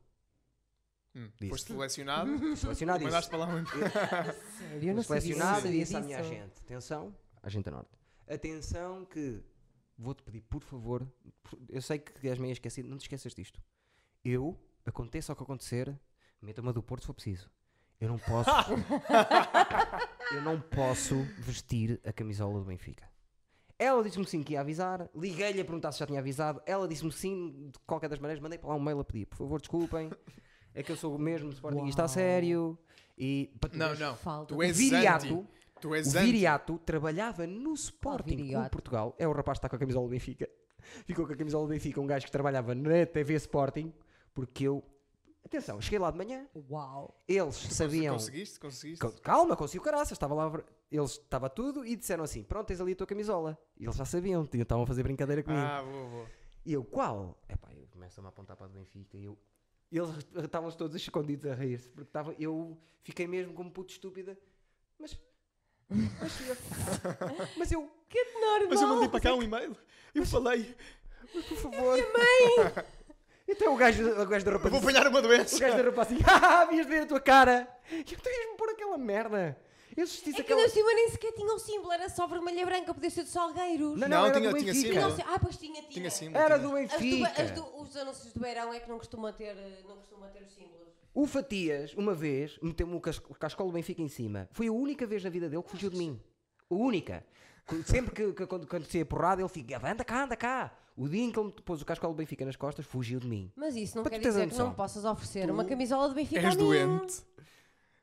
Speaker 1: Hum.
Speaker 2: Disse.
Speaker 1: Foste selecionado e
Speaker 2: Selecionado isso.
Speaker 1: mandaste para lá um...
Speaker 3: Sério, eu não sabia
Speaker 2: selecionado e disse
Speaker 3: disso.
Speaker 2: à minha agente: atenção, agente da Norte, atenção que vou-te pedir, por favor, por- eu sei que és meio esquecido, não te esqueças disto. Eu, aconteça o que acontecer, meta-me a do Porto se for preciso. Eu não posso. eu não posso vestir a camisola do Benfica. Ela disse-me sim que ia avisar, liguei-lhe a perguntar se já tinha avisado, ela disse-me sim, de qualquer das maneiras, mandei para lá um mail a pedir, por favor, desculpem, é que eu sou o mesmo Sportingista a
Speaker 3: Uau.
Speaker 2: sério, e para tu
Speaker 1: Não,
Speaker 2: veres-
Speaker 1: não.
Speaker 3: Falta
Speaker 1: Tu
Speaker 3: de-
Speaker 1: és
Speaker 2: Viriato,
Speaker 1: anti. Tu és
Speaker 2: o
Speaker 1: anti.
Speaker 2: Viriato trabalhava no Sporting Clube
Speaker 3: Viriato.
Speaker 2: de Portugal. É o rapaz que está com a camisola do Benfica. Ficou com a camisola do Benfica, um gajo que trabalhava na TV Sporting, porque eu. Atenção, cheguei lá de manhã,
Speaker 3: Uau.
Speaker 2: eles sabiam.
Speaker 1: Conseguiste? Conseguiste?
Speaker 2: Cal- Calma, consigo caraças, estava lá. Eles estava tudo e disseram assim: pronto, tens ali a tua camisola. E eles já sabiam, tinham- estavam a fazer brincadeira comigo.
Speaker 1: Ah, boa, boa.
Speaker 2: E eu, qual? Epá, eu começo-me a apontar para o Benfica e eu... Eles estavam todos escondidos a rir-se, porque estavam eu fiquei mesmo como puto estúpida. Mas... Mas eu... Mas eu...
Speaker 3: Que normal.
Speaker 1: Mas eu mandei para cá um e-mail. Eu falei.
Speaker 2: Mas por favor... mãe! então o gajo, o gajo da roupa...
Speaker 1: Eu vou
Speaker 2: disse-
Speaker 1: apanhar uma doença.
Speaker 2: O gajo da roupa assim... Ah, vias ver a tua cara! E eu, tu ias-me pôr aquela merda! Eu assisti
Speaker 3: É que
Speaker 2: aquela.
Speaker 3: ainda por cima nem sequer tinha o símbolo, era só vermelha e branca, podia ser de salgueiros.
Speaker 1: Não,
Speaker 2: Não, não, era
Speaker 1: tinha-
Speaker 2: do
Speaker 1: tinha
Speaker 2: Benfica.
Speaker 1: símbolo.
Speaker 3: Não sei- Ah, pois tinha, tinha.
Speaker 1: Tinha símbolo.
Speaker 2: Era
Speaker 1: tinha.
Speaker 2: do
Speaker 3: As do- as
Speaker 2: Benfica.
Speaker 3: do- os anúncios do Beirão é que não costuma ter, eh, não costuma ter os símbolos.
Speaker 2: O Fatias, uma vez, meteu-me o cas- o cascolo do Benfica em cima. Foi a única vez na vida dele que fugiu de mim. A única. Qu- Sempre que, que quando, quando acontecia porrada, ele fica, anda cá, anda cá. O dia em que ele me pôs o cascolo do Benfica nas costas, fugiu de mim.
Speaker 3: Mas isso não
Speaker 2: Para tu
Speaker 3: quer
Speaker 2: teres a
Speaker 3: dizer que
Speaker 2: noção.
Speaker 3: não me possas oferecer uma camisola do Benfica
Speaker 1: És
Speaker 3: a mim.
Speaker 1: doente.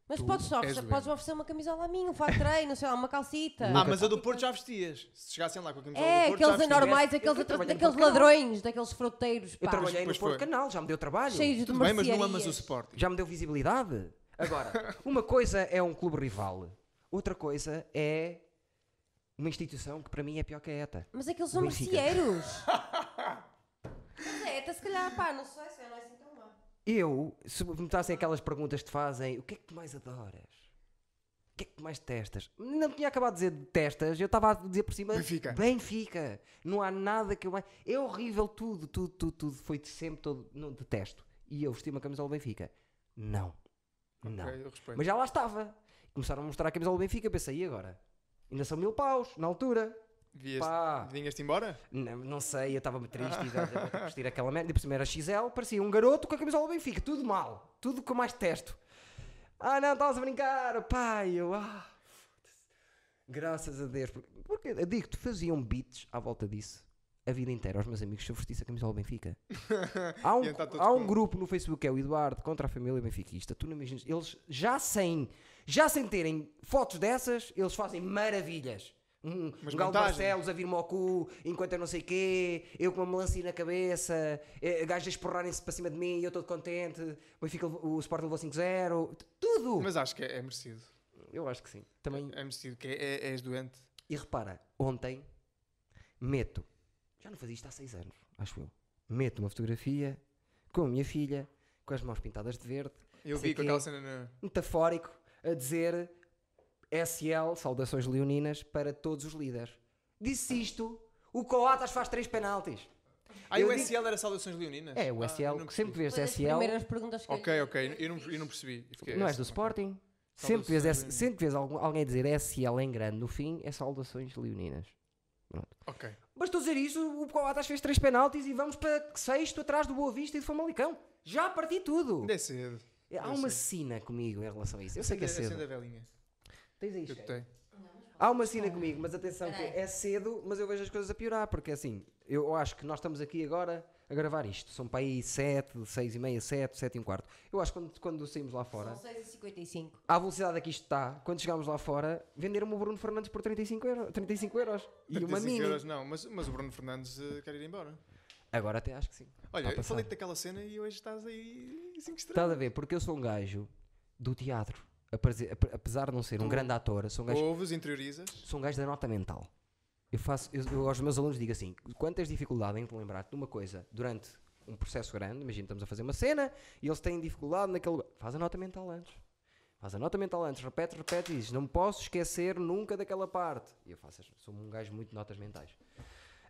Speaker 3: Mas
Speaker 1: Tu
Speaker 3: podes,
Speaker 1: és
Speaker 3: oferecer,
Speaker 1: doente.
Speaker 3: podes oferecer uma camisola a mim, um fato de treino, sei lá, uma calcita.
Speaker 1: Ah, mas a
Speaker 2: tá.
Speaker 1: do Porto já vestias. Se chegassem lá com a camisola
Speaker 3: É,
Speaker 1: do Porto, já
Speaker 3: aqueles
Speaker 1: vestias.
Speaker 3: anormais,
Speaker 2: Eu
Speaker 3: aqueles,
Speaker 2: fui
Speaker 3: atra-
Speaker 2: trabalhar no
Speaker 3: daqueles
Speaker 2: Porto Canal.
Speaker 3: ladrões, daqueles fruteiros,
Speaker 2: Eu
Speaker 3: pá,
Speaker 2: trabalhei no
Speaker 1: pois
Speaker 2: Porto
Speaker 1: foi.
Speaker 2: Canal, já me deu trabalho.
Speaker 3: cheios de
Speaker 1: Tudo bem, mas não amas o
Speaker 3: mercearias.
Speaker 1: Sporting.
Speaker 2: Já me deu visibilidade. Agora, uma coisa é um clube rival. Outra coisa é uma instituição que para mim é pior que a ETA.
Speaker 3: Mas aqueles são
Speaker 2: Benfica.
Speaker 3: merceeiros. Mas é, até se calhar, pá, não sei se não é assim tão má.
Speaker 2: Eu, se me perguntassem aquelas perguntas que te fazem, o que é que tu mais adoras? O que é que tu mais testas? Não tinha acabado de dizer detestas, eu estava a dizer por cima
Speaker 1: Benfica.
Speaker 2: Benfica. Não há nada que eu mais. É horrível tudo, tudo, tudo, tudo. Foi de sempre todo. Não, detesto. E eu vesti uma camisola do Benfica. Não. Não.
Speaker 1: Ok, eu respeito.
Speaker 2: Mas já lá estava. Começaram a mostrar a camisola do Benfica, eu pensei, e agora? Ainda são mil paus, na altura.
Speaker 1: Vieste-
Speaker 2: Pá.
Speaker 1: Vinhas-te embora?
Speaker 2: Não, não sei, eu estava-me triste e já já vou ter que vestir aquela merda. E por cima era XL, parecia um garoto com a camisola do Benfica, tudo mal, tudo que eu mais testo. Ah não, estavas a brincar, pai, eu, ah, foda-se. graças a Deus. Porque, porque eu digo-te, faziam beats à volta disso a vida inteira aos meus amigos se eu vestisse a camisola do Benfica. Há um,
Speaker 1: Iam estar todos
Speaker 2: há um
Speaker 1: então com-
Speaker 2: grupo no Facebook que é o Eduardo contra a família benfiquista, tu não imaginas, eles já sem, já sem terem fotos dessas, eles fazem maravilhas. Um,
Speaker 1: Mas
Speaker 2: um Galo
Speaker 1: montagens.
Speaker 2: Barcelos, eles a vir-me ao cu, enquanto eu não sei quê, eu com uma melancia na cabeça, eh, gajos a esporrarem-se para cima de mim, e eu todo contente, o, Benfica, levou- o Sport levou 5-0, t- tudo!
Speaker 1: Mas acho que é, é merecido.
Speaker 2: Eu acho que sim. Também,
Speaker 1: É merecido, que é, é- és doente.
Speaker 2: e repara, ontem, meto, já não fazia isto há 6 anos, acho eu, meto uma fotografia com a minha filha, com as mãos pintadas de verde,
Speaker 1: Eu
Speaker 2: Sei
Speaker 1: vi com
Speaker 2: que é.
Speaker 1: aquela cena na...
Speaker 2: metafórico, a dizer SL, saudações leoninas, para todos os líderes. Disse isto, o Coatas faz 3 penaltis.
Speaker 1: Ah, e
Speaker 2: Eu
Speaker 1: o
Speaker 2: digo-
Speaker 1: SL era Saudações Leoninas?
Speaker 2: É, o
Speaker 1: Ah, eu
Speaker 2: SL,
Speaker 1: não
Speaker 2: que sempre
Speaker 1: percebi.
Speaker 2: vês
Speaker 3: Foi das
Speaker 2: SL,
Speaker 3: primeiras perguntas que eu
Speaker 1: Ok,
Speaker 3: lhe-
Speaker 1: ok,
Speaker 3: que
Speaker 1: eu não, eu não
Speaker 3: fiz.
Speaker 1: percebi. Eu fiquei
Speaker 2: não és
Speaker 1: assim,
Speaker 2: do
Speaker 1: ok.
Speaker 2: Sporting.
Speaker 1: Saudações
Speaker 2: Sempre vês, S-
Speaker 1: leoninas.
Speaker 2: sempre vês algum- alguém dizer SL em grande no fim, é saudações leoninas.
Speaker 1: Ok.
Speaker 2: Mas estou a dizer isso, o Coatas fez 3 penaltis e vamos para sexto atrás do Boa Vista e do Famalicão. Já parti tudo.
Speaker 1: Ainda é cedo.
Speaker 2: Há
Speaker 1: eu
Speaker 2: uma
Speaker 1: sei.
Speaker 2: cena comigo em relação a isso. Eu sei que é
Speaker 1: Acenda
Speaker 2: cedo.
Speaker 1: a velinha.
Speaker 2: Tens aí,
Speaker 1: que eu
Speaker 2: Chefe?
Speaker 1: tenho.
Speaker 2: Há uma cena comigo, mas atenção que
Speaker 3: Peraí.
Speaker 2: é cedo, mas eu vejo as coisas a piorar, porque assim, eu acho que nós estamos aqui agora a gravar isto. São para aí 7, 6 e meia, 7, 7 e um quarto. Eu acho que quando, quando saímos lá fora,
Speaker 3: São 6h55.
Speaker 2: à velocidade a que isto está, quando chegámos lá fora, venderam-me o Bruno Fernandes por 35 euros. 35 euros e uma
Speaker 1: 35
Speaker 2: mini.
Speaker 1: euros, não, mas, mas o Bruno Fernandes eh, quer ir embora.
Speaker 2: Agora até acho que sim.
Speaker 1: Olha,
Speaker 2: Tá a
Speaker 1: eu
Speaker 2: passar.
Speaker 1: falei daquela cena e hoje estás aí 5 estrelas.
Speaker 2: Estás a ver? Porque eu sou um gajo do teatro. Apese- ape- Apesar de não ser um grande ator, sou um gajo
Speaker 1: Ouves, interiorizas.
Speaker 2: sou um gajo da nota mental. Eu faço, eu, eu aos meus alunos digo assim: quando tens dificuldade em te lembrar de uma coisa durante um processo grande, imagina estamos a fazer uma cena e eles têm dificuldade naquele lugar, faz a nota mental antes. Faz a nota mental antes, repete, repete e dizes: não me posso esquecer nunca daquela parte. E eu faço, as- sou um gajo muito de notas mentais.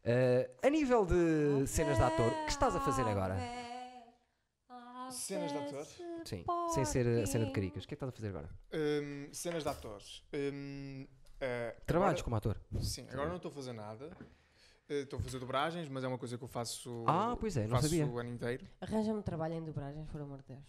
Speaker 2: Ah, a nível de cenas de ator, o que estás a fazer agora?
Speaker 1: Cenas de ator?
Speaker 2: Sim, sem ser a cena de caricas, o que é que estás a fazer agora?
Speaker 1: Hum, cenas de atores. Hum, eh,
Speaker 2: Trabalhos como ator.
Speaker 1: agora- sim, agora não estou a fazer nada. Eh, Estou a fazer dobragens, mas é uma coisa que eu faço.
Speaker 2: Ah, pois é, não
Speaker 1: faço
Speaker 2: sabia.
Speaker 1: o ano inteiro.
Speaker 3: Arranja-me trabalho em dobragens, por amor de Deus.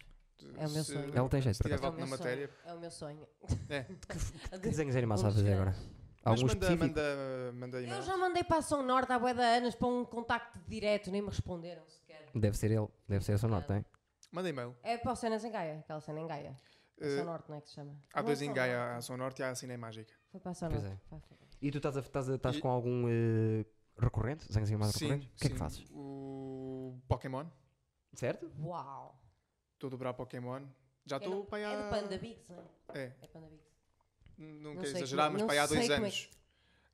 Speaker 3: É o meu
Speaker 1: Se-
Speaker 3: sonho.
Speaker 2: um Ela tem jeito
Speaker 1: Se
Speaker 2: por
Speaker 1: tiver
Speaker 2: acaso.
Speaker 1: volta
Speaker 3: É
Speaker 1: na
Speaker 3: o meu
Speaker 1: matéria.
Speaker 3: sonho, É o meu sonho.
Speaker 1: É.
Speaker 2: Que desenhos animados estás a fazer agora?
Speaker 1: Mas
Speaker 2: Algum
Speaker 1: manda,
Speaker 2: específico?
Speaker 1: manda, manda
Speaker 3: Eu
Speaker 1: e-mails.
Speaker 3: já mandei para a São Norte há bué de anos para um contacto direto, nem me responderam sequer.
Speaker 2: Deve ser ele, deve ser a sonora, não é?
Speaker 1: Manda e-mail.
Speaker 3: É para o Cenas em Gaia, aquela cena em Gaia. A
Speaker 1: Eh,
Speaker 3: São Norte, não é que se chama?
Speaker 1: Há
Speaker 3: Não,
Speaker 1: dois
Speaker 3: São
Speaker 1: em
Speaker 3: Norte.
Speaker 1: Gaia, a São Norte e há a Cine Mágica.
Speaker 3: Foi para a São
Speaker 2: Pois
Speaker 3: Norte.
Speaker 2: é. E tu estás, a, estás, a- estás
Speaker 1: E-
Speaker 2: com algum eh, recorrente? Desenhos animados
Speaker 1: Sim,
Speaker 2: recorrentes? O que é que
Speaker 1: sim.
Speaker 2: fazes?
Speaker 1: O Pokémon.
Speaker 2: Certo?
Speaker 3: Uau!
Speaker 1: Estou a dobrar Pokémon. Já
Speaker 3: Eu não-
Speaker 1: estou para aí
Speaker 3: É
Speaker 1: Ah, há...
Speaker 3: do Panda Bigs, não é?
Speaker 1: É,
Speaker 3: É Panda Bigs.
Speaker 1: não,
Speaker 3: Não
Speaker 1: quero
Speaker 3: sei
Speaker 1: exagerar,
Speaker 3: como-
Speaker 1: mas
Speaker 3: não
Speaker 1: para aí há dois
Speaker 3: sei como é
Speaker 1: anos.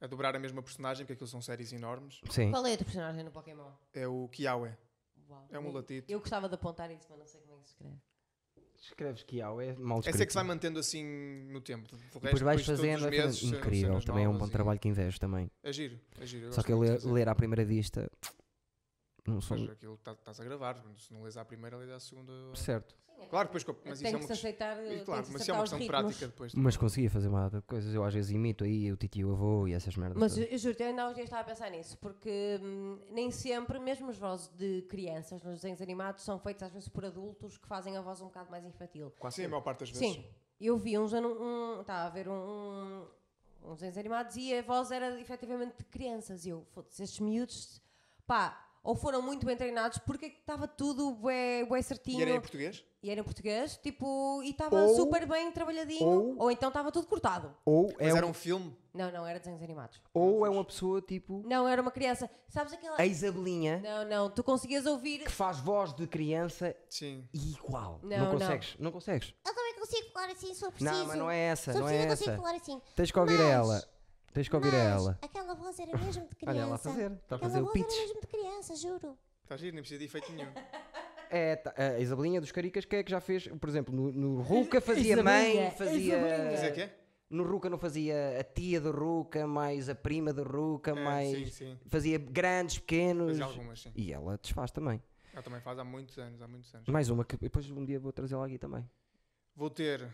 Speaker 1: A dobrar a mesma personagem, porque aquilo são séries enormes.
Speaker 2: Sim.
Speaker 3: Qual é a tua personagem no Pokémon?
Speaker 1: É o Kiawe.
Speaker 3: Uau.
Speaker 1: É um
Speaker 3: Nem-
Speaker 1: latito.
Speaker 3: Eu gostava de apontar isso, mas não sei como é que se escreve.
Speaker 2: Escreves que há, é mal
Speaker 1: Essa é que se vai mantendo assim no tempo. De
Speaker 2: E depois vais
Speaker 1: todos os
Speaker 2: fazendo, vai fazendo.
Speaker 1: meses, eh, cenas
Speaker 2: incrível,
Speaker 1: novas
Speaker 2: também é um bom
Speaker 1: e-
Speaker 2: trabalho que invejo também.
Speaker 1: É giro, é giro. eu
Speaker 2: Só
Speaker 1: gosto
Speaker 2: que eu
Speaker 1: muito de
Speaker 2: ler,
Speaker 1: fazer.
Speaker 2: ler à primeira vista Não são.
Speaker 1: Mas aquilo tá- estás a gravar, se não lês à primeira, lês à segunda.
Speaker 2: Certo.
Speaker 1: Claro, depois, que eu- mas isso
Speaker 3: tem
Speaker 1: é
Speaker 3: que
Speaker 1: uma
Speaker 3: se
Speaker 1: questão.
Speaker 3: aceitar, eh,
Speaker 1: e
Speaker 3: tem
Speaker 1: Claro,
Speaker 3: que se
Speaker 1: mas isso é
Speaker 3: acertar
Speaker 1: uma
Speaker 3: os
Speaker 1: questão
Speaker 3: ritmos.
Speaker 1: prática depois. é?
Speaker 2: Mas conseguia fazer uma data de coisas. Eu às vezes imito aí o titi e o avô e essas merdas.
Speaker 3: Mas eu,
Speaker 2: todas.
Speaker 3: eu juro, eu ainda há uns dias estava a pensar nisso, porque hum, nem sempre, mesmo as vozes de crianças nos desenhos animados são feitas às vezes por adultos que fazem a voz um bocado mais infantil.
Speaker 1: Quase Sim, a maior parte das vezes.
Speaker 3: Sim, eu vi uns. anu- Um, estava a ver um, um, uns desenhos animados e a voz era efetivamente de crianças. E eu, foda-se, estes miúdos, pá, ou foram muito bem treinados porque estava tudo bué, bué certinho.
Speaker 1: E era em português?
Speaker 3: E era em português, tipo, e estava
Speaker 2: Ou-
Speaker 3: super bem trabalhadinho.
Speaker 2: ou-
Speaker 3: Ou, então estava tudo cortado.
Speaker 2: Ou, é
Speaker 1: Mas era
Speaker 2: um-
Speaker 1: um filme?
Speaker 3: Não, não, era desenhos animados.
Speaker 2: ou é uma pessoa tipo
Speaker 3: Não, era uma criança. Sabes aquela.
Speaker 2: a Isabelinha
Speaker 3: Não, não, tu conseguias ouvir.
Speaker 2: que faz voz de criança
Speaker 1: Sim.
Speaker 2: e igual.
Speaker 3: Não, não.
Speaker 2: consegues. Não consegues.
Speaker 4: Eu também consigo falar assim, sou preciso.
Speaker 2: Não, mas não é essa.
Speaker 4: Sou
Speaker 2: Não é
Speaker 4: preciso, eu consigo
Speaker 2: essa.
Speaker 4: falar assim.
Speaker 2: Tens que ouvir a
Speaker 4: Mas-
Speaker 2: ela. Tens que ouvir a
Speaker 4: Mas
Speaker 2: ela.
Speaker 4: Aquela voz era mesmo de criança.
Speaker 2: Olha ela a fazer. Está a
Speaker 4: Aquela
Speaker 2: fazer o
Speaker 4: voz
Speaker 2: pitch.
Speaker 4: era mesmo de criança, juro.
Speaker 1: Está Tá giro, nem precisa de efeito nenhum.
Speaker 2: É, tá- a Isabelinha dos Caricas, que é que já fez, por exemplo, no, no Ruca fazia
Speaker 3: Isabelinha,
Speaker 2: mãe, fazia.
Speaker 3: Isabelinha.
Speaker 1: Mas é que é?
Speaker 2: No Ruca não fazia a tia do Ruca, mais a prima do Ruca, mais.
Speaker 1: É, sim, sim.
Speaker 2: Fazia grandes, pequenos.
Speaker 1: Fazia algumas, sim.
Speaker 2: E ela desfaz também.
Speaker 1: Ela também faz há muitos anos, há muitos anos.
Speaker 2: Mais uma que depois um dia vou trazê-la aqui também.
Speaker 1: Vou ter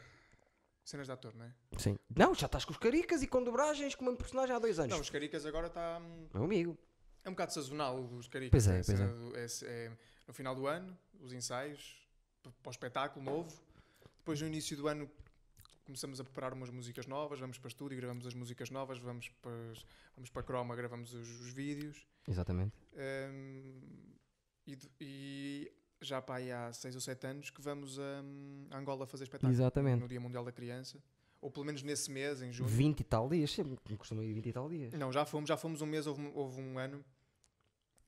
Speaker 1: cenas de ator, não é?
Speaker 2: Sim. Não, já estás com os caricas e com dobragens como um personagem há dois anos.
Speaker 1: Não, os caricas agora está.
Speaker 2: Meu amigo.
Speaker 1: É um bocado sazonal os caricas.
Speaker 2: Pois é,
Speaker 1: a
Speaker 2: pois
Speaker 1: cena do- é se- é no final do ano, os ensaios, p- para o espetáculo novo. Depois, no início do ano, começamos a preparar umas músicas novas. Vamos para estúdio, gravamos as músicas novas. Vamos para, as- vamos para Chroma, gravamos os, os vídeos.
Speaker 2: Exatamente.
Speaker 1: Hum, e, de- e já para aí há 6 ou 7 anos que vamos hum, a Angola fazer espetáculo.
Speaker 2: Exatamente.
Speaker 1: No Dia Mundial da Criança. Ou pelo menos nesse mês, em junho.
Speaker 2: 20 e tal dias. Sempre me costuma ir 20 e tal dias.
Speaker 1: Não, já fomos, já fomos um mês, houve, um- houve um ano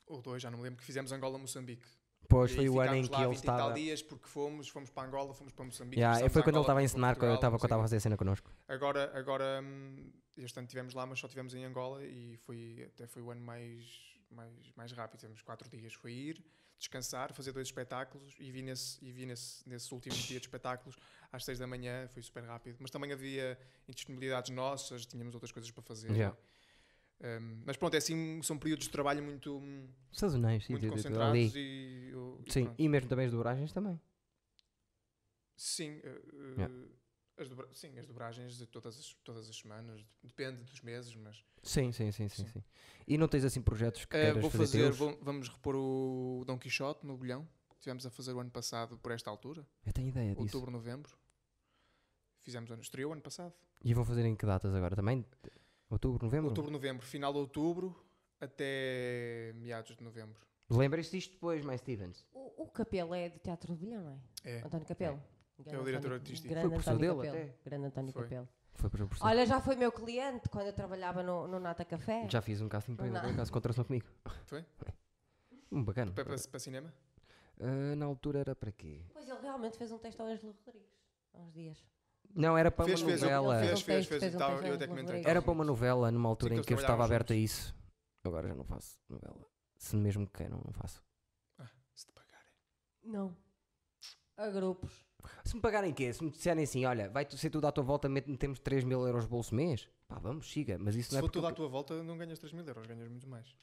Speaker 1: ou dois, já não me lembro, que fizemos Angola-Moçambique.
Speaker 2: Pois
Speaker 1: E
Speaker 2: foi o ano em
Speaker 1: ficámos
Speaker 2: que
Speaker 1: lá
Speaker 2: ele
Speaker 1: 20 e tal
Speaker 2: estava.
Speaker 1: dias porque fomos, fomos para Angola, fomos para Moçambique.
Speaker 2: Yeah,
Speaker 1: atravessámos
Speaker 2: foi quando ele
Speaker 1: Angola,
Speaker 2: estava a
Speaker 1: fomos para
Speaker 2: ensinar, quando eu
Speaker 1: Portugal,
Speaker 2: estava quando estava a
Speaker 1: não sei
Speaker 2: fazer a cena connosco.
Speaker 1: o quê. Agora, agora hum, este ano estivemos lá, mas só estivemos em Angola e foi, até foi o ano mais, mais, mais rápido. Tivemos quatro dias. Foi ir, descansar, fazer dois espetáculos e vi nesse, e vi nesse, nesse último dia de espetáculos às seis da manhã. Foi super rápido. Mas também havia indisponibilidades nossas, tínhamos outras coisas para fazer.
Speaker 2: Yeah.
Speaker 1: Hum, mas pronto, é assim, são períodos de trabalho muito, hum,
Speaker 2: Sazonais, sim.
Speaker 1: muito
Speaker 2: de- de- de-
Speaker 1: concentrados
Speaker 2: ali.
Speaker 1: e, eu- e
Speaker 2: Sim,
Speaker 1: pronto.
Speaker 2: e mesmo também as dobragens também.
Speaker 1: Sim, eh, eh, as dobra- sim, as dobragens de todas as, todas as semanas, depende dos meses, mas
Speaker 2: Sim, sim, sim, sim,
Speaker 1: Sim.
Speaker 2: sim. E não tens assim projetos que
Speaker 1: Eh,
Speaker 2: queiras
Speaker 1: vou
Speaker 2: fazer,
Speaker 1: fazer,
Speaker 2: teus?
Speaker 1: vou- vamos repor o Dom Quixote no Bolhão, que tivemos a fazer o ano passado por esta altura,
Speaker 2: Eu tenho
Speaker 1: É
Speaker 2: ideia disso.
Speaker 1: outubro, novembro. Fizemos ano estreou ano passado.
Speaker 2: E vou fazer em que datas agora também? Outubro, novembro?
Speaker 1: Outubro, novembro, final de outubro até meados de novembro.
Speaker 2: Lembras-te disto depois, mais Stevens?
Speaker 3: O, o Capelo é do Teatro do Bilhão, não é?
Speaker 1: É.
Speaker 3: António Capelo.
Speaker 1: É o diretor artístico.
Speaker 2: Foi professor dele
Speaker 3: Capelo.
Speaker 2: até.
Speaker 3: Grande António
Speaker 1: Foi.
Speaker 3: Capelo.
Speaker 2: Foi para o professor.
Speaker 3: Olha, já foi meu cliente quando eu trabalhava no, no Nata Café.
Speaker 2: Já fiz um casting para ele,
Speaker 3: Não.
Speaker 2: por acaso contração comigo.
Speaker 1: Foi?
Speaker 2: Hum, bacana.
Speaker 1: Para, para, para cinema?
Speaker 2: Ah, na altura era para quê?
Speaker 3: Pois ele realmente fez um texto ao Ângelo Rodrigues há uns dias.
Speaker 2: Não, era para
Speaker 1: Fez,
Speaker 2: uma
Speaker 1: fez,
Speaker 2: novela.
Speaker 1: fez, fez,
Speaker 3: Fez um texto,
Speaker 1: fez,
Speaker 3: fez um
Speaker 1: tal,
Speaker 3: texto
Speaker 1: eu
Speaker 3: de
Speaker 1: até comentei.
Speaker 3: Rodrigues.
Speaker 2: Era para uma novela numa altura
Speaker 1: Sim,
Speaker 2: em
Speaker 1: que
Speaker 2: que eu
Speaker 1: eles
Speaker 2: estava
Speaker 1: trabalhavam
Speaker 2: aberto a isso. Agora já não faço novela. Se mesmo que queiram, não faço.
Speaker 1: Se te pagarem.
Speaker 3: Não. A grupos.
Speaker 2: Se me pagarem quê? Se me disserem assim, olha, vai tu- ser tudo à tua volta, met- metemos 3 mil euros bolso mês? Pá, vamos, siga. Mas isso
Speaker 1: Se
Speaker 2: não é
Speaker 1: for
Speaker 2: porque...
Speaker 1: tudo à tua volta, não ganhas 3 mil euros, ganhas muito mais.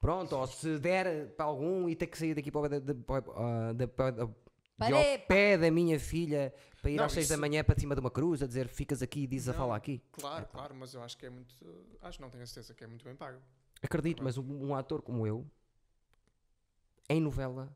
Speaker 2: Pronto, ou se der para algum e ter que sair daqui para o da, da, ah, da- para- da- de ao
Speaker 3: Pare-
Speaker 2: pé da minha filha para ir
Speaker 1: Não,
Speaker 2: às 6 da
Speaker 1: isso-
Speaker 2: manhã para cima de uma cruz a dizer ficas aqui e dizes a
Speaker 1: Não.
Speaker 2: falar aqui.
Speaker 1: Claro, claro, mas eu acho que é muito. Acho não, tenho a certeza que é muito bem pago.
Speaker 2: Acredito, mas um, um ator como eu, em novela,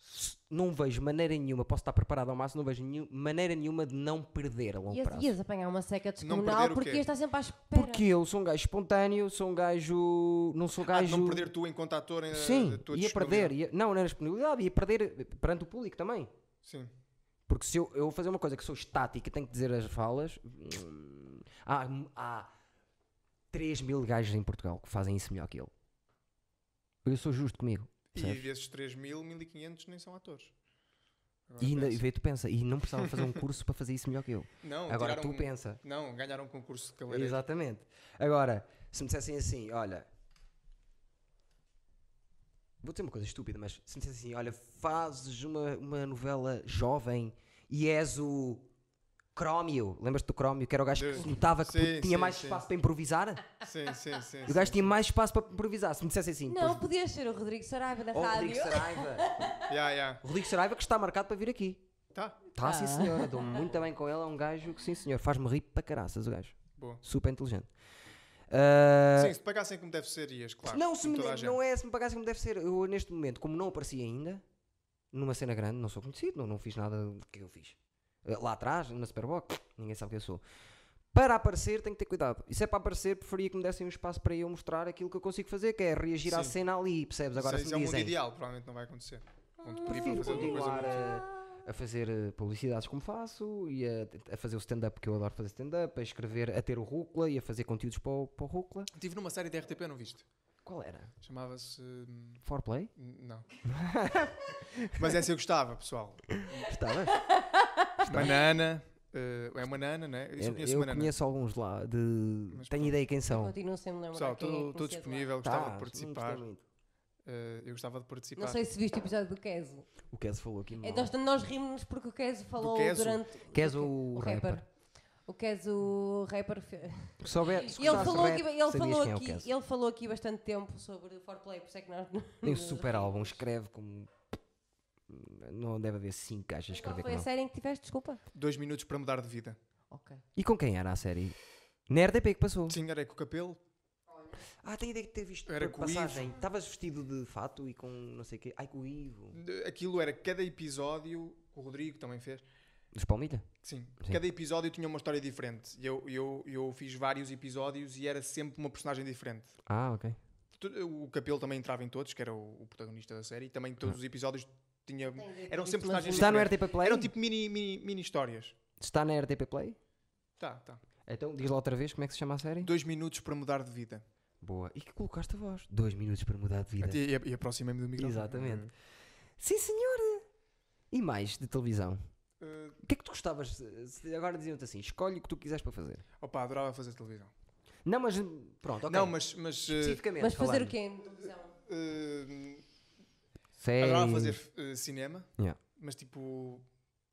Speaker 2: s- não vejo maneira nenhuma, posso estar preparado ao máximo, não vejo nenhum- maneira nenhuma de não perder a longo
Speaker 3: Ias,
Speaker 2: prazo.
Speaker 3: ias apanhar uma seca
Speaker 1: perder
Speaker 3: descomunal
Speaker 1: o
Speaker 3: porque
Speaker 1: quê?
Speaker 3: ias estar sempre à espera.
Speaker 2: Porque eu sou um gajo espontâneo, sou um gajo. Não sou
Speaker 1: Ah,
Speaker 2: gajo.
Speaker 1: não perder tu enquanto ator em
Speaker 2: Sim,
Speaker 1: a tua
Speaker 2: ia perder. ia- Não, não era disponibilidade, ia perder perante o público também.
Speaker 1: disponibilidade. Sim.
Speaker 2: Porque se eu, eu vou fazer uma coisa que sou estática e tenho que dizer as falas, hum, há, há 3 mil gajos em Portugal que fazem isso melhor que eu. Eu sou justo comigo.
Speaker 1: E
Speaker 2: percebes?
Speaker 1: desses 3 mil, 1500 nem são atores. Agora
Speaker 2: E, ainda, e
Speaker 1: pensa.
Speaker 2: vê, tu pensa, e não precisava fazer um curso para fazer isso melhor que eu.
Speaker 1: Não,
Speaker 2: Agora
Speaker 1: tiraram
Speaker 2: tu
Speaker 1: um-
Speaker 2: pensa.
Speaker 1: Não, ganharam um concurso de cabeleireiro.
Speaker 2: Exatamente. Agora, se me dissessem assim, olha. Vou dizer uma coisa estúpida, mas se me dissessem assim, olha, fazes uma, uma novela jovem e és o Crómio, lembras-te do Crómio, que era o gajo que
Speaker 1: De-
Speaker 2: se notava que
Speaker 1: Sim, sim,
Speaker 2: tinha mais
Speaker 1: sim.
Speaker 2: espaço para improvisar?
Speaker 1: Sim, sim, sim.
Speaker 2: E o gajo tinha mais espaço para improvisar. Se me dissesse assim,
Speaker 3: Não,
Speaker 2: pois-
Speaker 3: podias ser o Rodrigo Saraiva da
Speaker 2: Oh,
Speaker 3: rádio.
Speaker 2: Rodrigo Saraiva.
Speaker 1: Yeah, yeah.
Speaker 2: O Rodrigo Saraiva que está marcado para vir aqui.
Speaker 1: Tá,
Speaker 2: Está,
Speaker 3: Ah.
Speaker 2: sim senhora, dou-me muito bem com ele, é um gajo que sim senhor, faz-me rir para caraças o gajo.
Speaker 1: boa.
Speaker 2: Super inteligente. Ah,
Speaker 1: Sim, se pagassem como deve ser, ias, claro.
Speaker 2: não, se
Speaker 1: como
Speaker 2: me,
Speaker 1: toda a gente.
Speaker 2: não é se me pagassem como deve ser. Eu, neste momento, como não apareci ainda, numa cena grande, não sou conhecido, não, não fiz nada do que eu fiz. Eh, Lá atrás, na Superbox, ninguém sabe quem eu sou. Para aparecer, tenho que ter cuidado. E se é para aparecer, preferia que me dessem um espaço para eu mostrar aquilo que eu consigo fazer, que é reagir à
Speaker 1: Sim.
Speaker 2: cena ali, percebes? Agora
Speaker 1: Sim,
Speaker 2: se
Speaker 1: isso é
Speaker 2: me
Speaker 1: o mundo
Speaker 2: dizem.
Speaker 1: ideal, provavelmente não vai acontecer. Vão te pedir para
Speaker 2: Prefiro
Speaker 1: fazer alguma coisa
Speaker 2: continuar
Speaker 1: muito-
Speaker 2: a, a fazer eh, publicidades como faço e a, a fazer o stand-up que eu adoro fazer stand-up, a escrever, a ter o Rúcula e a fazer conteúdos para o, para o Rúcula.
Speaker 1: Estive numa série da RTP, não viste?
Speaker 2: Qual era?
Speaker 1: Chamava-se. hum,
Speaker 2: Foreplay?
Speaker 1: n- Não. Mas essa eu gostava, pessoal.
Speaker 2: Estavas?
Speaker 1: Banana. eh, é uma nana, né? Eu só
Speaker 2: Eu,
Speaker 1: conheço
Speaker 2: eu
Speaker 1: uma nana.
Speaker 2: conheço alguns lá de.
Speaker 1: Mas
Speaker 2: Tenho
Speaker 1: pronto.
Speaker 2: ideia quem são.
Speaker 3: Continuo sem me lembrar.
Speaker 1: Pessoal,
Speaker 3: quem é que
Speaker 1: estou
Speaker 3: conhecia de lá.
Speaker 1: disponível, gostava
Speaker 2: Tá,
Speaker 1: de
Speaker 2: não gostei
Speaker 1: participar.
Speaker 2: muito.
Speaker 1: Eh, eu gostava de participar.
Speaker 3: Não sei se viste o episódio do Keso.
Speaker 2: O Kes falou aqui.
Speaker 3: É, nós, nós rimos porque o Keso falou
Speaker 1: Keso?
Speaker 3: durante.
Speaker 2: Keso,
Speaker 3: do Ke-
Speaker 2: o rapper.
Speaker 3: O Keso rapper. fe-
Speaker 2: Porque souber, se
Speaker 3: E ele
Speaker 2: gostasse de
Speaker 3: falou,
Speaker 2: rap,
Speaker 3: aqui, ele,
Speaker 2: sabias
Speaker 3: falou
Speaker 2: quem é o
Speaker 3: aqui,
Speaker 2: Kes.
Speaker 3: ele falou aqui bastante tempo sobre o Forplay, por isso é que nós.
Speaker 2: Tem um super álbum, escreve como. Não deve haver cinco gajas a escrever
Speaker 3: Foi
Speaker 2: como.
Speaker 3: a
Speaker 2: ele.
Speaker 3: série em que tiveste desculpa?
Speaker 1: Dois minutos para mudar de vida.
Speaker 3: Ok.
Speaker 2: E com quem era a série? Na RDP que passou.
Speaker 1: Sim, era é com o cabelo.
Speaker 2: Ah, tenho ideia de ter visto
Speaker 1: Era
Speaker 2: por
Speaker 1: com o Ivo.
Speaker 2: passagem. Estavas vestido de fato e com não sei o quê. Ai, com o Ivo.
Speaker 1: Aquilo era cada episódio, o Rodrigo também fez.
Speaker 2: Dos Palmilha?
Speaker 1: Sim,
Speaker 2: Sim.
Speaker 1: cada episódio tinha uma história diferente. E Eu, eu, eu fiz vários episódios e era sempre uma personagem diferente.
Speaker 2: Ah, ok.
Speaker 1: Tu- O Capelo também entrava em todos, que era o, o protagonista da série, e também todos os episódios tinha,
Speaker 3: Tem tipo de-
Speaker 1: eram
Speaker 3: de-
Speaker 1: sempre
Speaker 3: mas-
Speaker 1: personagens
Speaker 2: Está no
Speaker 1: diferentes.
Speaker 2: RTP Play?
Speaker 1: Eram tipo mini, mini, mini histórias.
Speaker 2: Está na RTP Play?
Speaker 1: Tá, tá.
Speaker 2: Então, diz lá outra vez como é que se chama a série?
Speaker 1: Dois minutos para mudar de vida.
Speaker 2: Boa. E que colocaste a voz? Dois minutos para mudar de vida.
Speaker 1: E, e- e aproximei-me do microfone.
Speaker 2: Exatamente. Sim, senhora! E mais de televisão?
Speaker 1: Eh,
Speaker 2: O que é que tu gostavas? se- se Agora diziam-te assim: escolhe o que tu quiseres para fazer.
Speaker 1: opa, adorava fazer televisão.
Speaker 2: Não, mas pronto, ok.
Speaker 1: Não, mas, mas eh,
Speaker 2: especificamente.
Speaker 3: Mas fazer
Speaker 2: falando.
Speaker 3: o quê em televisão?
Speaker 1: eh,
Speaker 2: Séries.
Speaker 1: adorava fazer eh, cinema,
Speaker 2: Yeah.
Speaker 1: mas tipo,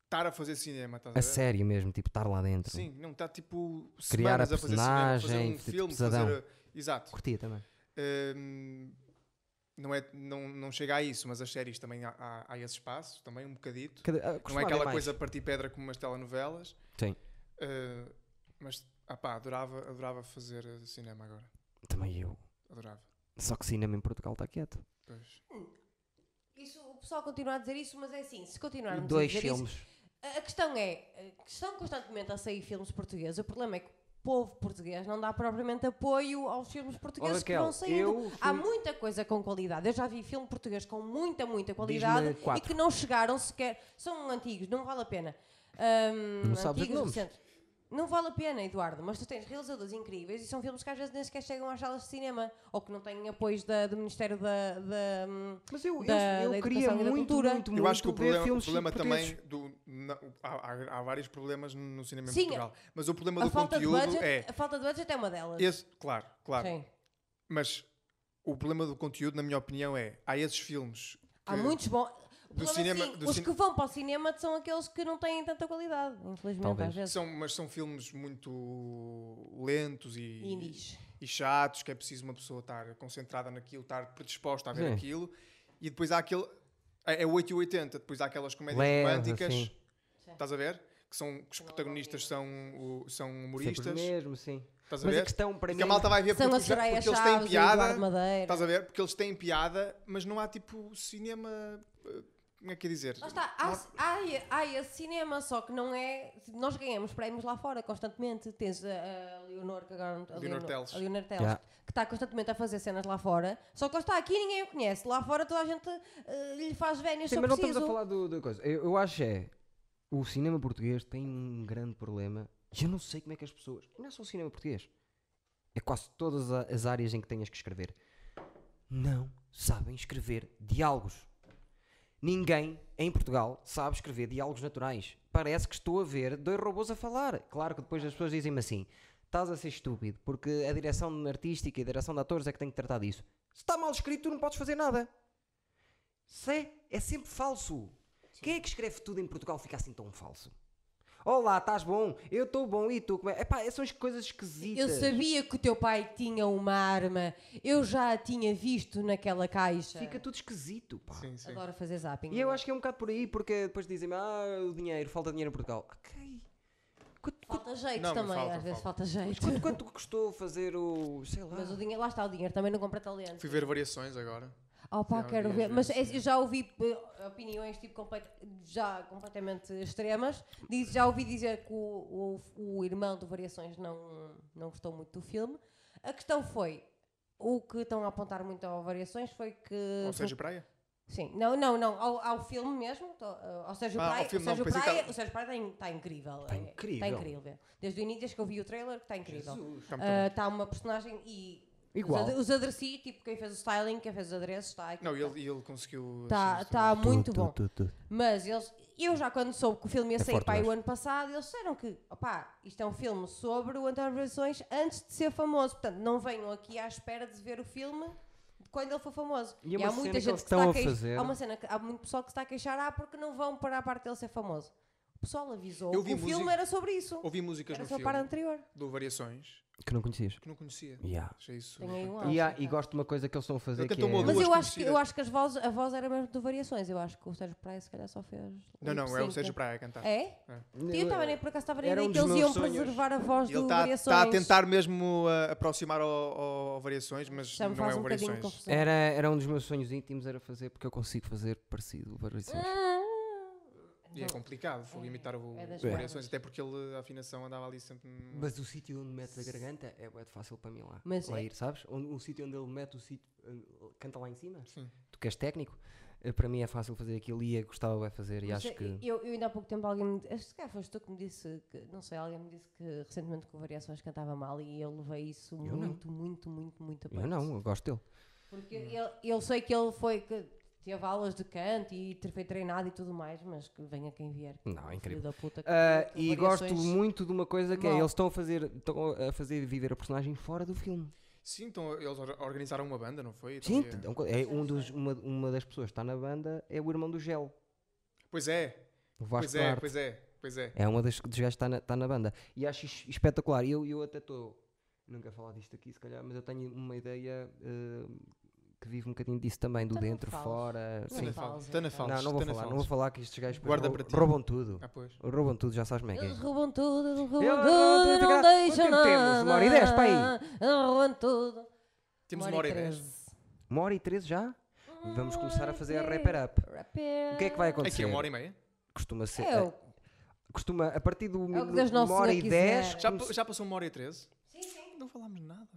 Speaker 1: estar a fazer cinema, estás a
Speaker 2: A
Speaker 1: ver?
Speaker 2: sério mesmo, tipo, estar lá dentro.
Speaker 1: Sim, não está tipo
Speaker 2: Criar
Speaker 1: semanas
Speaker 2: a
Speaker 1: a fazer, cinema,
Speaker 2: personagem,
Speaker 1: fazer um
Speaker 2: tipo,
Speaker 1: filme,
Speaker 2: pesadão.
Speaker 1: fazer, exato.
Speaker 2: Curtia também.
Speaker 1: Hum, não é não, não chega a isso, mas as séries também há, há, há esse espaço, também um bocadito.
Speaker 2: Cada- ah,
Speaker 1: não é
Speaker 2: costumava ver
Speaker 1: aquela
Speaker 2: mais.
Speaker 1: coisa a partir pedra como as telenovelas.
Speaker 2: Sim.
Speaker 1: Uh, mas ah pá, adorava, adorava fazer uh, cinema agora.
Speaker 2: Também eu.
Speaker 1: Adorava.
Speaker 2: Só que cinema em Portugal está quieto.
Speaker 1: Pois.
Speaker 3: Isso, o pessoal continua a dizer isso, mas é assim, se continuarmos
Speaker 2: Dois
Speaker 3: a
Speaker 1: é
Speaker 3: dizer isso,
Speaker 2: filmes.
Speaker 3: A a questão é, eh, que estão constantemente a sair filmes portugueses, o problema é que o povo português não dá propriamente apoio aos filmes portugueses que
Speaker 2: Raquel,
Speaker 3: vão saindo.
Speaker 2: eu
Speaker 3: Há
Speaker 2: fui-
Speaker 3: muita coisa com qualidade. Eu já vi filme português com muita, muita qualidade e
Speaker 2: quatro.
Speaker 3: que não chegaram sequer. São antigos, não vale a pena. Ahm,
Speaker 2: Não sabes os
Speaker 3: antigos,
Speaker 2: nomes.
Speaker 3: recentes. Não vale a pena, Eduardo, mas tu tens realizadores incríveis e são filmes que às vezes nem sequer chegam às salas de cinema ou que não têm apoios da- do Ministério da. da, hum,
Speaker 2: Mas eu, eu,
Speaker 3: da-
Speaker 2: eu
Speaker 3: da
Speaker 2: queria
Speaker 3: educação e da
Speaker 2: muito,
Speaker 3: cultura.
Speaker 2: muito, tipo, muito,
Speaker 1: Eu acho que o
Speaker 2: ver
Speaker 1: problema, o
Speaker 2: filmes tipo
Speaker 1: problema
Speaker 2: portugueses.
Speaker 1: também do. na- há, há- há vários problemas no no cinema
Speaker 3: Sim,
Speaker 1: em Portugal. Mas o problema
Speaker 3: a,
Speaker 1: do
Speaker 3: falta de
Speaker 1: conteúdo
Speaker 3: budget,
Speaker 1: é.
Speaker 3: a falta de budget é uma delas.
Speaker 1: Esse, claro, claro.
Speaker 3: Sim.
Speaker 1: Mas o problema do conteúdo, na minha opinião, é. Há esses filmes.
Speaker 3: Há
Speaker 1: que-
Speaker 3: muitos bons. é
Speaker 1: Do cinema- do
Speaker 3: assim, os
Speaker 1: cin-
Speaker 3: que vão para o cinema são aqueles que não têm tanta qualidade, infelizmente,
Speaker 2: Talvez.
Speaker 3: às vezes.
Speaker 1: São, mas são filmes muito lentos e,
Speaker 3: Indies.
Speaker 1: e chatos, que é preciso uma pessoa estar concentrada naquilo, estar predisposta a ver
Speaker 2: Sim.
Speaker 1: aquilo. E depois há aquele. É é 8 e 80, depois há aquelas comédias
Speaker 2: Leve,
Speaker 1: românticas.
Speaker 2: sim.
Speaker 1: Estás a ver? Que, são, que os protagonistas são, o- são
Speaker 2: Sempre
Speaker 1: humoristas.
Speaker 2: mesmo, sim.
Speaker 1: Estás a
Speaker 2: Mas
Speaker 1: ver?
Speaker 2: a questão para
Speaker 1: E
Speaker 2: mim. é
Speaker 1: que a malta vai ver
Speaker 3: São
Speaker 1: porque,
Speaker 3: a
Speaker 1: já-
Speaker 3: Soraya
Speaker 1: porque eles têm
Speaker 3: Chaves, o Eduardo
Speaker 1: piada.
Speaker 3: Madeira.
Speaker 1: Estás a ver? Porque eles têm piada, mas não há tipo cinema. eh, Como é que é dizer?
Speaker 3: Lá está,
Speaker 1: Não
Speaker 3: há,
Speaker 1: há-
Speaker 3: há, há esse cinema, só que não é. Nós ganhamos prémios lá fora constantemente. Tens a, a Leonor, que agora. A
Speaker 1: Leonor Teles.
Speaker 3: a Leonor Teles,
Speaker 2: Yeah.
Speaker 3: que está constantemente a fazer cenas lá fora. Só que lá está, aqui ninguém o conhece. Lá fora toda a gente eh, lhe faz vénias
Speaker 2: Sim,
Speaker 3: se
Speaker 2: mas não
Speaker 3: preciso.
Speaker 2: estamos a falar do- da coisa. Eu, eu acho é. O cinema português tem um grande problema. e Eu não sei como é que as pessoas. Não é só o cinema português. É quase todas a- as áreas em que tenhas que escrever. Não sabem escrever diálogos. Ninguém em Portugal sabe escrever diálogos naturais. Parece que estou a ver dois robôs a falar. Claro que depois as pessoas dizem-me assim: estás a ser estúpido, porque a direção artística e a direção de atores é que tem que tratar disso. Se está mal escrito, tu não podes fazer nada. Se é, é sempre falso. Quem é que escreve tudo em Portugal fica assim tão falso? Olá, estás bom? Eu estou bom e tu? Como é? Epá, são as coisas esquisitas.
Speaker 3: Eu sabia que o teu pai tinha uma arma. Eu já a tinha visto naquela caixa.
Speaker 2: Fica tudo esquisito, pá.
Speaker 1: Sim, sim.
Speaker 3: Adoro fazer zapping.
Speaker 2: E eu acho que é um bocado por aí, porque depois dizem-me, ah, o dinheiro, falta dinheiro em Portugal. Ok. Quanto, quanto,
Speaker 3: Falta jeito
Speaker 1: Não, mas
Speaker 3: também,
Speaker 1: falta,
Speaker 3: às vezes
Speaker 1: falta.
Speaker 3: falta jeito.
Speaker 2: quanto, quanto custou fazer o. sei lá.
Speaker 3: Mas o dinheiro, lá está o dinheiro, também não compra talento.
Speaker 1: Fui ver variações agora.
Speaker 3: Oh pá,
Speaker 1: Já
Speaker 3: quero
Speaker 1: ouvi
Speaker 3: ver.
Speaker 1: às
Speaker 3: Mas
Speaker 1: vezes,
Speaker 3: é- eu já ouvi eh, opiniões tipo, completa- já completamente extremas. Diz, já ouvi dizer que o, o- o irmão do Variações não, não gostou muito do filme. A questão foi. O que estão a apontar muito ao Variações foi que.
Speaker 1: Ou seja, praia?
Speaker 3: Sim, não, não, não, ao, ao filme mesmo, to- eh, ao Sérgio
Speaker 1: Ah, ao
Speaker 3: Praia,
Speaker 1: filme,
Speaker 3: o
Speaker 1: não,
Speaker 3: Sérgio
Speaker 1: pensei que
Speaker 3: Praia,
Speaker 1: tava-
Speaker 3: o Sérgio Praia está incrível.
Speaker 2: Tá
Speaker 3: é,
Speaker 2: incrível.
Speaker 3: tá incrível. Desde o início, desde que eu vi o trailer, está incrível.
Speaker 1: Está muito
Speaker 3: Ah, Está uma personagem e
Speaker 2: Igual.
Speaker 3: os, ad- os adereços, tipo quem fez o styling, quem fez os adereços, tá está
Speaker 1: bom. Não, e ele, e ele conseguiu.
Speaker 3: Está
Speaker 1: assim,
Speaker 3: tá muito
Speaker 2: Tu,
Speaker 3: bom.
Speaker 2: tu, tu, É tu.
Speaker 3: Mas eles, eu já quando soube que o filme ia sair
Speaker 2: forte,
Speaker 3: para aí o
Speaker 2: gajo.
Speaker 3: ano passado, eles disseram que, opá, isto é um filme sobre o António Variações antes de ser famoso. Portanto, não venham aqui à espera de ver o filme quando ele for famoso.
Speaker 2: E é uma
Speaker 3: há
Speaker 2: cena
Speaker 3: muita
Speaker 2: que
Speaker 3: gente
Speaker 2: eles
Speaker 3: que se
Speaker 2: estão
Speaker 3: está
Speaker 2: a
Speaker 3: a queixar.
Speaker 2: fazer.
Speaker 3: Há uma cena que há muito pessoal que se está a queixar, ah, porque não vão para a parte dele ser famoso. O pessoal avisou que
Speaker 1: Eu
Speaker 3: o
Speaker 1: vi música-
Speaker 3: filme era sobre isso.
Speaker 1: Ouvi músicas
Speaker 3: Era
Speaker 1: no
Speaker 3: só
Speaker 1: filme
Speaker 3: para anterior.
Speaker 1: do Variações
Speaker 2: Que não conhecias.
Speaker 1: que não conhecia.
Speaker 2: Yeah.
Speaker 1: Achei isso.
Speaker 3: Tem aí um
Speaker 2: E, há-
Speaker 3: álbum,
Speaker 2: e
Speaker 3: tá.
Speaker 2: gosto de uma coisa que eles estão a fazer
Speaker 1: Ele
Speaker 2: que
Speaker 1: cantou uma
Speaker 2: é...
Speaker 1: ou
Speaker 3: Mas
Speaker 1: duas
Speaker 3: eu acho, que,
Speaker 1: conhecidas.
Speaker 3: eu acho que as vozes, a voz era mesmo de variações. Eu acho que o Sérgio Praia se calhar só fez.
Speaker 1: Não, não, é o
Speaker 3: lip-sync.
Speaker 1: Sérgio Praia a cantar.
Speaker 3: É? Eu estava nem por acaso estava nem
Speaker 2: Era
Speaker 3: ideia
Speaker 2: um
Speaker 3: que
Speaker 2: dos
Speaker 3: eles iam
Speaker 2: meus sonhos. tá-
Speaker 3: preservar a voz
Speaker 1: Ele
Speaker 3: do
Speaker 1: está
Speaker 3: Variações.
Speaker 1: a tentar mesmo uh, aproximar ao, ao Variações, mas
Speaker 3: Já me
Speaker 1: não é
Speaker 3: faz
Speaker 1: o
Speaker 3: um bocadinho de
Speaker 1: Variações.
Speaker 3: confusão.
Speaker 2: Era, era um dos meus sonhos íntimos, era fazer, porque eu consigo fazer parecido. variações.
Speaker 3: Ah,
Speaker 1: E é complicado vou imitar o,
Speaker 3: É das
Speaker 1: o Variações,
Speaker 3: novas.
Speaker 1: até porque ele, a afinação andava ali sempre. num-
Speaker 2: Mas o sítio onde metes a garganta é bué de fácil para mim lá.
Speaker 3: Mas
Speaker 2: lá
Speaker 3: é.
Speaker 2: ir, sabes? Onde, o sítio onde ele mete o sítio. eh, Canta lá em cima.
Speaker 1: Sim.
Speaker 2: Tu que és técnico. eh, Para mim é fácil fazer aquilo e eu gostava de fazer e
Speaker 3: mas é,
Speaker 2: acho que.
Speaker 3: eu, eu ainda há pouco tempo alguém me disse, calhar foste tu que me disse, que, não sei, alguém me disse que recentemente que o Variações cantava mal e eu levei isso
Speaker 2: não.
Speaker 3: muito, muito, muito, muito a
Speaker 2: Eu
Speaker 3: peito.
Speaker 2: não, eu gosto dele.
Speaker 3: Porque eu, eu sei que ele foi, que teve aulas de canto e ter- foi treinado e tudo mais, mas que venha quem vier.
Speaker 2: Não, é incrível.
Speaker 3: Filho da puta que-
Speaker 2: Ah,
Speaker 3: que
Speaker 2: e gosto
Speaker 3: Variações-
Speaker 2: muito de uma coisa que é,
Speaker 3: Mal.
Speaker 2: eles estão a fazer estão a fazer viver a personagem fora do filme.
Speaker 1: Sim, então eles or- organizaram uma banda, não foi? Então,
Speaker 2: Gente,
Speaker 1: é-
Speaker 2: é um co- é um dos, uma, uma das pessoas que está na banda é o irmão do Gel,
Speaker 1: Pois é,
Speaker 2: o Vasco
Speaker 1: pois é,
Speaker 2: Duarte.
Speaker 1: pois é, pois é.
Speaker 2: É uma das dos gajos que está na, tá na banda. E acho es- espetacular. E Eu, eu até estou. Nunca falar disto aqui, se calhar, mas eu tenho uma ideia eh, que vive um bocadinho disso também, do
Speaker 3: Então não
Speaker 2: dentro,
Speaker 3: fales.
Speaker 2: fora.
Speaker 3: Não
Speaker 2: Sim.
Speaker 1: Tana
Speaker 3: fales.
Speaker 1: Falsos, Tana
Speaker 2: Não,
Speaker 1: Falsos,
Speaker 2: não vou
Speaker 1: Tana
Speaker 2: falar, não vou
Speaker 1: Falsos.
Speaker 2: falar que estes gajos depois
Speaker 1: Guarda
Speaker 2: rou-
Speaker 1: para ti.
Speaker 2: roubam tudo.
Speaker 1: Ah, pois.
Speaker 2: Roubam tudo, já sabes como é que é.
Speaker 3: Eles roubam tudo, eles roubam
Speaker 2: Eu-
Speaker 3: tudo, e
Speaker 2: Quanto
Speaker 3: não
Speaker 2: tempo
Speaker 3: deixam
Speaker 2: temos?
Speaker 3: nada.
Speaker 2: Uma hora e dez, pá aí.
Speaker 3: Eles roubam tudo.
Speaker 1: Temos uma hora e dez.
Speaker 3: treze.
Speaker 2: Uma hora e 13 já? Vamos
Speaker 3: Uma
Speaker 2: começar
Speaker 3: hora
Speaker 2: a
Speaker 3: e
Speaker 2: fazer a
Speaker 3: treze.
Speaker 2: wrap it up.
Speaker 3: Wrap it
Speaker 2: O que é que vai
Speaker 1: Aqui
Speaker 3: up.
Speaker 2: acontecer?
Speaker 1: é uma hora e meia.
Speaker 2: Costuma ser.
Speaker 3: É o-
Speaker 2: Costuma, a partir do
Speaker 3: É que
Speaker 2: minuto
Speaker 3: Deus
Speaker 2: uma
Speaker 3: Nosso
Speaker 2: hora
Speaker 3: Senhor
Speaker 2: e 10.
Speaker 3: quiser.
Speaker 1: Já, pa- já passou uma hora e treze?
Speaker 3: Sim, sim.
Speaker 1: Não falámos nada.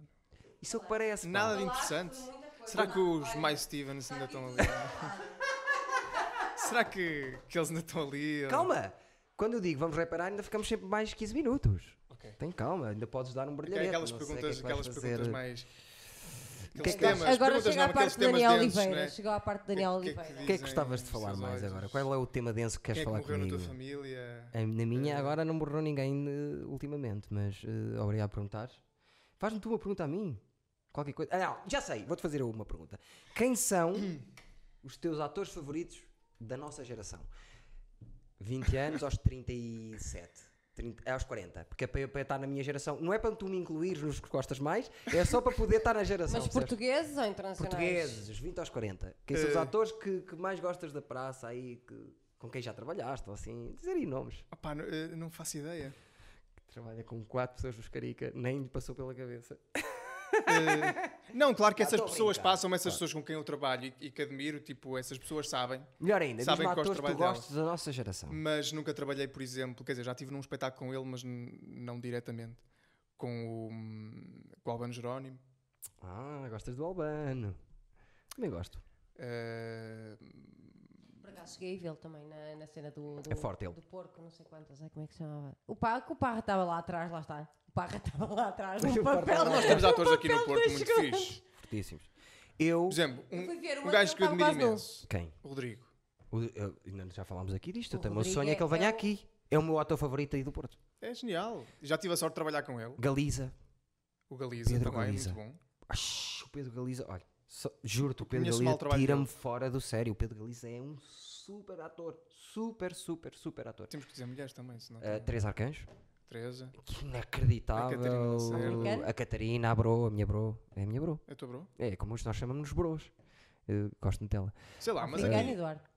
Speaker 2: Isso é o que parece. pá.
Speaker 1: Nada de
Speaker 3: Falaste
Speaker 1: interessante.
Speaker 3: de muita coisa.
Speaker 1: Será que os
Speaker 3: Olha,
Speaker 1: mais Stevens ainda estão ali? Será que, que eles ainda estão ali?
Speaker 2: Calma! Quando eu digo vamos reparar, ainda ficamos sempre mais 15 minutos.
Speaker 1: Ok.
Speaker 2: Tem calma, ainda podes dar um brilhante.
Speaker 1: é Aquelas perguntas, aquelas perguntas mais.
Speaker 2: que é
Speaker 1: Aqueles
Speaker 2: que achas?
Speaker 1: temas,
Speaker 3: Agora
Speaker 1: perguntas
Speaker 3: chega
Speaker 1: não,
Speaker 3: à
Speaker 1: aqueles
Speaker 3: parte de
Speaker 1: temas
Speaker 3: Daniel
Speaker 1: densos,
Speaker 3: Oliveira.
Speaker 1: né?
Speaker 3: Chegou à parte de
Speaker 1: Que-
Speaker 3: Daniel
Speaker 1: que é que
Speaker 3: Oliveira.
Speaker 2: O que é que
Speaker 1: dizem
Speaker 2: gostavas de
Speaker 1: nos
Speaker 2: falar
Speaker 1: seus
Speaker 2: mais
Speaker 1: olhos?
Speaker 2: agora? Qual é o tema denso que queres
Speaker 1: Quem é que morreu
Speaker 2: falar
Speaker 1: na
Speaker 2: comigo? É.
Speaker 1: tua família?
Speaker 2: A- Na
Speaker 3: Eh,
Speaker 2: minha agora não morreu ninguém eh, ultimamente, mas eh, obrigado por perguntar. Faz-me tu uma pergunta a mim. Qualquer coisa. Ah, não, já sei, vou-te fazer eu uma pergunta. Quem são os teus atores favoritos da nossa geração? 20 anos aos 37. 30, aos 40, porque é para, eu- para eu estar na minha geração, não é para tu me incluires nos que gostas mais, é só para poder estar na geração.
Speaker 3: Mas
Speaker 2: percebes?
Speaker 3: portugueses ou internacionais?
Speaker 2: portugueses, os 20 aos 40. Quem são os
Speaker 1: Eh.
Speaker 2: atores que, que mais gostas da praça aí, que- com quem já trabalhaste, ou assim, dizer aí nomes
Speaker 1: Opá, não, eh, não faço ideia.
Speaker 2: trabalha com quatro pessoas dos Carica, nem lhe passou pela cabeça.
Speaker 1: Eh, Não, claro que
Speaker 2: Ah,
Speaker 1: essas
Speaker 2: tô a
Speaker 1: pessoas
Speaker 2: brincar.
Speaker 1: passam, essas pessoas com quem eu trabalho e, e que admiro, tipo, essas pessoas sabem.
Speaker 2: Melhor ainda,
Speaker 1: Sabem
Speaker 2: diz-me
Speaker 1: que gosto Hum. do
Speaker 2: atores que tu
Speaker 1: trabalho
Speaker 2: gostes da nossa geração.
Speaker 1: Mas nunca trabalhei, por exemplo, quer dizer, já estive num espetáculo com ele, mas n- não diretamente. Com o, hum, com o Albano Jerónimo.
Speaker 2: Ah, gostas do Albano. Também gosto.
Speaker 1: eh,
Speaker 3: Por acaso cheguei a vê-lo também na, na cena do, do,
Speaker 2: É forte ele.
Speaker 3: do porco, não sei quantas, é como é que se chamava. O Paco, o Parra estava lá atrás, lá está. O Parra estava lá atrás,
Speaker 2: O
Speaker 3: no
Speaker 2: Parra
Speaker 3: papel.
Speaker 2: estava lá
Speaker 1: nós temos
Speaker 3: no
Speaker 1: atores aqui no
Speaker 3: papel
Speaker 1: Porto
Speaker 3: das
Speaker 1: muito
Speaker 3: grandes.
Speaker 1: fixe.
Speaker 2: Fortíssimos. Eu.
Speaker 1: Por exemplo,
Speaker 3: Eu fui ver
Speaker 1: um,
Speaker 3: uma
Speaker 1: um
Speaker 3: que
Speaker 1: gajo
Speaker 3: eu
Speaker 1: que eu
Speaker 3: tava
Speaker 1: admiro
Speaker 3: quase nu.
Speaker 1: imenso.
Speaker 2: Quem?
Speaker 1: Rodrigo.
Speaker 2: O- eu- ainda já falámos aqui disto.
Speaker 3: O
Speaker 2: Eu também, o meu
Speaker 3: Rodrigo
Speaker 2: sonho é
Speaker 3: é-
Speaker 2: que ele venha
Speaker 3: é o-
Speaker 2: aqui. É o meu ator favorito aí do Porto.
Speaker 1: É genial. Já tive a sorte de trabalhar com ele.
Speaker 2: Galiza.
Speaker 1: O Galiza
Speaker 2: Pedro
Speaker 1: também, é
Speaker 2: Galiza.
Speaker 1: muito bom.
Speaker 2: Oxi, o Pedro Galiza. Olha, só- juro-te, o Pedro
Speaker 1: Conheço mal o
Speaker 2: Galiza
Speaker 1: trabalho
Speaker 2: tira-me
Speaker 1: dele.
Speaker 2: fora do sério. O Pedro Galiza é um super ator. Super, super, super ator.
Speaker 1: Temos que dizer mulheres também, senão.
Speaker 2: Ah, Teresa Arcanjo.
Speaker 1: Teresa.
Speaker 2: Que
Speaker 1: A Catarina
Speaker 2: inacreditável.
Speaker 1: Lacerda.
Speaker 3: Americana?
Speaker 2: A Catarina, a bro, a minha bro. É a minha bro.
Speaker 1: É tua bro?
Speaker 2: É como hoje nós chamamos bros. Eu gosto muito dela.
Speaker 1: Sei lá, mas é
Speaker 3: Africano,
Speaker 1: aqui.
Speaker 3: Eduardo. é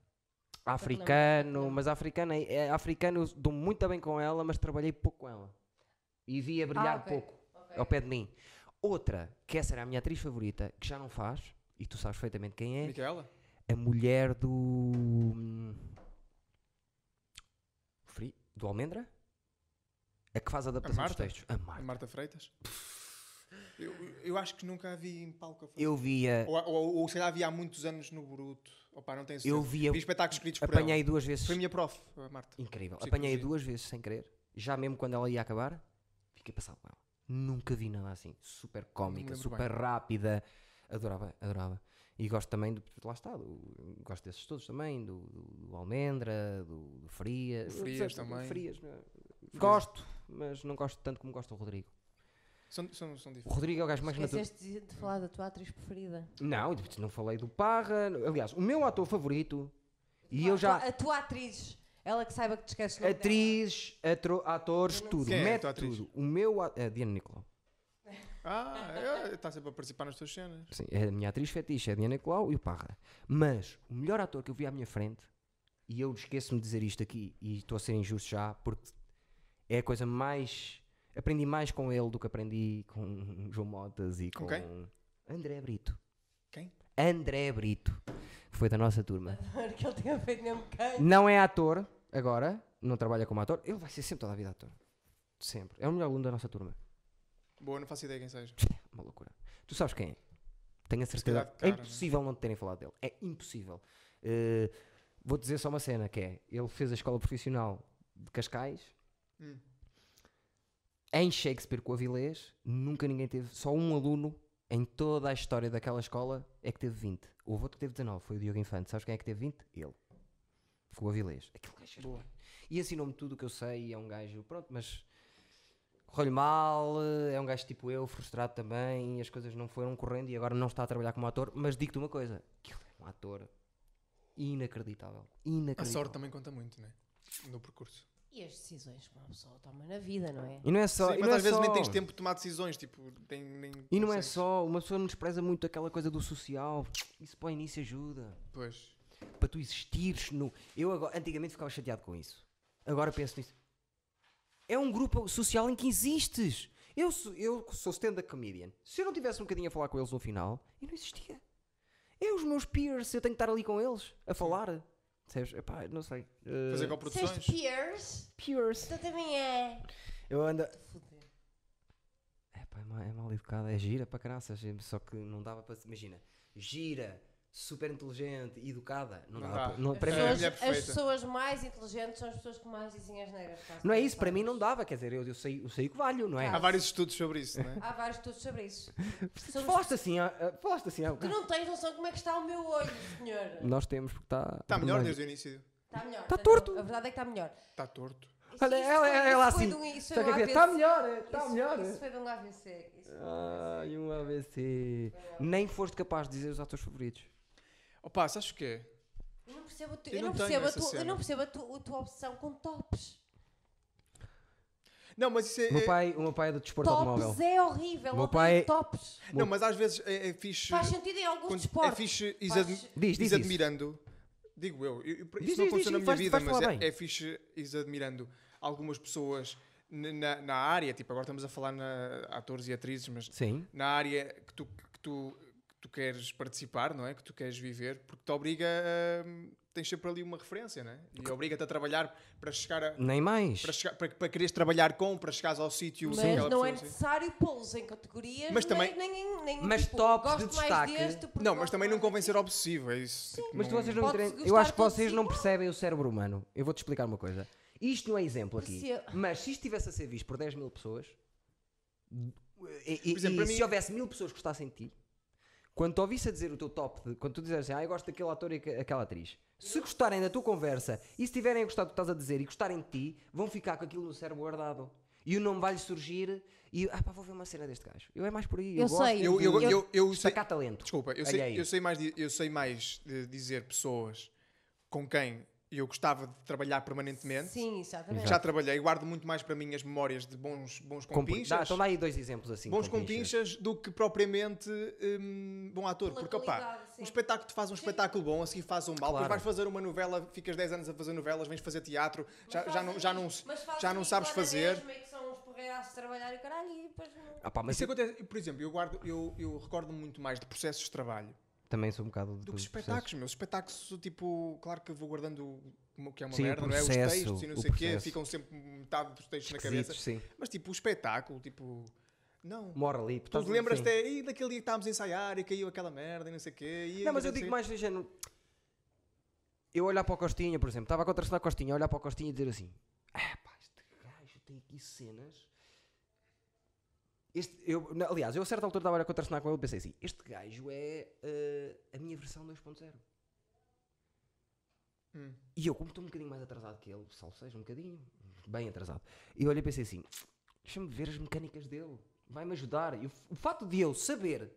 Speaker 2: Africano, mas africana, é, africano eu dou muito bem com ela, mas trabalhei pouco com ela. E vi a brilhar
Speaker 3: Ah, ok,
Speaker 2: pouco ao pé de mim. Outra, que essa era a minha atriz favorita, que já não faz, e tu sabes perfeitamente quem é,
Speaker 1: Micaela?
Speaker 2: a mulher do. hum, Fri- do Almendra? A que faz a adaptação dos
Speaker 1: Marta?
Speaker 2: textos. A Marta.
Speaker 1: Marta Freitas? Eu, eu acho que nunca a vi em palco a fazer.
Speaker 2: Eu via.
Speaker 1: Ou, ou, ou sei lá, havia há muitos anos no Bruto. Opa, não tenho certeza.
Speaker 2: Eu via.
Speaker 1: Vi espetáculos escritos por ela.
Speaker 2: Apanhei duas vezes.
Speaker 1: Foi a minha prof, a Marta.
Speaker 2: Incrível.
Speaker 1: Sim,
Speaker 2: Apanhei
Speaker 1: inclusive.
Speaker 2: duas vezes sem querer. Já mesmo quando ela ia acabar, fiquei passado com ela. Nunca vi nada assim. Super cómica,
Speaker 1: lembro
Speaker 2: super rápida. Adorava, adorava. E gosto também do. Lá está, do- gosto desses todos também. Do, do, do Almendra, do, do Fria.
Speaker 1: Do
Speaker 2: eu
Speaker 1: Frias
Speaker 2: percebo,
Speaker 1: também.
Speaker 2: Frias, não é? Gosto, mas não gosto tanto como gosto do Rodrigo.
Speaker 1: São, são, são
Speaker 2: O
Speaker 1: diferentes.
Speaker 2: Rodrigo é o gajo mais natural.
Speaker 3: Esqueceste de- de falar da tua atriz preferida.
Speaker 2: Não, não falei do Parra. Aliás, o meu ator favorito. E eu
Speaker 3: A
Speaker 2: já.
Speaker 3: tua- A tua atriz. Ela que saiba que te esqueces. o nome
Speaker 2: Atriz, atro- atores, tudo.
Speaker 1: Quem é a
Speaker 2: Mete
Speaker 1: tua atriz?
Speaker 2: tudo. O meu. a- A Diana Nicolau.
Speaker 1: Ah, está sempre a participar nas tuas cenas.
Speaker 2: Sim, é a minha atriz fetiche, é a Diana Nicolau e o Parra. Mas o melhor ator que eu vi à minha frente, e eu esqueço-me de dizer isto aqui, e estou a ser injusto já, porque é a coisa mais. Aprendi mais com ele do que aprendi com João Motas e
Speaker 1: Com
Speaker 2: com.
Speaker 1: quem?
Speaker 2: André Brito.
Speaker 1: Quem?
Speaker 2: André Brito, que foi da nossa turma.
Speaker 3: dela, Que ele tinha feito mesmo canho.
Speaker 2: Não é ator agora, não trabalha como ator. Ele vai ser sempre toda a vida ator. Sempre. É o melhor aluno da nossa turma.
Speaker 1: Boa, não faço ideia quem seja.
Speaker 2: Uma loucura. Tu sabes quem é? Tenho
Speaker 1: calhar
Speaker 2: a certeza.
Speaker 1: de cara,
Speaker 2: é impossível não te terem falado dele. É impossível. Eh, vou dizer só uma cena que é: ele fez a escola profissional de Cascais
Speaker 1: Hum.
Speaker 2: em Shakespeare com Avilés. Nunca ninguém teve, só um aluno em toda a história daquela escola é que teve 20. Houve outro que teve 19, foi o Diogo Infante. Sabes quem é que teve 20? Ele. Com o Avilés. Aquele gajo era
Speaker 1: Boa.
Speaker 2: e ensinou-me tudo o que eu sei. e É um gajo, pronto, mas correu-lhe mal. É um gajo tipo eu, frustrado também. e As coisas não foram correndo e agora não está a trabalhar como ator. Mas digo-te uma coisa: que ele é um ator inacreditável.
Speaker 1: A
Speaker 2: Inacreditável.
Speaker 1: sorte também conta muito, né? No percurso.
Speaker 3: E as decisões que uma pessoa toma na vida, não é?
Speaker 2: E não é só.
Speaker 1: Sim,
Speaker 2: e
Speaker 1: mas
Speaker 2: não é
Speaker 1: às vezes nem
Speaker 2: só-
Speaker 1: tens tempo de tomar decisões. Tipo, nem, nem
Speaker 2: E não é
Speaker 1: consegues.
Speaker 2: só. Uma pessoa não despreza muito aquela coisa do social. Isso para o início ajuda.
Speaker 1: Pois.
Speaker 2: Para tu existires no. Eu agora, antigamente ficava chateado com isso. Agora penso nisso. É um grupo social em que existes. Eu sou, eu sou stand-up comedian. Se eu não tivesse um bocadinho a falar com eles no final, eu não existia. É os meus peers, eu tenho que estar ali com eles, a falar. Sabes? Epá, não sei. Eh,
Speaker 1: Fazer com produções.
Speaker 3: Disseste peers?
Speaker 2: peers.
Speaker 3: Tu também é.
Speaker 2: Eu ando.
Speaker 3: Foder.
Speaker 2: Epá, é, mal, é mal educada, é gira para caraças. Só que não dava para. Imagina, gira, super inteligente, educada.
Speaker 1: Não
Speaker 2: Não, dava
Speaker 1: dá.
Speaker 2: para- não-
Speaker 3: As
Speaker 2: para mim-
Speaker 1: É a
Speaker 3: pessoas,
Speaker 1: mulher
Speaker 3: as
Speaker 1: perfeita.
Speaker 3: pessoas mais inteligentes são as pessoas que mais dizem as negras.
Speaker 2: Não é isso, para mim não dava, quer dizer, eu, eu, sei, eu sei o que valho, não é?
Speaker 1: Há vários estudos sobre isso, né?
Speaker 3: Há vários estudos sobre isso. Somos-
Speaker 2: Falaste assim, ah, ah, falaste assim. ah,
Speaker 3: Tu não tens noção como é que está o meu olho, senhor.
Speaker 2: Nós temos, porque tá está.
Speaker 1: Está Tá melhor desde o início.
Speaker 3: Está melhor.
Speaker 2: Está
Speaker 3: tá-
Speaker 2: torto.
Speaker 3: A verdade é que está melhor.
Speaker 1: Está torto.
Speaker 3: Isso-
Speaker 2: Olha,
Speaker 3: isso
Speaker 2: ela,
Speaker 3: foi-
Speaker 2: ela,
Speaker 3: isso foi
Speaker 2: assim.
Speaker 3: de um- isso
Speaker 2: Está
Speaker 3: foi um
Speaker 2: Está
Speaker 3: AVC.
Speaker 2: melhor, está
Speaker 3: Isso-
Speaker 2: melhor. eh.
Speaker 3: Isso foi de um AVC. Isso foi de um AVC.
Speaker 2: Ai, um AVC. Nem foste capaz de dizer os atores favoritos.
Speaker 1: Opa, sabes o quê?
Speaker 3: Eu não percebo, a tu-
Speaker 1: Eu
Speaker 3: eu
Speaker 1: não
Speaker 3: não
Speaker 1: tenho
Speaker 3: percebo, a
Speaker 1: essa
Speaker 3: tu-
Speaker 1: cena.
Speaker 3: eu não percebo a, tu- a tua obsessão com tops.
Speaker 1: Não, mas isso é.
Speaker 2: O meu
Speaker 1: é-
Speaker 2: pai, o meu pai é do desporto automóvel.
Speaker 3: Tops é horrível.
Speaker 2: O meu
Speaker 3: odeio
Speaker 2: pai- é
Speaker 3: Tops.
Speaker 1: Não, mas às vezes é, é fixe.
Speaker 3: Faz sentido em alguns
Speaker 1: quando- é
Speaker 3: desportos.
Speaker 1: fixe is
Speaker 3: Faz-
Speaker 1: admi-
Speaker 2: Diz,
Speaker 1: is
Speaker 2: diz isso.
Speaker 1: admirando. Digo eu. eu- eu- isso
Speaker 2: Diz,
Speaker 1: não
Speaker 2: diz,
Speaker 1: aconteceu na
Speaker 2: diz, diz,
Speaker 1: minha
Speaker 2: faz-
Speaker 1: vida,
Speaker 2: faz
Speaker 1: mas
Speaker 2: falar
Speaker 1: é,
Speaker 2: bem.
Speaker 1: é fixe is admirando algumas pessoas na, na- na área. Tipo, agora estamos a falar na atores e atrizes, mas
Speaker 2: Sim.
Speaker 1: na área que tu, que tu, que tu queres participar, não é? Que tu queres viver, porque te obriga a. Tens sempre ali uma referência, não é? E obriga-te a trabalhar para chegar a.
Speaker 2: Nem mais.
Speaker 1: Para, chegar, para, para quereres trabalhar com, para chegares ao sítio.
Speaker 3: Mas
Speaker 1: daquela
Speaker 3: não é
Speaker 1: pessoa, sim.
Speaker 3: necessário pô-los em categorias.
Speaker 1: Mas também-
Speaker 3: Nem, nem, nem,
Speaker 2: Mas
Speaker 3: tipo,
Speaker 2: tops de
Speaker 3: gosto mais
Speaker 2: destaque.
Speaker 3: deste porque
Speaker 1: Não, mas
Speaker 3: gosto
Speaker 1: também não
Speaker 3: mais
Speaker 1: convém ser obsessivo, é isso. Tipo,
Speaker 2: Mas tu vocês não
Speaker 3: Podes
Speaker 2: entendem- Eu
Speaker 3: gostar
Speaker 2: acho que
Speaker 3: todos
Speaker 2: vocês não
Speaker 3: igual.
Speaker 2: percebem o cérebro humano. Eu vou-te explicar uma coisa. Isto não é exemplo aqui.
Speaker 3: Percebo.
Speaker 2: Mas se isto estivesse a ser visto por 10 mil pessoas, e, e-
Speaker 1: Por exemplo, para
Speaker 2: e
Speaker 1: mim- é-
Speaker 2: se houvesse mil pessoas que gostassem de ti, quando te ouvisse a dizer o teu top, de- quando tu disseres assim, ah, eu gosto daquele ator e aque- aquela atriz, se gostarem da tua conversa e se tiverem gostado do que estás a dizer e gostarem de ti, vão ficar com aquilo no cérebro guardado. E o nome vai-lhe surgir e, ah pá, vou ver uma cena deste gajo. Eu é mais por aí. Eu,
Speaker 3: Eu
Speaker 2: gosto
Speaker 3: sei.
Speaker 2: de
Speaker 1: Eu, eu, eu, eu sei-
Speaker 2: destacar talento.
Speaker 1: desculpa, eu sei,
Speaker 2: Alheio.
Speaker 1: eu sei mais, di- eu sei mais de- dizer pessoas com quem eu gostava de trabalhar permanentemente.
Speaker 3: Sim, exatamente.
Speaker 1: Já trabalhei, guardo muito mais para mim as memórias de bons, bons
Speaker 2: Com- Dá,
Speaker 1: compinchas.
Speaker 2: então dá aí dois exemplos assim.
Speaker 1: bons
Speaker 2: compinchas.
Speaker 1: compinchas do que propriamente hum, bom ator.
Speaker 3: Pela
Speaker 1: porque, opá,
Speaker 3: qualidade, sim.
Speaker 1: um espetáculo, tu fazes um espetáculo bom, a seguir fazes um mal,
Speaker 2: Claro.
Speaker 1: depois vais fazer uma novela, ficas 10 anos a fazer novelas, vens fazer teatro, já, já, não, já, não,
Speaker 3: Mas fazes
Speaker 1: já não
Speaker 3: isso
Speaker 1: sabes
Speaker 3: agora
Speaker 1: fazer.
Speaker 3: mesmo, é que são uns porreiraços de trabalhar e caralho, e depois não-
Speaker 2: Ah, pá, mas
Speaker 1: Isso é
Speaker 2: eu
Speaker 1: acontece, eu, por exemplo, eu, guardo, eu, eu recordo muito mais de processos de trabalho
Speaker 2: também sou um bocado.
Speaker 1: do que espetáculos, meus. Espetáculos, tipo, claro que vou guardando o que é uma
Speaker 2: Sim, o
Speaker 1: merda, não é? Os
Speaker 2: processo,
Speaker 1: textos e não
Speaker 2: o
Speaker 1: sei o quê,
Speaker 2: processo.
Speaker 1: ficam sempre metade dos textos na cabeça.
Speaker 2: Esquisitos, sim.
Speaker 1: Mas tipo, o espetáculo, tipo, não.
Speaker 2: Mora ali.
Speaker 1: Tu
Speaker 2: portanto,
Speaker 1: lembras
Speaker 2: sim.
Speaker 1: te aí daquele dia que estávamos a ensaiar e caiu aquela merda e não sei o quê. E assim,
Speaker 2: Não, mas eu
Speaker 1: não sei-
Speaker 2: digo mais do género. Eu olhar para o Costinha, por exemplo, estava a contracenar o Costinha, olhar para o Costinha e dizer assim: Ah, pá, este gajo tem aqui cenas. Este, eu, na- aliás, eu a certa altura estava a contracenar com ele e pensei assim: Este gajo é eh, a minha versão 2.0.
Speaker 1: Hum.
Speaker 2: E eu, como estou um bocadinho mais atrasado que ele, salvo seja um bocadinho, bem atrasado, e olhei e pensei assim: Deixa-me ver as mecânicas dele, vai-me ajudar. E o, f- o fato de eu saber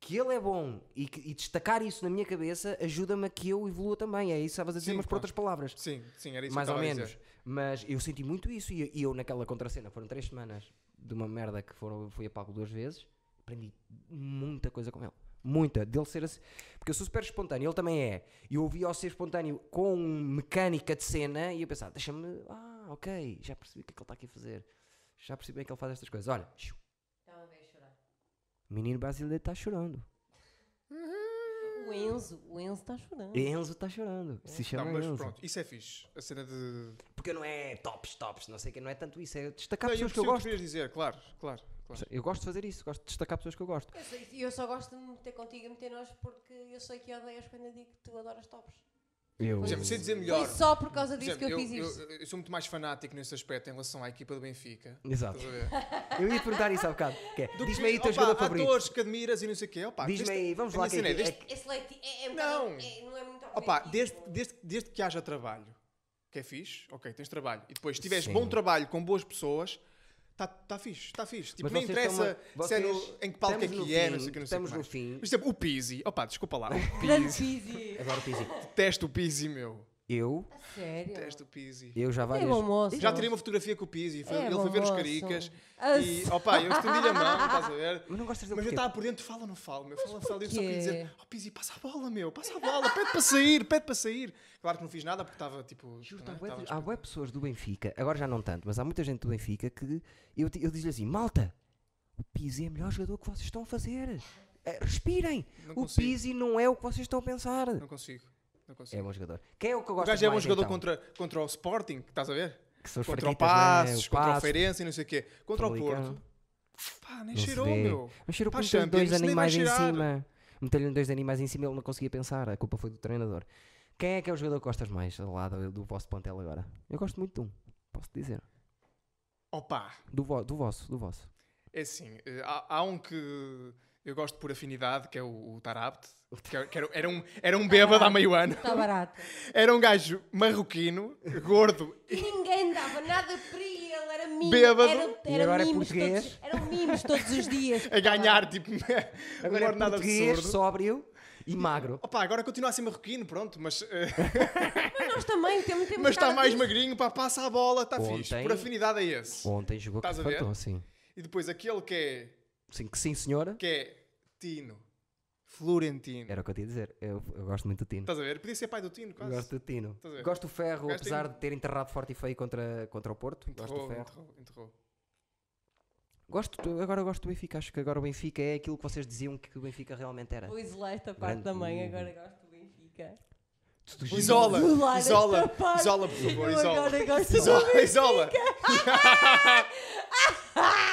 Speaker 2: que ele é bom e, que- e destacar isso na minha cabeça ajuda-me a que eu evolua também. É isso que estavas a dizer,
Speaker 1: Sim,
Speaker 2: mas por
Speaker 1: claro.
Speaker 2: outras palavras.
Speaker 1: Sim, sim, era isso
Speaker 2: mais
Speaker 1: que eu
Speaker 2: ou
Speaker 1: estava a
Speaker 2: menos.
Speaker 1: dizer.
Speaker 2: Mas eu senti muito isso e, e eu naquela contracena foram três semanas de uma merda que foram, fui a palco duas vezes, aprendi muita coisa com ele. Muita, dele ser assim. Porque eu sou super espontâneo, ele também é. E eu ouvi ao ser espontâneo com mecânica de cena e eu pensava, deixa-me, ah, ok, já percebi o que é que ele está aqui a fazer. Já percebi bem que ele faz estas coisas. Olha, xiu,
Speaker 3: Então, vai chorar.
Speaker 2: o menino brasileiro está chorando.
Speaker 3: O Enzo, o Enzo está chorando.
Speaker 2: Enzo está chorando. Se chama
Speaker 1: Não, mas
Speaker 2: Enzo.
Speaker 1: pronto, isso é fixe. A cena de.
Speaker 2: Porque não é tops, tops, não sei o que, não é tanto isso, é destacar
Speaker 1: Não, eu
Speaker 2: pessoas que eu
Speaker 1: percebo o
Speaker 2: gosto.
Speaker 1: que querias dizer, claro, claro. claro.
Speaker 2: Eu gosto de fazer isso, é gosto de destacar pessoas que eu gosto.
Speaker 3: Eu, sei- eu só gosto de me meter contigo e meter nós porque eu sei que odeias quando eu digo que tu adoras tops.
Speaker 2: Eu...
Speaker 1: Por exemplo, sei dizer melhor.
Speaker 3: Foi só por causa
Speaker 1: Por
Speaker 3: disso que
Speaker 1: exemplo,
Speaker 3: eu, fiz isto.
Speaker 1: eu, eu sou muito mais fanático nesse aspecto em relação à equipa do Benfica.
Speaker 2: Exato.
Speaker 1: Estás a ver?
Speaker 2: Eu ia te perguntar isso há bocado. que é,
Speaker 1: Do
Speaker 2: Diz-me aí o teu
Speaker 1: opa,
Speaker 2: jogador favorito.
Speaker 1: atores que admiras e não sei o quê. Opa,
Speaker 2: Diz-me
Speaker 1: desde-
Speaker 2: aí, vamos
Speaker 1: a minha
Speaker 2: lá,
Speaker 1: cena é
Speaker 2: quem-
Speaker 1: desde-
Speaker 3: É seletivo, é, é um
Speaker 1: Não.
Speaker 3: bocado- é- não é muito
Speaker 1: Opa,
Speaker 3: objetivo.
Speaker 1: desde, desde, desde que haja trabalho, que é fixe, ok, tens trabalho. E depois, se tiveres
Speaker 2: Sim.
Speaker 1: bom trabalho com boas pessoas, está tá fixe, está fixe. Tipo,
Speaker 2: Mas
Speaker 1: não
Speaker 2: vocês
Speaker 1: interessa
Speaker 2: estão a-
Speaker 1: se é no-
Speaker 2: vocês-
Speaker 1: em que palco é
Speaker 2: estamos no
Speaker 1: que é,
Speaker 2: fim,
Speaker 1: não sei o que, não sei o que
Speaker 2: estamos no
Speaker 1: mais.
Speaker 2: fim.
Speaker 1: Mas, tipo, o Pizzi, opa, desculpa lá, o
Speaker 3: Grande
Speaker 1: Pizzi,
Speaker 3: Pizzi.
Speaker 2: Agora o Pizzi.
Speaker 1: detesto o Pizzi, meu.
Speaker 2: Eu,
Speaker 3: A sério.
Speaker 1: Detesto o Pizzi.
Speaker 2: eu já várias...
Speaker 3: bom moço.
Speaker 1: Já tirei uma fotografia com o Pizzi, foi-
Speaker 3: É
Speaker 1: ele
Speaker 3: bom
Speaker 1: foi ver os
Speaker 3: moço.
Speaker 1: caricas.
Speaker 3: Ah,
Speaker 1: E, opa, eu estendi-lhe a mão, estás a ver?
Speaker 2: Mas não gostas dele
Speaker 1: Mas eu
Speaker 2: porquê?
Speaker 1: estava por dentro, fala ou não fala, meu? Fala, fala. Eu só queria
Speaker 3: porquê?
Speaker 1: dizer, oh Pizzi, passa a bola, meu, passa a bola, pede para sair, pede para sair. Claro que não fiz nada porque estava tipo.
Speaker 2: Justo, há
Speaker 1: também
Speaker 2: bué de- Ah,
Speaker 1: estava-
Speaker 2: há boas pessoas do Benfica, agora já não tanto, mas há muita gente do Benfica que eu, ti- eu diz-lhe assim: malta, o Pizzi é o melhor jogador que vocês estão a fazer. Eh, Respirem!
Speaker 1: Não
Speaker 2: o
Speaker 1: consigo.
Speaker 2: Pizzi não é o que vocês estão a pensar.
Speaker 1: Não consigo, não consigo.
Speaker 2: É bom jogador. Quem é o que eu
Speaker 1: o
Speaker 2: gosto
Speaker 1: gajo é bom
Speaker 2: mais,
Speaker 1: jogador
Speaker 2: então?
Speaker 1: contra, contra o Sporting, que estás a ver?
Speaker 2: Que são os
Speaker 1: Contra o
Speaker 2: fraquitas, não é?
Speaker 1: Passos, contra o
Speaker 2: Passos,
Speaker 1: Feirense e não sei o quê. Contra o
Speaker 2: Famalicão.
Speaker 1: Porto. Pá, nem
Speaker 2: Não se
Speaker 1: cheirou,
Speaker 2: vê.
Speaker 1: meu.
Speaker 2: Mas cheirou
Speaker 1: Pá,
Speaker 2: porque meteu dois
Speaker 1: Champions, nem vai
Speaker 2: animais em
Speaker 1: cheirar.
Speaker 2: cima. Meteu-lhe dois animais em cima ele não conseguia pensar. A culpa foi do treinador. Quem é que é o jogador que gostas mais lá do, do vosso plantel agora? Eu gosto muito de um, posso dizer.
Speaker 1: Opa,
Speaker 2: Do, vo- do vosso, do vosso.
Speaker 1: é assim, eh, há, há um que eu gosto por afinidade, que é o, o Tarabt. Que era- que era, era um, era um bêbado há meio ano.
Speaker 3: Está barato.
Speaker 1: Era um gajo marroquino, gordo.
Speaker 3: Ninguém dava nada para ele, era mimo.
Speaker 1: Bêbado.
Speaker 3: Era,
Speaker 2: E
Speaker 3: era
Speaker 2: agora é
Speaker 3: mimos
Speaker 2: português.
Speaker 3: todos, eram mimos todos os dias.
Speaker 1: A ganhar, tipo,
Speaker 2: Agora
Speaker 1: um
Speaker 2: é
Speaker 1: ordenado
Speaker 2: português,
Speaker 1: absurdo.
Speaker 2: sóbrio e magro.
Speaker 1: Opa, agora continua a ser marroquino, pronto, mas, eh,
Speaker 3: Mas nós também temos, temos
Speaker 1: mas está
Speaker 3: cara
Speaker 1: mais
Speaker 3: disso.
Speaker 1: magrinho, pá, passa a bola, está fixe.
Speaker 2: É Ontem-
Speaker 1: Por afinidade é esse.
Speaker 2: Ontem jogou com
Speaker 1: Estás a
Speaker 2: o
Speaker 1: ver?
Speaker 2: cartão, sim.
Speaker 1: E depois aquele que é,
Speaker 2: Sim, que sim, senhora.
Speaker 1: que é Tino. Florentino.
Speaker 2: Era o que eu tinha a dizer. Eu, eu gosto muito do Tino.
Speaker 1: Estás a ver? Podia ser pai do Tino,
Speaker 2: Eu
Speaker 1: quase.
Speaker 2: Gosto do Tino.
Speaker 1: Estás a ver?
Speaker 2: Gosto do Ferro,
Speaker 1: gajo
Speaker 2: apesar
Speaker 1: tem-
Speaker 2: de ter enterrado forte e feio contra, contra o Porto. Gosto do
Speaker 1: Enterrou,
Speaker 2: Ferro.
Speaker 1: enterrou, enterrou.
Speaker 2: Gosto, do- agora gosto do Benfica. Acho que agora o Benfica é aquilo que vocês diziam que o Benfica realmente era.
Speaker 3: Vou isolar esta parte
Speaker 2: Grande
Speaker 3: também,
Speaker 2: clube.
Speaker 3: agora gosto do Benfica.
Speaker 1: Isola,
Speaker 3: Isolar esta
Speaker 1: isola,
Speaker 3: parte.
Speaker 1: isola, por favor,
Speaker 3: Eu
Speaker 1: isola.
Speaker 3: agora gosto do
Speaker 1: Isola, isola.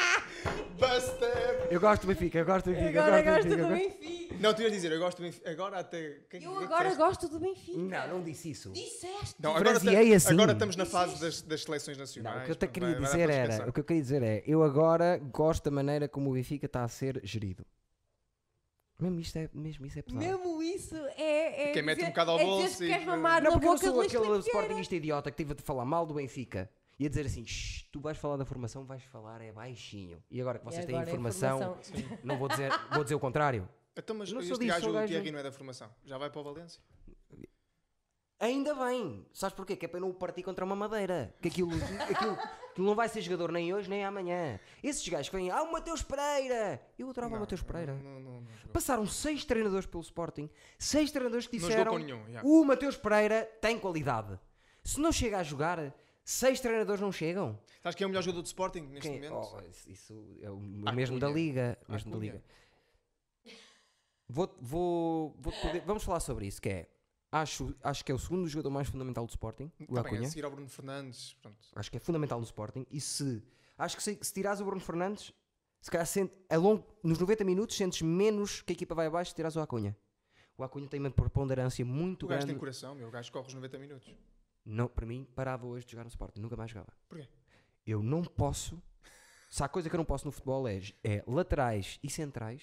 Speaker 1: Basta.
Speaker 2: Eu gosto do Benfica, eu gosto do
Speaker 3: Eu
Speaker 2: Benfica.
Speaker 3: Agora
Speaker 2: eu gosto
Speaker 3: gosto
Speaker 2: do Benfica,
Speaker 3: do
Speaker 2: eu gosto-
Speaker 3: Benfica.
Speaker 1: Não, tu ias dizer, eu gosto do Benfica. Agora até. Quem,
Speaker 3: Eu
Speaker 1: quem
Speaker 3: agora
Speaker 1: disseste?
Speaker 3: gosto do Benfica.
Speaker 2: Não, não disse isso.
Speaker 3: Disseste.
Speaker 1: Não, agora,
Speaker 2: Fraseei
Speaker 1: ta-
Speaker 2: assim.
Speaker 1: agora estamos na fase das, das seleções
Speaker 2: Não,
Speaker 1: nacionais.
Speaker 2: o que eu até
Speaker 1: Pronto,
Speaker 2: queria
Speaker 1: vai- vai dar
Speaker 2: dizer
Speaker 1: para
Speaker 2: era,
Speaker 1: descansar.
Speaker 2: o que eu queria dizer é, eu agora gosto da maneira como o Benfica está a ser gerido. Mesmo isto é, mesmo isso é pesado.
Speaker 3: Mesmo isso é. é
Speaker 1: Quem mete
Speaker 3: dizer-
Speaker 1: um bocado ao
Speaker 3: é dizer
Speaker 1: bolso
Speaker 3: que
Speaker 1: e-
Speaker 3: queres mamar
Speaker 2: não,
Speaker 3: na
Speaker 2: porque eu
Speaker 3: boca do é
Speaker 2: sou
Speaker 3: Luís
Speaker 2: aquele
Speaker 3: Filipe Vieira.
Speaker 2: sportinguista idiota que tive de falar mal do Benfica e a dizer assim, "Shh, tu vais falar da formação, vais falar é baixinho. E agora que vocês
Speaker 3: E
Speaker 2: têm
Speaker 3: agora é a
Speaker 2: informação, não vou dizer, vou dizer o contrário.
Speaker 1: Então, mas
Speaker 2: Não sou
Speaker 1: este
Speaker 2: disso,
Speaker 1: gajo,
Speaker 2: sou
Speaker 1: o
Speaker 2: gajo.
Speaker 1: Tiago, não é da formação. Já vai para o Valência?
Speaker 2: Ainda bem. Sabes porquê? Que é para eu não o partir contra uma madeira. Que aquilo, aquilo, aquilo não vai ser jogador nem hoje nem amanhã. Esses gajos que vêm, ah, o Mateus Pereira. Eu adorava o Mateus Pereira.
Speaker 1: Não, não, não jogou.
Speaker 2: Passaram seis treinadores pelo Sporting, seis treinadores que
Speaker 1: Não
Speaker 2: disseram
Speaker 1: jogou com nenhum, já.
Speaker 2: um o Mateus Pereira tem qualidade. Se não chega a jogar, seis treinadores não chegam.
Speaker 1: Sabes quem é o melhor jogador do Sporting neste
Speaker 2: Quem-
Speaker 1: momento?
Speaker 2: Oh, isso, isso é o
Speaker 1: Acunha.
Speaker 2: mesmo da liga, mesmo da
Speaker 1: Acunha.
Speaker 2: liga. Vou, vou, vou poder- vamos falar sobre isso, que é acho, acho que é o segundo jogador mais fundamental do Sporting, o
Speaker 1: Tá bem, a
Speaker 2: Acunha.
Speaker 1: seguir ao Bruno Fernandes. Pronto.
Speaker 2: Acho que é fundamental no Sporting e se acho que se, se tirares o Bruno Fernandes, se calhar sente, a longo, nos 90 minutos sentes menos que a equipa vai abaixo se tirares o Acunha. O Acunha tem uma preponderância muito
Speaker 1: o gajo
Speaker 2: grande.
Speaker 1: tem coração, meu. O gajo corre os 90 minutos.
Speaker 2: Não, para mim, parava hoje de jogar no Sporting, nunca mais jogava.
Speaker 1: Porquê?
Speaker 2: Eu não posso. Se há coisa que eu não posso no futebol é, é laterais e centrais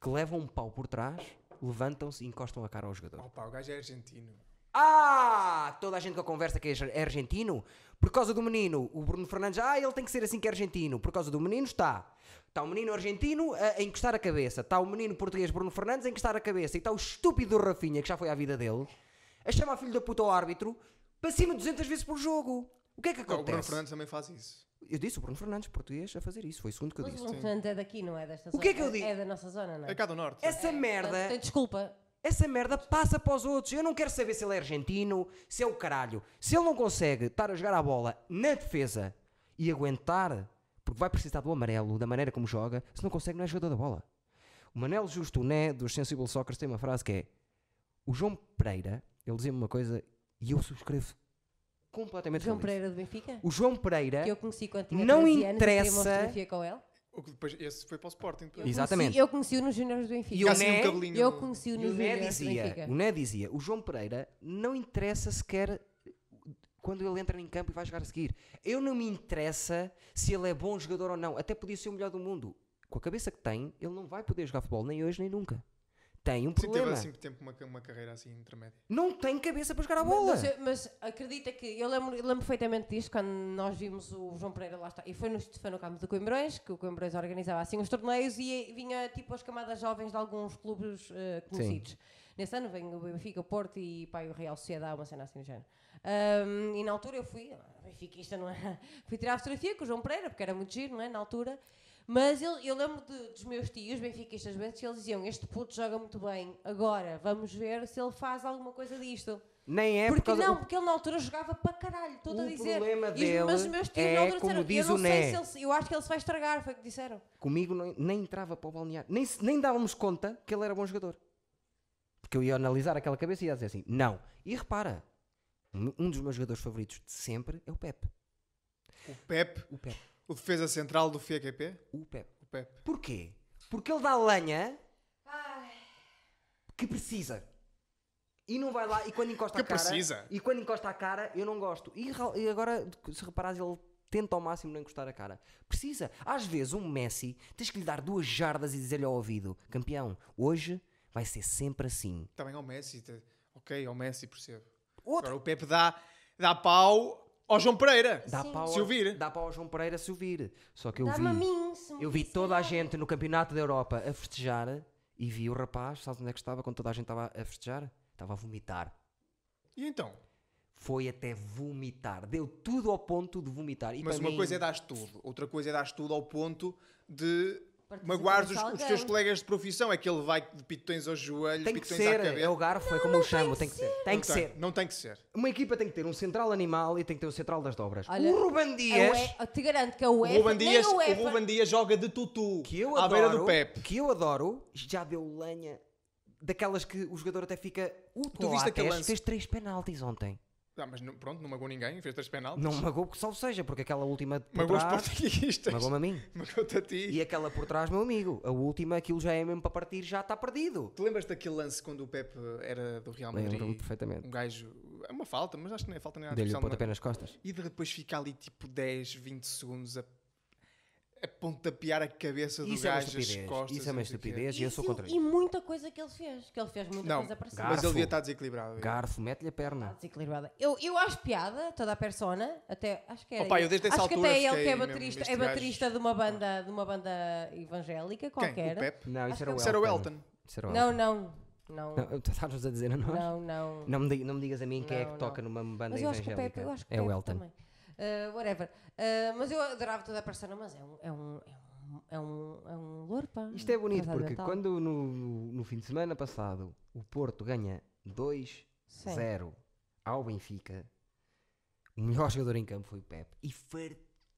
Speaker 2: que levam um pau por trás, levantam-se e encostam a cara ao jogador.
Speaker 1: Oh, pá, o gajo é argentino.
Speaker 2: Ah! Toda a gente que eu conversa que é ar- é argentino. Por causa do menino, o Bruno Fernandes, ah, ele tem que ser assim que é argentino. Por causa do menino, está. Está o menino argentino a, a encostar a cabeça. Está o menino português Bruno Fernandes a encostar a cabeça. E está o estúpido Rafinha, que já foi à vida dele, a chamar filho da puta ao árbitro para cima 200 vezes por jogo. O que é que
Speaker 1: Não, o Bruno
Speaker 2: acontece?
Speaker 1: Fernandes também faz isso.
Speaker 2: Eu disse o Bruno Fernandes, português, a fazer isso. Foi o segundo que eu
Speaker 3: Mas o
Speaker 2: disse.
Speaker 3: Bruno Fernandes é daqui, não é desta zona?
Speaker 2: que é que eu digo?
Speaker 3: É da nossa zona, não é?
Speaker 1: É cá do Norte.
Speaker 2: Essa
Speaker 3: Portanto,
Speaker 2: merda,
Speaker 3: tem desculpa.
Speaker 2: essa merda passa para os outros. Eu não quero saber se ele é argentino, se é o caralho. Se ele não consegue estar a jogar a bola na defesa e aguentar, porque vai precisar do amarelo, da maneira como joga, se não consegue, não é jogador da bola. O Manel Justo Né, dos Sensible Soccer, tem uma frase que é: O João Pereira, ele dizia-me uma coisa e eu subscrevo completamente.
Speaker 3: João
Speaker 2: feliz.
Speaker 3: Pereira do Benfica?
Speaker 2: O João Pereira.
Speaker 3: Que eu conheci quando tinha
Speaker 2: É. Não
Speaker 3: 13 anos e tirei uma
Speaker 2: interessa.
Speaker 3: fotografia com ele.
Speaker 1: O que depois, esse foi para o Sporting.
Speaker 3: Eu
Speaker 1: depois.
Speaker 2: Exato. Exatamente.
Speaker 3: conheci- Eu conheci-o nos Júniores do Benfica.
Speaker 2: E o
Speaker 1: Fica assim
Speaker 2: Né?
Speaker 1: um cabelinho.
Speaker 3: Eu
Speaker 1: no-
Speaker 3: conheci-o
Speaker 2: E o
Speaker 3: nos
Speaker 2: Né
Speaker 3: Júniores do
Speaker 2: dizia,
Speaker 3: Benfica.
Speaker 2: o Né dizia, o João Pereira não interessa sequer quando ele entra em campo e vai jogar a seguir. Eu não me interessa se ele é bom jogador ou não, até podia ser o melhor do mundo. Com a cabeça que tem, ele não vai poder jogar futebol, nem hoje nem nunca. Tem um
Speaker 1: Sim, teve
Speaker 2: problema.
Speaker 1: assim tempo uma, uma carreira assim intermédia.
Speaker 2: Não tem cabeça para jogar a bola.
Speaker 3: Mas, eu- mas acredita que eu lembro, lembro perfeitamente disto quando nós vimos o João Pereira lá está. E foi no Stefano Campos do Coimbrões, que o Coimbrões organizava assim os torneios e vinha tipo as camadas jovens de alguns clubes eh, conhecidos. Nesse ano vem o Benfica, o Porto e pá, e o Real Sociedade, uma cena assim do género. Ahm, e na altura eu fui, ah, benfiquista não é? Fui tirar a fotografia com o João Pereira, porque era muito giro, não é? Na altura. Mas ele- eu lembro de- dos meus tios, benfiquistas, eles diziam: Este puto joga muito bem, agora vamos ver se ele faz alguma coisa disto.
Speaker 2: Nem é por
Speaker 3: Porque
Speaker 2: causa
Speaker 3: não, porque ele na altura jogava para caralho, estou a
Speaker 2: O
Speaker 3: dizer.
Speaker 2: problema
Speaker 3: E os-
Speaker 2: dele
Speaker 3: mas os meus tios
Speaker 2: é
Speaker 3: na altura
Speaker 2: como
Speaker 3: disseram,
Speaker 2: diz
Speaker 3: eu não
Speaker 2: o
Speaker 3: sei
Speaker 2: Né."
Speaker 3: se ele, se- eu acho que ele se vai estragar, foi o que disseram.
Speaker 2: comigo não- nem entrava para o balneário, nem, se- nem dávamos conta que ele era bom jogador. Porque eu ia analisar aquela cabeça e ia dizer assim: não. E repara, um um dos meus jogadores favoritos de sempre é o Pepe.
Speaker 1: O Pep,
Speaker 2: O Pepe.
Speaker 1: o defesa central do FQP.
Speaker 2: O Pepe.
Speaker 1: O Pep.
Speaker 2: Porquê? Porque ele dá lenha que precisa. E não vai lá, e quando encosta
Speaker 1: Que
Speaker 2: a cara.
Speaker 1: precisa.
Speaker 2: E quando encosta a cara, eu não gosto. E, ra- e agora, se reparares, ele tenta ao máximo não encostar a cara. Precisa. Às vezes, um Messi, tens que lhe dar duas jardas e dizer-lhe ao ouvido: campeão, hoje vai ser sempre assim.
Speaker 1: Também tá ao Messi. te- Ok, ao Messi, percebo.
Speaker 2: Outro.
Speaker 1: Agora o Pep dá, dá pau ao João Pereira.
Speaker 2: Dá pau,
Speaker 1: Se
Speaker 2: ao-
Speaker 1: eu vir.
Speaker 2: Dá pau ao João Pereira se o vir. Só que eu
Speaker 3: Dá-me a
Speaker 2: vi.
Speaker 3: mim, se me
Speaker 2: Eu vi
Speaker 3: dissesse
Speaker 2: toda a
Speaker 3: nada.
Speaker 2: gente no Campeonato da Europa a festejar e vi o rapaz, sabes onde é que estava quando toda a gente estava a festejar? Estava a vomitar.
Speaker 1: E então?
Speaker 2: Foi até vomitar. Deu tudo ao ponto de vomitar. E
Speaker 1: Mas
Speaker 2: para
Speaker 1: uma
Speaker 2: mim,
Speaker 1: coisa é dar tudo, outra coisa é dar tudo ao ponto de
Speaker 3: Participar
Speaker 1: magoares os,
Speaker 3: com
Speaker 1: os
Speaker 3: alguém.
Speaker 1: teus colegas de profissão. É que ele vai de pitões aos joelhos,
Speaker 2: Tem que
Speaker 1: pitões
Speaker 2: ser.
Speaker 1: à cabeça.
Speaker 2: É o garfo, é como eu chamo. Tem que ser. Tem
Speaker 1: Não
Speaker 2: que ser.
Speaker 1: Não tem que ser.
Speaker 2: Uma equipa tem que ter um central animal e tem que ter um central das dobras.
Speaker 3: Olha,
Speaker 2: o Ruben
Speaker 3: A
Speaker 2: Dias,
Speaker 3: UE eu te garanto que a UEFA,
Speaker 1: O Ruben, Dias,
Speaker 3: nem a
Speaker 1: o
Speaker 3: UEFA,
Speaker 1: Ruben Dias joga de tutu
Speaker 2: que eu
Speaker 1: à beira
Speaker 2: adoro,
Speaker 1: do Pep.
Speaker 2: que eu adoro, já deu lenha daquelas que o jogador até fica. Uh,
Speaker 1: Tu viste aquele lance?
Speaker 2: Fez três penaltis ontem.
Speaker 1: Ah, mas não- pronto, não magou ninguém, fez três penaltis.
Speaker 2: Não magou que salvo seja, porque aquela última por
Speaker 1: Magou os
Speaker 2: trás,
Speaker 1: portuguistas.
Speaker 2: magou-me a mim.
Speaker 1: Magou-te a ti.
Speaker 2: E é- aquela por trás, meu amigo, a última, aquilo já é mesmo para partir, já está perdido.
Speaker 1: Tu lembras daquele lance quando o Pep era do Real Madrid?
Speaker 2: Lembro-me perfeitamente.
Speaker 1: Um gajo. É uma falta, mas acho que não é falta nem nada
Speaker 2: Dei-lhe o
Speaker 1: especial, não é?
Speaker 2: pontapé nas costas.
Speaker 1: E de depois fica ali tipo 10, 20 segundos a, a pontapear a cabeça do
Speaker 2: Isso é uma
Speaker 1: gajo, as
Speaker 2: estupidez.
Speaker 1: costas.
Speaker 2: Isso é uma
Speaker 1: não sei o quê.
Speaker 2: estupidez e eu sou
Speaker 3: isso-
Speaker 2: contra
Speaker 3: E
Speaker 2: isso.
Speaker 3: muita coisa que ele fez, que ele fez muita
Speaker 1: Não,
Speaker 3: coisa para cima.
Speaker 1: mas
Speaker 2: Garfo.
Speaker 1: ele devia estar desequilibrado.
Speaker 2: Garfo, mete-lhe a perna.
Speaker 3: desequilibrada. Eu, eu acho piada toda a persona, até acho que era
Speaker 1: Opa, Oh, eu
Speaker 3: ele.
Speaker 1: desde essa
Speaker 3: acho que
Speaker 1: altura
Speaker 3: até ele
Speaker 1: fiquei
Speaker 3: que é
Speaker 1: mesmo,
Speaker 3: baterista,
Speaker 1: este
Speaker 3: é
Speaker 1: gajo- Ah.
Speaker 3: baterista de uma banda, de uma banda
Speaker 1: Quem?
Speaker 3: evangélica qualquer.
Speaker 1: O Pep?
Speaker 2: Não, isso
Speaker 3: Acho
Speaker 2: era
Speaker 3: que
Speaker 2: o
Speaker 1: Isso era o
Speaker 2: Elton.
Speaker 1: Elton.
Speaker 2: Isso era o
Speaker 3: Não, não. Não,
Speaker 2: Não, tu Estás-nos a dizer a nós?
Speaker 3: não, não.
Speaker 2: Não me, diga- não me digas a mim quem é
Speaker 3: Não,
Speaker 2: que
Speaker 3: não.
Speaker 2: toca numa banda
Speaker 3: Mas eu acho que o
Speaker 2: evangélica.
Speaker 3: Pepe, eu acho que
Speaker 2: é o
Speaker 3: Pepe
Speaker 2: Elton.
Speaker 3: também. Ah, whatever. Ah, mas eu adorava toda a persona, mas é um, é um, é um, é um, é um louro, pá.
Speaker 2: Isto é bonito
Speaker 3: Casado
Speaker 2: porque
Speaker 3: mental.
Speaker 2: quando no, no fim de semana passado o Porto ganha 2-0
Speaker 3: Sim.
Speaker 2: ao Benfica, o melhor jogador em campo foi o Pepe e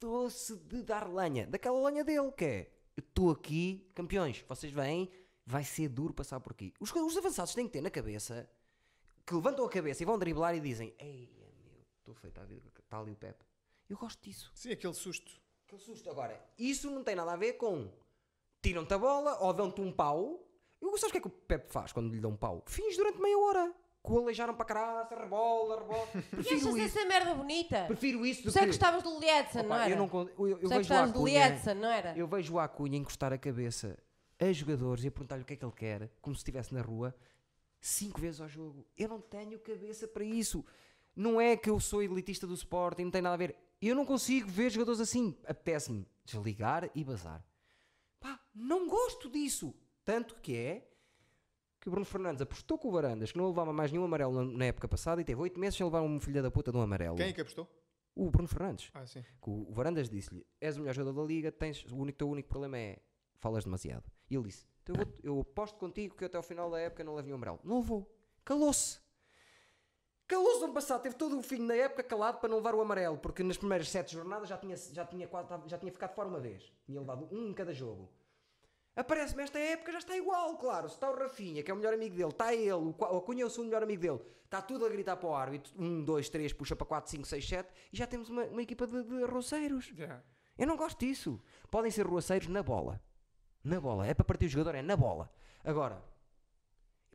Speaker 2: fartou-se de dar lenha, daquela lenha dele que é "Eu estou aqui, campeões, vocês vêm, vai ser duro passar por aqui. Os, os avançados têm que ter na cabeça que levantam a cabeça e vão driblar e dizem: Ei, meu, estou feito à vida, está ali o Pepe. Eu gosto disso.
Speaker 1: Sim, aquele susto.
Speaker 2: Aquele susto. Agora, isso não tem nada a ver com tiram-te a bola ou dão-te um pau. Eu sabes o que é que o Pepe faz quando lhe dão um pau? Finge durante meia hora. Coleijaram para caralho, rebola, rebola.
Speaker 3: E achas
Speaker 2: Prefiro isso.
Speaker 3: essa merda bonita? Por
Speaker 2: um Prefiro isso do
Speaker 3: isso é que
Speaker 2: que-
Speaker 3: gostavas do Liedson,
Speaker 2: Opa,
Speaker 3: não era?
Speaker 2: eu não con- eu, eu
Speaker 3: Por isso é que
Speaker 2: vejo o
Speaker 3: gostavas do
Speaker 2: Acunha,
Speaker 3: Liedson, não era?
Speaker 2: eu vejo o Acunha encostar a cabeça a jogadores e a perguntar-lhe o que é que ele quer, como se estivesse na rua, cinco vezes ao jogo. Eu não tenho cabeça para isso. Não é que eu sou elitista do Sporting, não tem nada a ver. Eu não consigo ver jogadores assim. Apetece-me desligar e bazar. Pá, não gosto disso. Tanto que é que o Bruno Fernandes apostou com o Varandas que não levava mais nenhum amarelo na- na época passada e teve oito meses sem levar um filho da puta de um amarelo.
Speaker 1: Quem é que apostou?
Speaker 2: O Bruno Fernandes.
Speaker 1: Ah, sim.
Speaker 2: Que o o Varandas disse-lhe: És o melhor jogador da liga, tens, o único, teu único problema é falas demasiado. E ele disse: "Então eu, vou- eu aposto contigo que até ao final da época não levo nenhum amarelo. Não levou. Calou-se. Calou-se no ano passado, teve todo o fim da época calado para não levar o amarelo, porque nas primeiras sete jornadas já tinha, já tinha, quase- já tinha ficado fora uma vez. Tinha levado um em cada jogo. Aparece-me esta época, já está igual, claro. Se está o Rafinha, que é o melhor amigo dele, está ele, o Qua- o Cunha é o segundo melhor amigo dele, está tudo a gritar para o árbitro: 1, 2, 3, puxa para 4, 5, 6, 7, e já temos uma, uma equipa de, de arroceiros.
Speaker 1: Já.
Speaker 2: Eu não gosto disso. Podem ser arroceiros na bola. Na bola. É para partir o jogador, é na bola. Agora,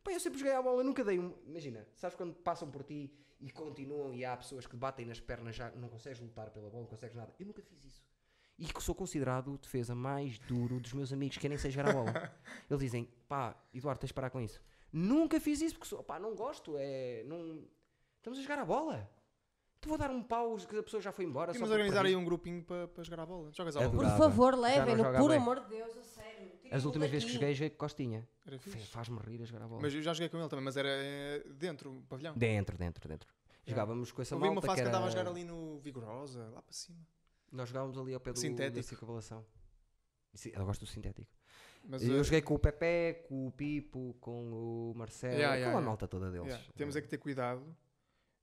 Speaker 2: pá, eu sempre joguei à bola, nunca dei um. Imagina, sabes quando passam por ti e continuam e há pessoas que batem nas pernas, já não consegues lutar pela bola, não consegues nada. Eu nunca fiz isso. E que sou considerado o defesa mais duro dos meus amigos que é nem sei jogar a bola. Eles dizem, pá, Eduardo, tens de parar com isso. Nunca fiz isso porque sou, pá, não gosto, é. Não... Estamos a jogar a bola. Te vou dar um pau que a pessoa já foi embora.
Speaker 1: Tínhamos
Speaker 2: só
Speaker 1: de
Speaker 2: porque
Speaker 1: organizar
Speaker 2: perdi.
Speaker 1: aí um grupinho para, para jogar a bola. Jogas a
Speaker 2: É
Speaker 1: bola.
Speaker 2: duro.
Speaker 3: Por
Speaker 2: adorava.
Speaker 3: favor,
Speaker 2: Já não
Speaker 3: levem-no,
Speaker 2: joga
Speaker 3: por
Speaker 2: bem.
Speaker 3: amor de Deus, a sério. Tirem-no
Speaker 2: As últimas vezes que
Speaker 3: daqui.
Speaker 2: joguei, joguei com Costinha.
Speaker 1: Era
Speaker 2: Fe-
Speaker 1: fixe.
Speaker 2: Faz-me rir a jogar a bola.
Speaker 1: Mas eu já joguei com ele também, mas era eh, dentro, do pavilhão.
Speaker 2: Dentro, dentro, dentro.
Speaker 1: Já.
Speaker 2: Jogávamos com essa
Speaker 1: Houve É.
Speaker 2: malta
Speaker 1: uma fase que,
Speaker 2: que era...
Speaker 1: andava a jogar ali no Vigorosa, lá para cima.
Speaker 2: Nós jogávamos ali ao pé do
Speaker 1: Sintético.
Speaker 2: da circunvalação. Sim, Eu gosto do sintético.
Speaker 1: Mas,
Speaker 2: eu
Speaker 1: eh,
Speaker 2: joguei com o Pepe, com o Pipo, com o Marcelo,
Speaker 1: Yeah,
Speaker 2: com
Speaker 1: yeah,
Speaker 2: a
Speaker 1: yeah.
Speaker 2: malta toda deles.
Speaker 1: yeah, temos
Speaker 2: Eh,
Speaker 1: é que ter cuidado,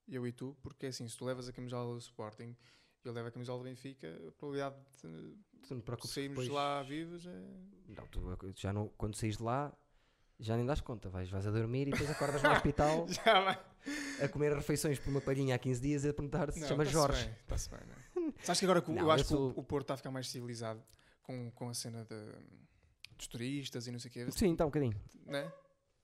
Speaker 1: eu e tu, porque assim, se tu levas a camisola do Sporting e eu levo a camisola do Benfica, a probabilidade de
Speaker 2: tu não te
Speaker 1: de
Speaker 2: preocupes
Speaker 1: sairmos
Speaker 2: depois-
Speaker 1: lá vivos é.
Speaker 2: Não, tu já não, quando saís de lá, já nem das conta. Vais, vais a dormir e depois acordas no hospital
Speaker 1: Já vai.
Speaker 2: a comer refeições por uma palhinha há 15 dias e a perguntar se
Speaker 1: Não,
Speaker 2: chama
Speaker 1: tá-se
Speaker 2: Jorge.
Speaker 1: bem, Está-se bem, não é? Sabes que agora que o-
Speaker 2: Não,
Speaker 1: eu acho
Speaker 2: eu
Speaker 1: que o-
Speaker 2: sou-
Speaker 1: o Porto está a ficar mais civilizado com, com a cena de- dos turistas e não sei o quê,
Speaker 2: Sim, está um bocadinho.
Speaker 1: né?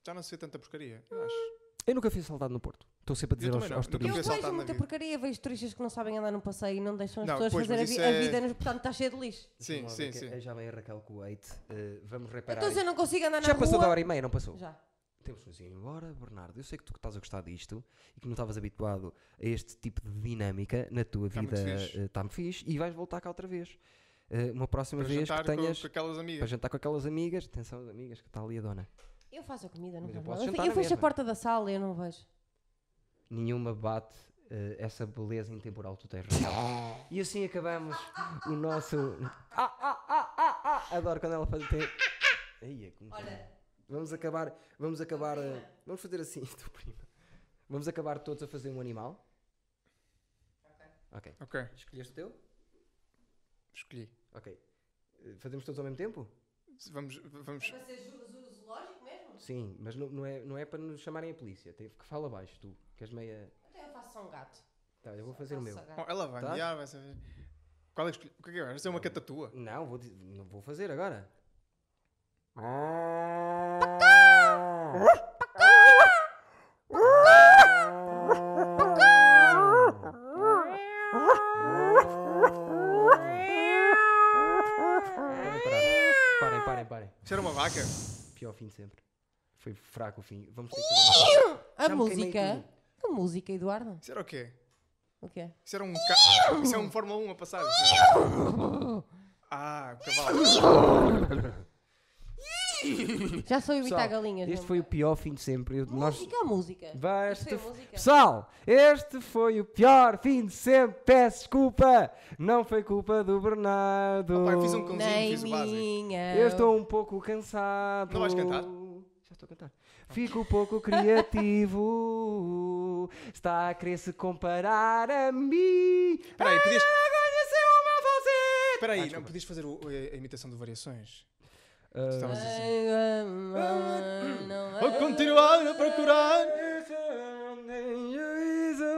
Speaker 1: Já não se vê tanta porcaria, eu acho.
Speaker 2: Eu nunca fui assaltado no Porto. Estou sempre a dizer
Speaker 1: também não, Então,
Speaker 2: aos, aos
Speaker 1: nunca fui
Speaker 3: Eu
Speaker 2: turistas.
Speaker 1: assaltado.
Speaker 3: vejo
Speaker 1: na
Speaker 3: muita
Speaker 1: vida.
Speaker 3: porcaria, vejo turistas que não sabem andar no passeio e não deixam as
Speaker 1: Não,
Speaker 3: pessoas
Speaker 1: pois, mas
Speaker 3: fazer a,
Speaker 1: isso
Speaker 3: vi-
Speaker 1: é-
Speaker 3: a vida, nos- portanto está cheio de lixo.
Speaker 1: Sim,
Speaker 2: Vamos lá ver
Speaker 1: sim,
Speaker 2: que-
Speaker 1: sim.
Speaker 2: eh, Já vem a Raquel com o Eite. eh, vamos reparar.
Speaker 3: Então se eu
Speaker 2: isto.
Speaker 3: não consigo andar na
Speaker 2: já passou da
Speaker 3: rua...
Speaker 2: hora e meia, não passou?
Speaker 3: Já.
Speaker 2: Temos que nos ir embora, Bernardo. Eu sei que tu estás a gostar disto e que não estavas habituado a este tipo de dinâmica na tua
Speaker 1: Tá
Speaker 2: vida.
Speaker 1: muito fixe.
Speaker 2: Está-me fixe. E vais voltar cá outra vez. Eh, uma próxima
Speaker 1: Para
Speaker 2: vez
Speaker 1: jantar
Speaker 2: que
Speaker 1: com-
Speaker 2: tenhas.
Speaker 1: com, aquelas
Speaker 2: Para
Speaker 1: amigas.
Speaker 2: jantar com aquelas amigas. Atenção, as amigas, que está ali a dona.
Speaker 3: Eu faço a comida, não
Speaker 2: Mas eu posso
Speaker 3: faz mal. Eu, fe-
Speaker 2: sentar
Speaker 3: eu
Speaker 2: na
Speaker 3: fecho a
Speaker 2: mesma.
Speaker 3: porta da sala e eu não vejo.
Speaker 2: Nenhuma bate eh, essa beleza intemporal que tu tens. Raquel. e assim acabamos o nosso. Ah, ah, ah, ah, ah! Adoro quando ela faz. Tem... Ai, é como...
Speaker 3: Olha,
Speaker 2: Vamos acabar, vamos acabar, eh, vamos fazer assim, tua prima. Vamos acabar todos a fazer um animal. Ok.
Speaker 1: Ok,
Speaker 2: Escolheste o teu?
Speaker 1: escolhi.
Speaker 2: Ok. Eh, Fazemos todos ao mesmo tempo?
Speaker 1: Vamos, vamos.
Speaker 3: para ser zoológico mesmo?
Speaker 2: Sim, mas não, não é, não é para nos chamarem a polícia. Tem que falar baixo, tu. Que és meia.
Speaker 3: Então eu faço só um gato.
Speaker 2: Tá, eu vou fazer o meu.
Speaker 1: Bom, ela vai
Speaker 2: Tá?
Speaker 1: miar, vai saber. Qual é que escolhi? O que é que é? Esta é uma catatua.
Speaker 2: Não, vou, dizer- não vou fazer agora. Parem, parem. Parem, parem, parem.
Speaker 1: Isto era uma vaca.
Speaker 2: Pior fim de sempre. Foi fraco o fim. Vamos ter que fazer uma-
Speaker 3: A
Speaker 2: Já me queimei
Speaker 3: música... A música, Eduardo?
Speaker 1: Isto era o quê?
Speaker 3: O quê?
Speaker 1: Isso era um ca... Isso é um Fórmula 1 a passar. isso não é? Ah, o cavalo.
Speaker 3: Já sou imitar
Speaker 2: Pessoal,
Speaker 3: galinhas.
Speaker 2: Este
Speaker 3: não
Speaker 2: foi o
Speaker 3: é?
Speaker 2: pior fim de sempre. Eu- Nós...
Speaker 3: Música, música.
Speaker 2: Vai,
Speaker 3: Isto foi
Speaker 2: este-
Speaker 3: música.
Speaker 2: Pessoal, este foi o pior fim de sempre. Peço desculpa. Não foi culpa do Bernardo.
Speaker 1: Opa, eu fiz um cão- Cãozinho,
Speaker 3: Nem
Speaker 1: fiz o básico.
Speaker 3: minha.
Speaker 2: Eu estou um pouco cansado.
Speaker 1: Não vais cantar?
Speaker 2: Já estou a cantar. Fico um pouco criativo. Está a querer se comparar a mim.
Speaker 1: Espera aí, podias-
Speaker 2: Ah, conheceu o meu falsete.
Speaker 1: Espera aí,
Speaker 2: Ah,
Speaker 1: não
Speaker 2: desculpa.
Speaker 1: podias fazer o- a, a imitação do Variações?
Speaker 2: Ah,
Speaker 1: Estavas a dizer.
Speaker 3: Vou é
Speaker 1: Vou continuar a
Speaker 2: Ah,
Speaker 1: procurar
Speaker 2: Está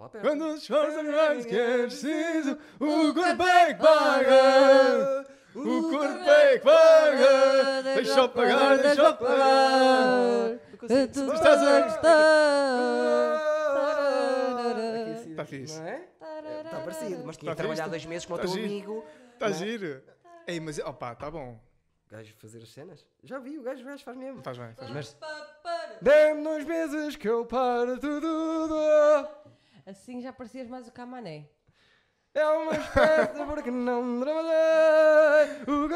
Speaker 2: lá perto.
Speaker 1: quando os mais que é preciso. O corpo é que paga, o corpo é que paga. Deixa eu pagar, deixa eu pagar.
Speaker 3: tudo
Speaker 1: Estás a-
Speaker 2: Aqui assim,
Speaker 1: Tá fixe.
Speaker 2: Não é? Está parecido, mas tinha
Speaker 1: Tá
Speaker 2: trabalhado
Speaker 1: fixe?
Speaker 2: dois meses com o
Speaker 1: Tá
Speaker 2: teu
Speaker 1: giro.
Speaker 2: amigo.
Speaker 1: Está Tá
Speaker 2: Não.
Speaker 1: giro. Ei, mas opá, tá bom.
Speaker 2: O gajo fazer as cenas? Já vi, o gajo, o gajo faz mesmo.
Speaker 1: Faz bem, faz bem.
Speaker 2: Mas- Dê-me dois meses que eu paro tudo.
Speaker 3: Assim já parecias mais o Camané.
Speaker 2: É uma espécie porque não trabalhei. O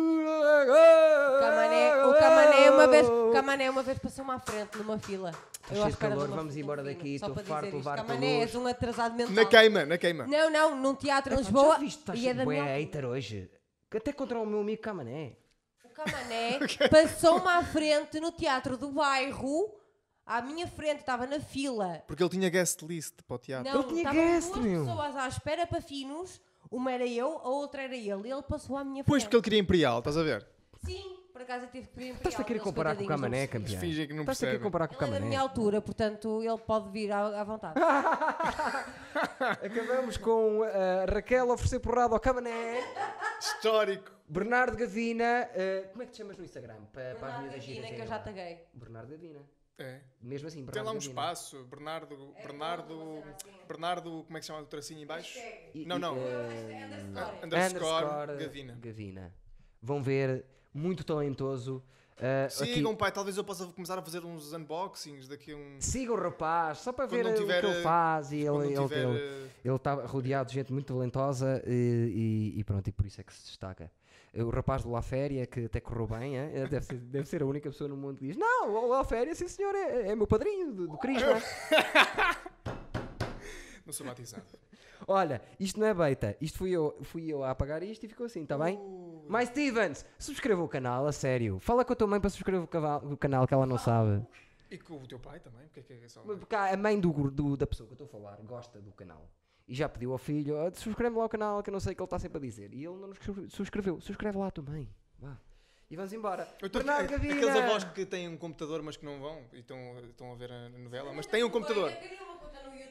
Speaker 3: O Camané, o
Speaker 2: é
Speaker 3: Camané uma vez, o Camané uma vez passou-me à frente numa fila.
Speaker 2: cheio
Speaker 3: à
Speaker 2: de
Speaker 3: espera
Speaker 2: calor,
Speaker 3: uma-
Speaker 2: vamos
Speaker 3: uma
Speaker 2: embora
Speaker 3: fila,
Speaker 2: daqui,
Speaker 3: só
Speaker 2: estou
Speaker 3: para
Speaker 2: farto de
Speaker 3: dizer isto.
Speaker 2: levar
Speaker 3: Camané,
Speaker 2: luz.
Speaker 3: és um atrasado
Speaker 2: é
Speaker 3: mental.
Speaker 1: Na queima, na queima.
Speaker 3: Não, não, num teatro em
Speaker 2: Lisboa.
Speaker 3: Lisboa.
Speaker 2: Já viste, estás
Speaker 3: e é
Speaker 2: bué
Speaker 3: Daniel.
Speaker 2: hater hoje. Que Até contra o meu amigo Camané.
Speaker 3: O Camané passou-me à frente no teatro do bairro. À minha frente, estava na fila.
Speaker 1: Porque ele tinha guest list para o teatro.
Speaker 3: Não,
Speaker 2: Ele tinha
Speaker 3: estavam
Speaker 2: guest,
Speaker 3: duas
Speaker 2: meu.
Speaker 3: pessoas à espera para finos. Uma era eu, a outra era ele. E ele passou à minha
Speaker 1: Pois,
Speaker 3: frente.
Speaker 1: porque ele queria imperial, estás a ver?
Speaker 3: Sim, por acaso eu tive que pedir
Speaker 2: Estás-te a querer comparar com o Camané, campeão.
Speaker 1: fingem que não
Speaker 2: Estás-te um a querer
Speaker 1: percebem.
Speaker 2: comparar com o
Speaker 3: Ele é da minha
Speaker 2: Camané.
Speaker 3: altura, portanto ele pode vir à, à vontade.
Speaker 2: Ah! Acabamos com eh, Raquel a oferecer porrada ao Camané.
Speaker 1: Histórico.
Speaker 2: Bernardo Gavina. eh, como é que te chamas no Instagram? Pa- Para, as
Speaker 3: Bernardo
Speaker 2: minhas
Speaker 3: Gavina,
Speaker 2: agidas
Speaker 3: que
Speaker 2: aí
Speaker 3: eu já
Speaker 2: lá.
Speaker 3: taguei.
Speaker 2: Bernardo Gavina.
Speaker 1: É.
Speaker 2: Mesmo assim,
Speaker 1: Tem
Speaker 2: Bernardo
Speaker 1: lá um
Speaker 2: Gavina.
Speaker 1: espaço, Bernardo, Bernardo, Bernardo, como é que se chama o tracinho em baixo?
Speaker 2: E-
Speaker 1: Não,
Speaker 2: e,
Speaker 1: não, Ah,
Speaker 2: eh,
Speaker 1: underscore, Gavina.
Speaker 2: Vão ver, muito talentoso. eh,
Speaker 1: Sigam,
Speaker 2: aqui.
Speaker 1: pai, talvez eu possa começar a fazer uns unboxings daqui a um...
Speaker 2: Sigam o rapaz, só para
Speaker 1: Quando
Speaker 2: ver
Speaker 1: não
Speaker 2: eh,
Speaker 1: tiver,
Speaker 2: o que ele
Speaker 1: eh,
Speaker 2: faz. E
Speaker 1: quando
Speaker 2: ele, é um ele,
Speaker 1: tiver,
Speaker 2: ele-
Speaker 1: eh,
Speaker 2: Ele está rodeado de gente muito talentosa eh, e, e pronto, e por isso é que se destaca. Eh, O rapaz do La Féria, que até correu bem, hein? Eh, deve, ser, deve ser a única pessoa no mundo que diz: Não, o La Féria, sim senhor, é, é meu padrinho do, é?" do Crisma.
Speaker 1: Não sou batizado.
Speaker 2: Olha, isto não é beita, isto fui eu, fui eu a apagar isto e ficou assim, está bem? Mas Stevens, subscreva o canal, a sério. Fala com a tua mãe para subscrever o, cava- o canal que ela não sabe.
Speaker 1: E com o teu pai também? Porque é que é só...
Speaker 2: Porque a mãe do, gru- do- da pessoa que eu estou a falar gosta do canal. E já pediu ao filho, "Ah, subscreve lá o canal, que eu não sei o que ele está sempre a dizer. E ele não nos subscre- subscreveu. Subscreve lá também. Vá. E vamos embora.
Speaker 1: Eu tô-
Speaker 2: Bernardo
Speaker 1: é-
Speaker 2: Gavina!
Speaker 1: Aqueles avós que têm um computador, mas que não vão e estão, estão a ver a novela, mas têm um computador.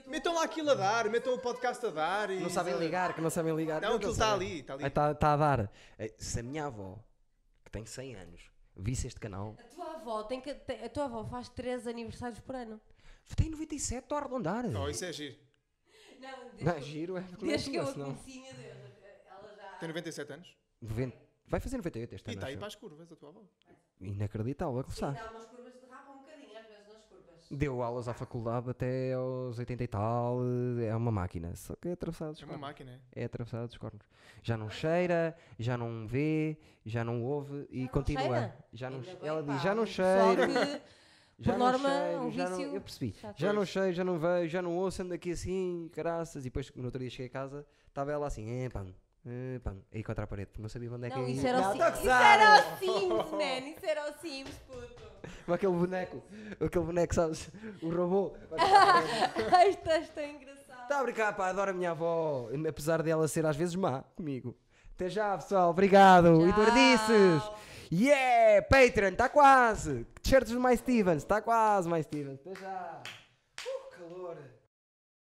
Speaker 1: Metam lá aquilo a dar, metam o podcast a dar e...
Speaker 2: Não sabem ligar, que não sabem ligar.
Speaker 1: Não, aquilo está ali, está ali.
Speaker 2: Está a dar. Eh, Se a minha avó, que tem 100 anos, visse este canal...
Speaker 3: A tua avó tem que. tem- a tua avó faz 13 aniversários por ano.
Speaker 2: Tem 97, estou a arredondar.
Speaker 1: Oh, isso é giro.
Speaker 3: Não, desde,
Speaker 2: Não,
Speaker 3: que-
Speaker 2: giro, é porque não é
Speaker 3: desde que eu
Speaker 2: tua,
Speaker 3: a
Speaker 2: senão-
Speaker 3: conheci, meu Deus, ela já.
Speaker 1: Tem 97 anos.
Speaker 2: 90 Vai fazer 98 este
Speaker 1: E
Speaker 2: ano.
Speaker 1: está aí
Speaker 2: acho
Speaker 1: para
Speaker 2: eu.
Speaker 1: as curvas, a tua avó.
Speaker 2: Inacreditável, é que sabe.
Speaker 3: Dá umas curvas, derrapa um bocadinho às vezes nas curvas.
Speaker 2: Deu aulas à faculdade até aos 80 e tal, eh, é uma máquina, só que é atravessado dos
Speaker 1: É uma
Speaker 2: cornos.
Speaker 1: máquina, é?
Speaker 2: É atravessado dos cornos. Já não cheira, já não vê, já não ouve e continua.
Speaker 3: cheira?
Speaker 2: Já não,
Speaker 3: Ainda
Speaker 2: che-
Speaker 3: bem,
Speaker 2: ela
Speaker 3: pá,
Speaker 2: diz, já não
Speaker 3: o pessoal
Speaker 2: cheiro,
Speaker 3: que-
Speaker 2: já não
Speaker 3: por norma,
Speaker 2: cheiro,
Speaker 3: um
Speaker 2: já não,
Speaker 3: vício,
Speaker 2: eu percebi.
Speaker 3: já
Speaker 2: Já
Speaker 3: foi.
Speaker 2: não cheiro, já não vejo, já não ouço, ando aqui assim, caraças. E depois no outro dia cheguei a casa, estava ela assim, eh, pam, eh, pam, aí contra a parede, porque não sabia onde é que
Speaker 3: Não,
Speaker 2: ia.
Speaker 3: isso era o
Speaker 2: Não,
Speaker 3: Sims.
Speaker 2: tá
Speaker 3: Isso
Speaker 2: gozado.
Speaker 3: era o Sims, man. Isso era o Sims, puto.
Speaker 2: Como aquele boneco, aquele boneco, sabes, o robô.
Speaker 3: Ai, estás tão engraçado.
Speaker 2: Está Tá a brincar, pá, adoro a minha avó, apesar dela ser às vezes má comigo. Até já, pessoal, obrigado. E Eduardices! Yeah! Patreon, tá está tá quase! T-shirts do My Stevens, está quase, My Stevens. Até já! Uh, calor!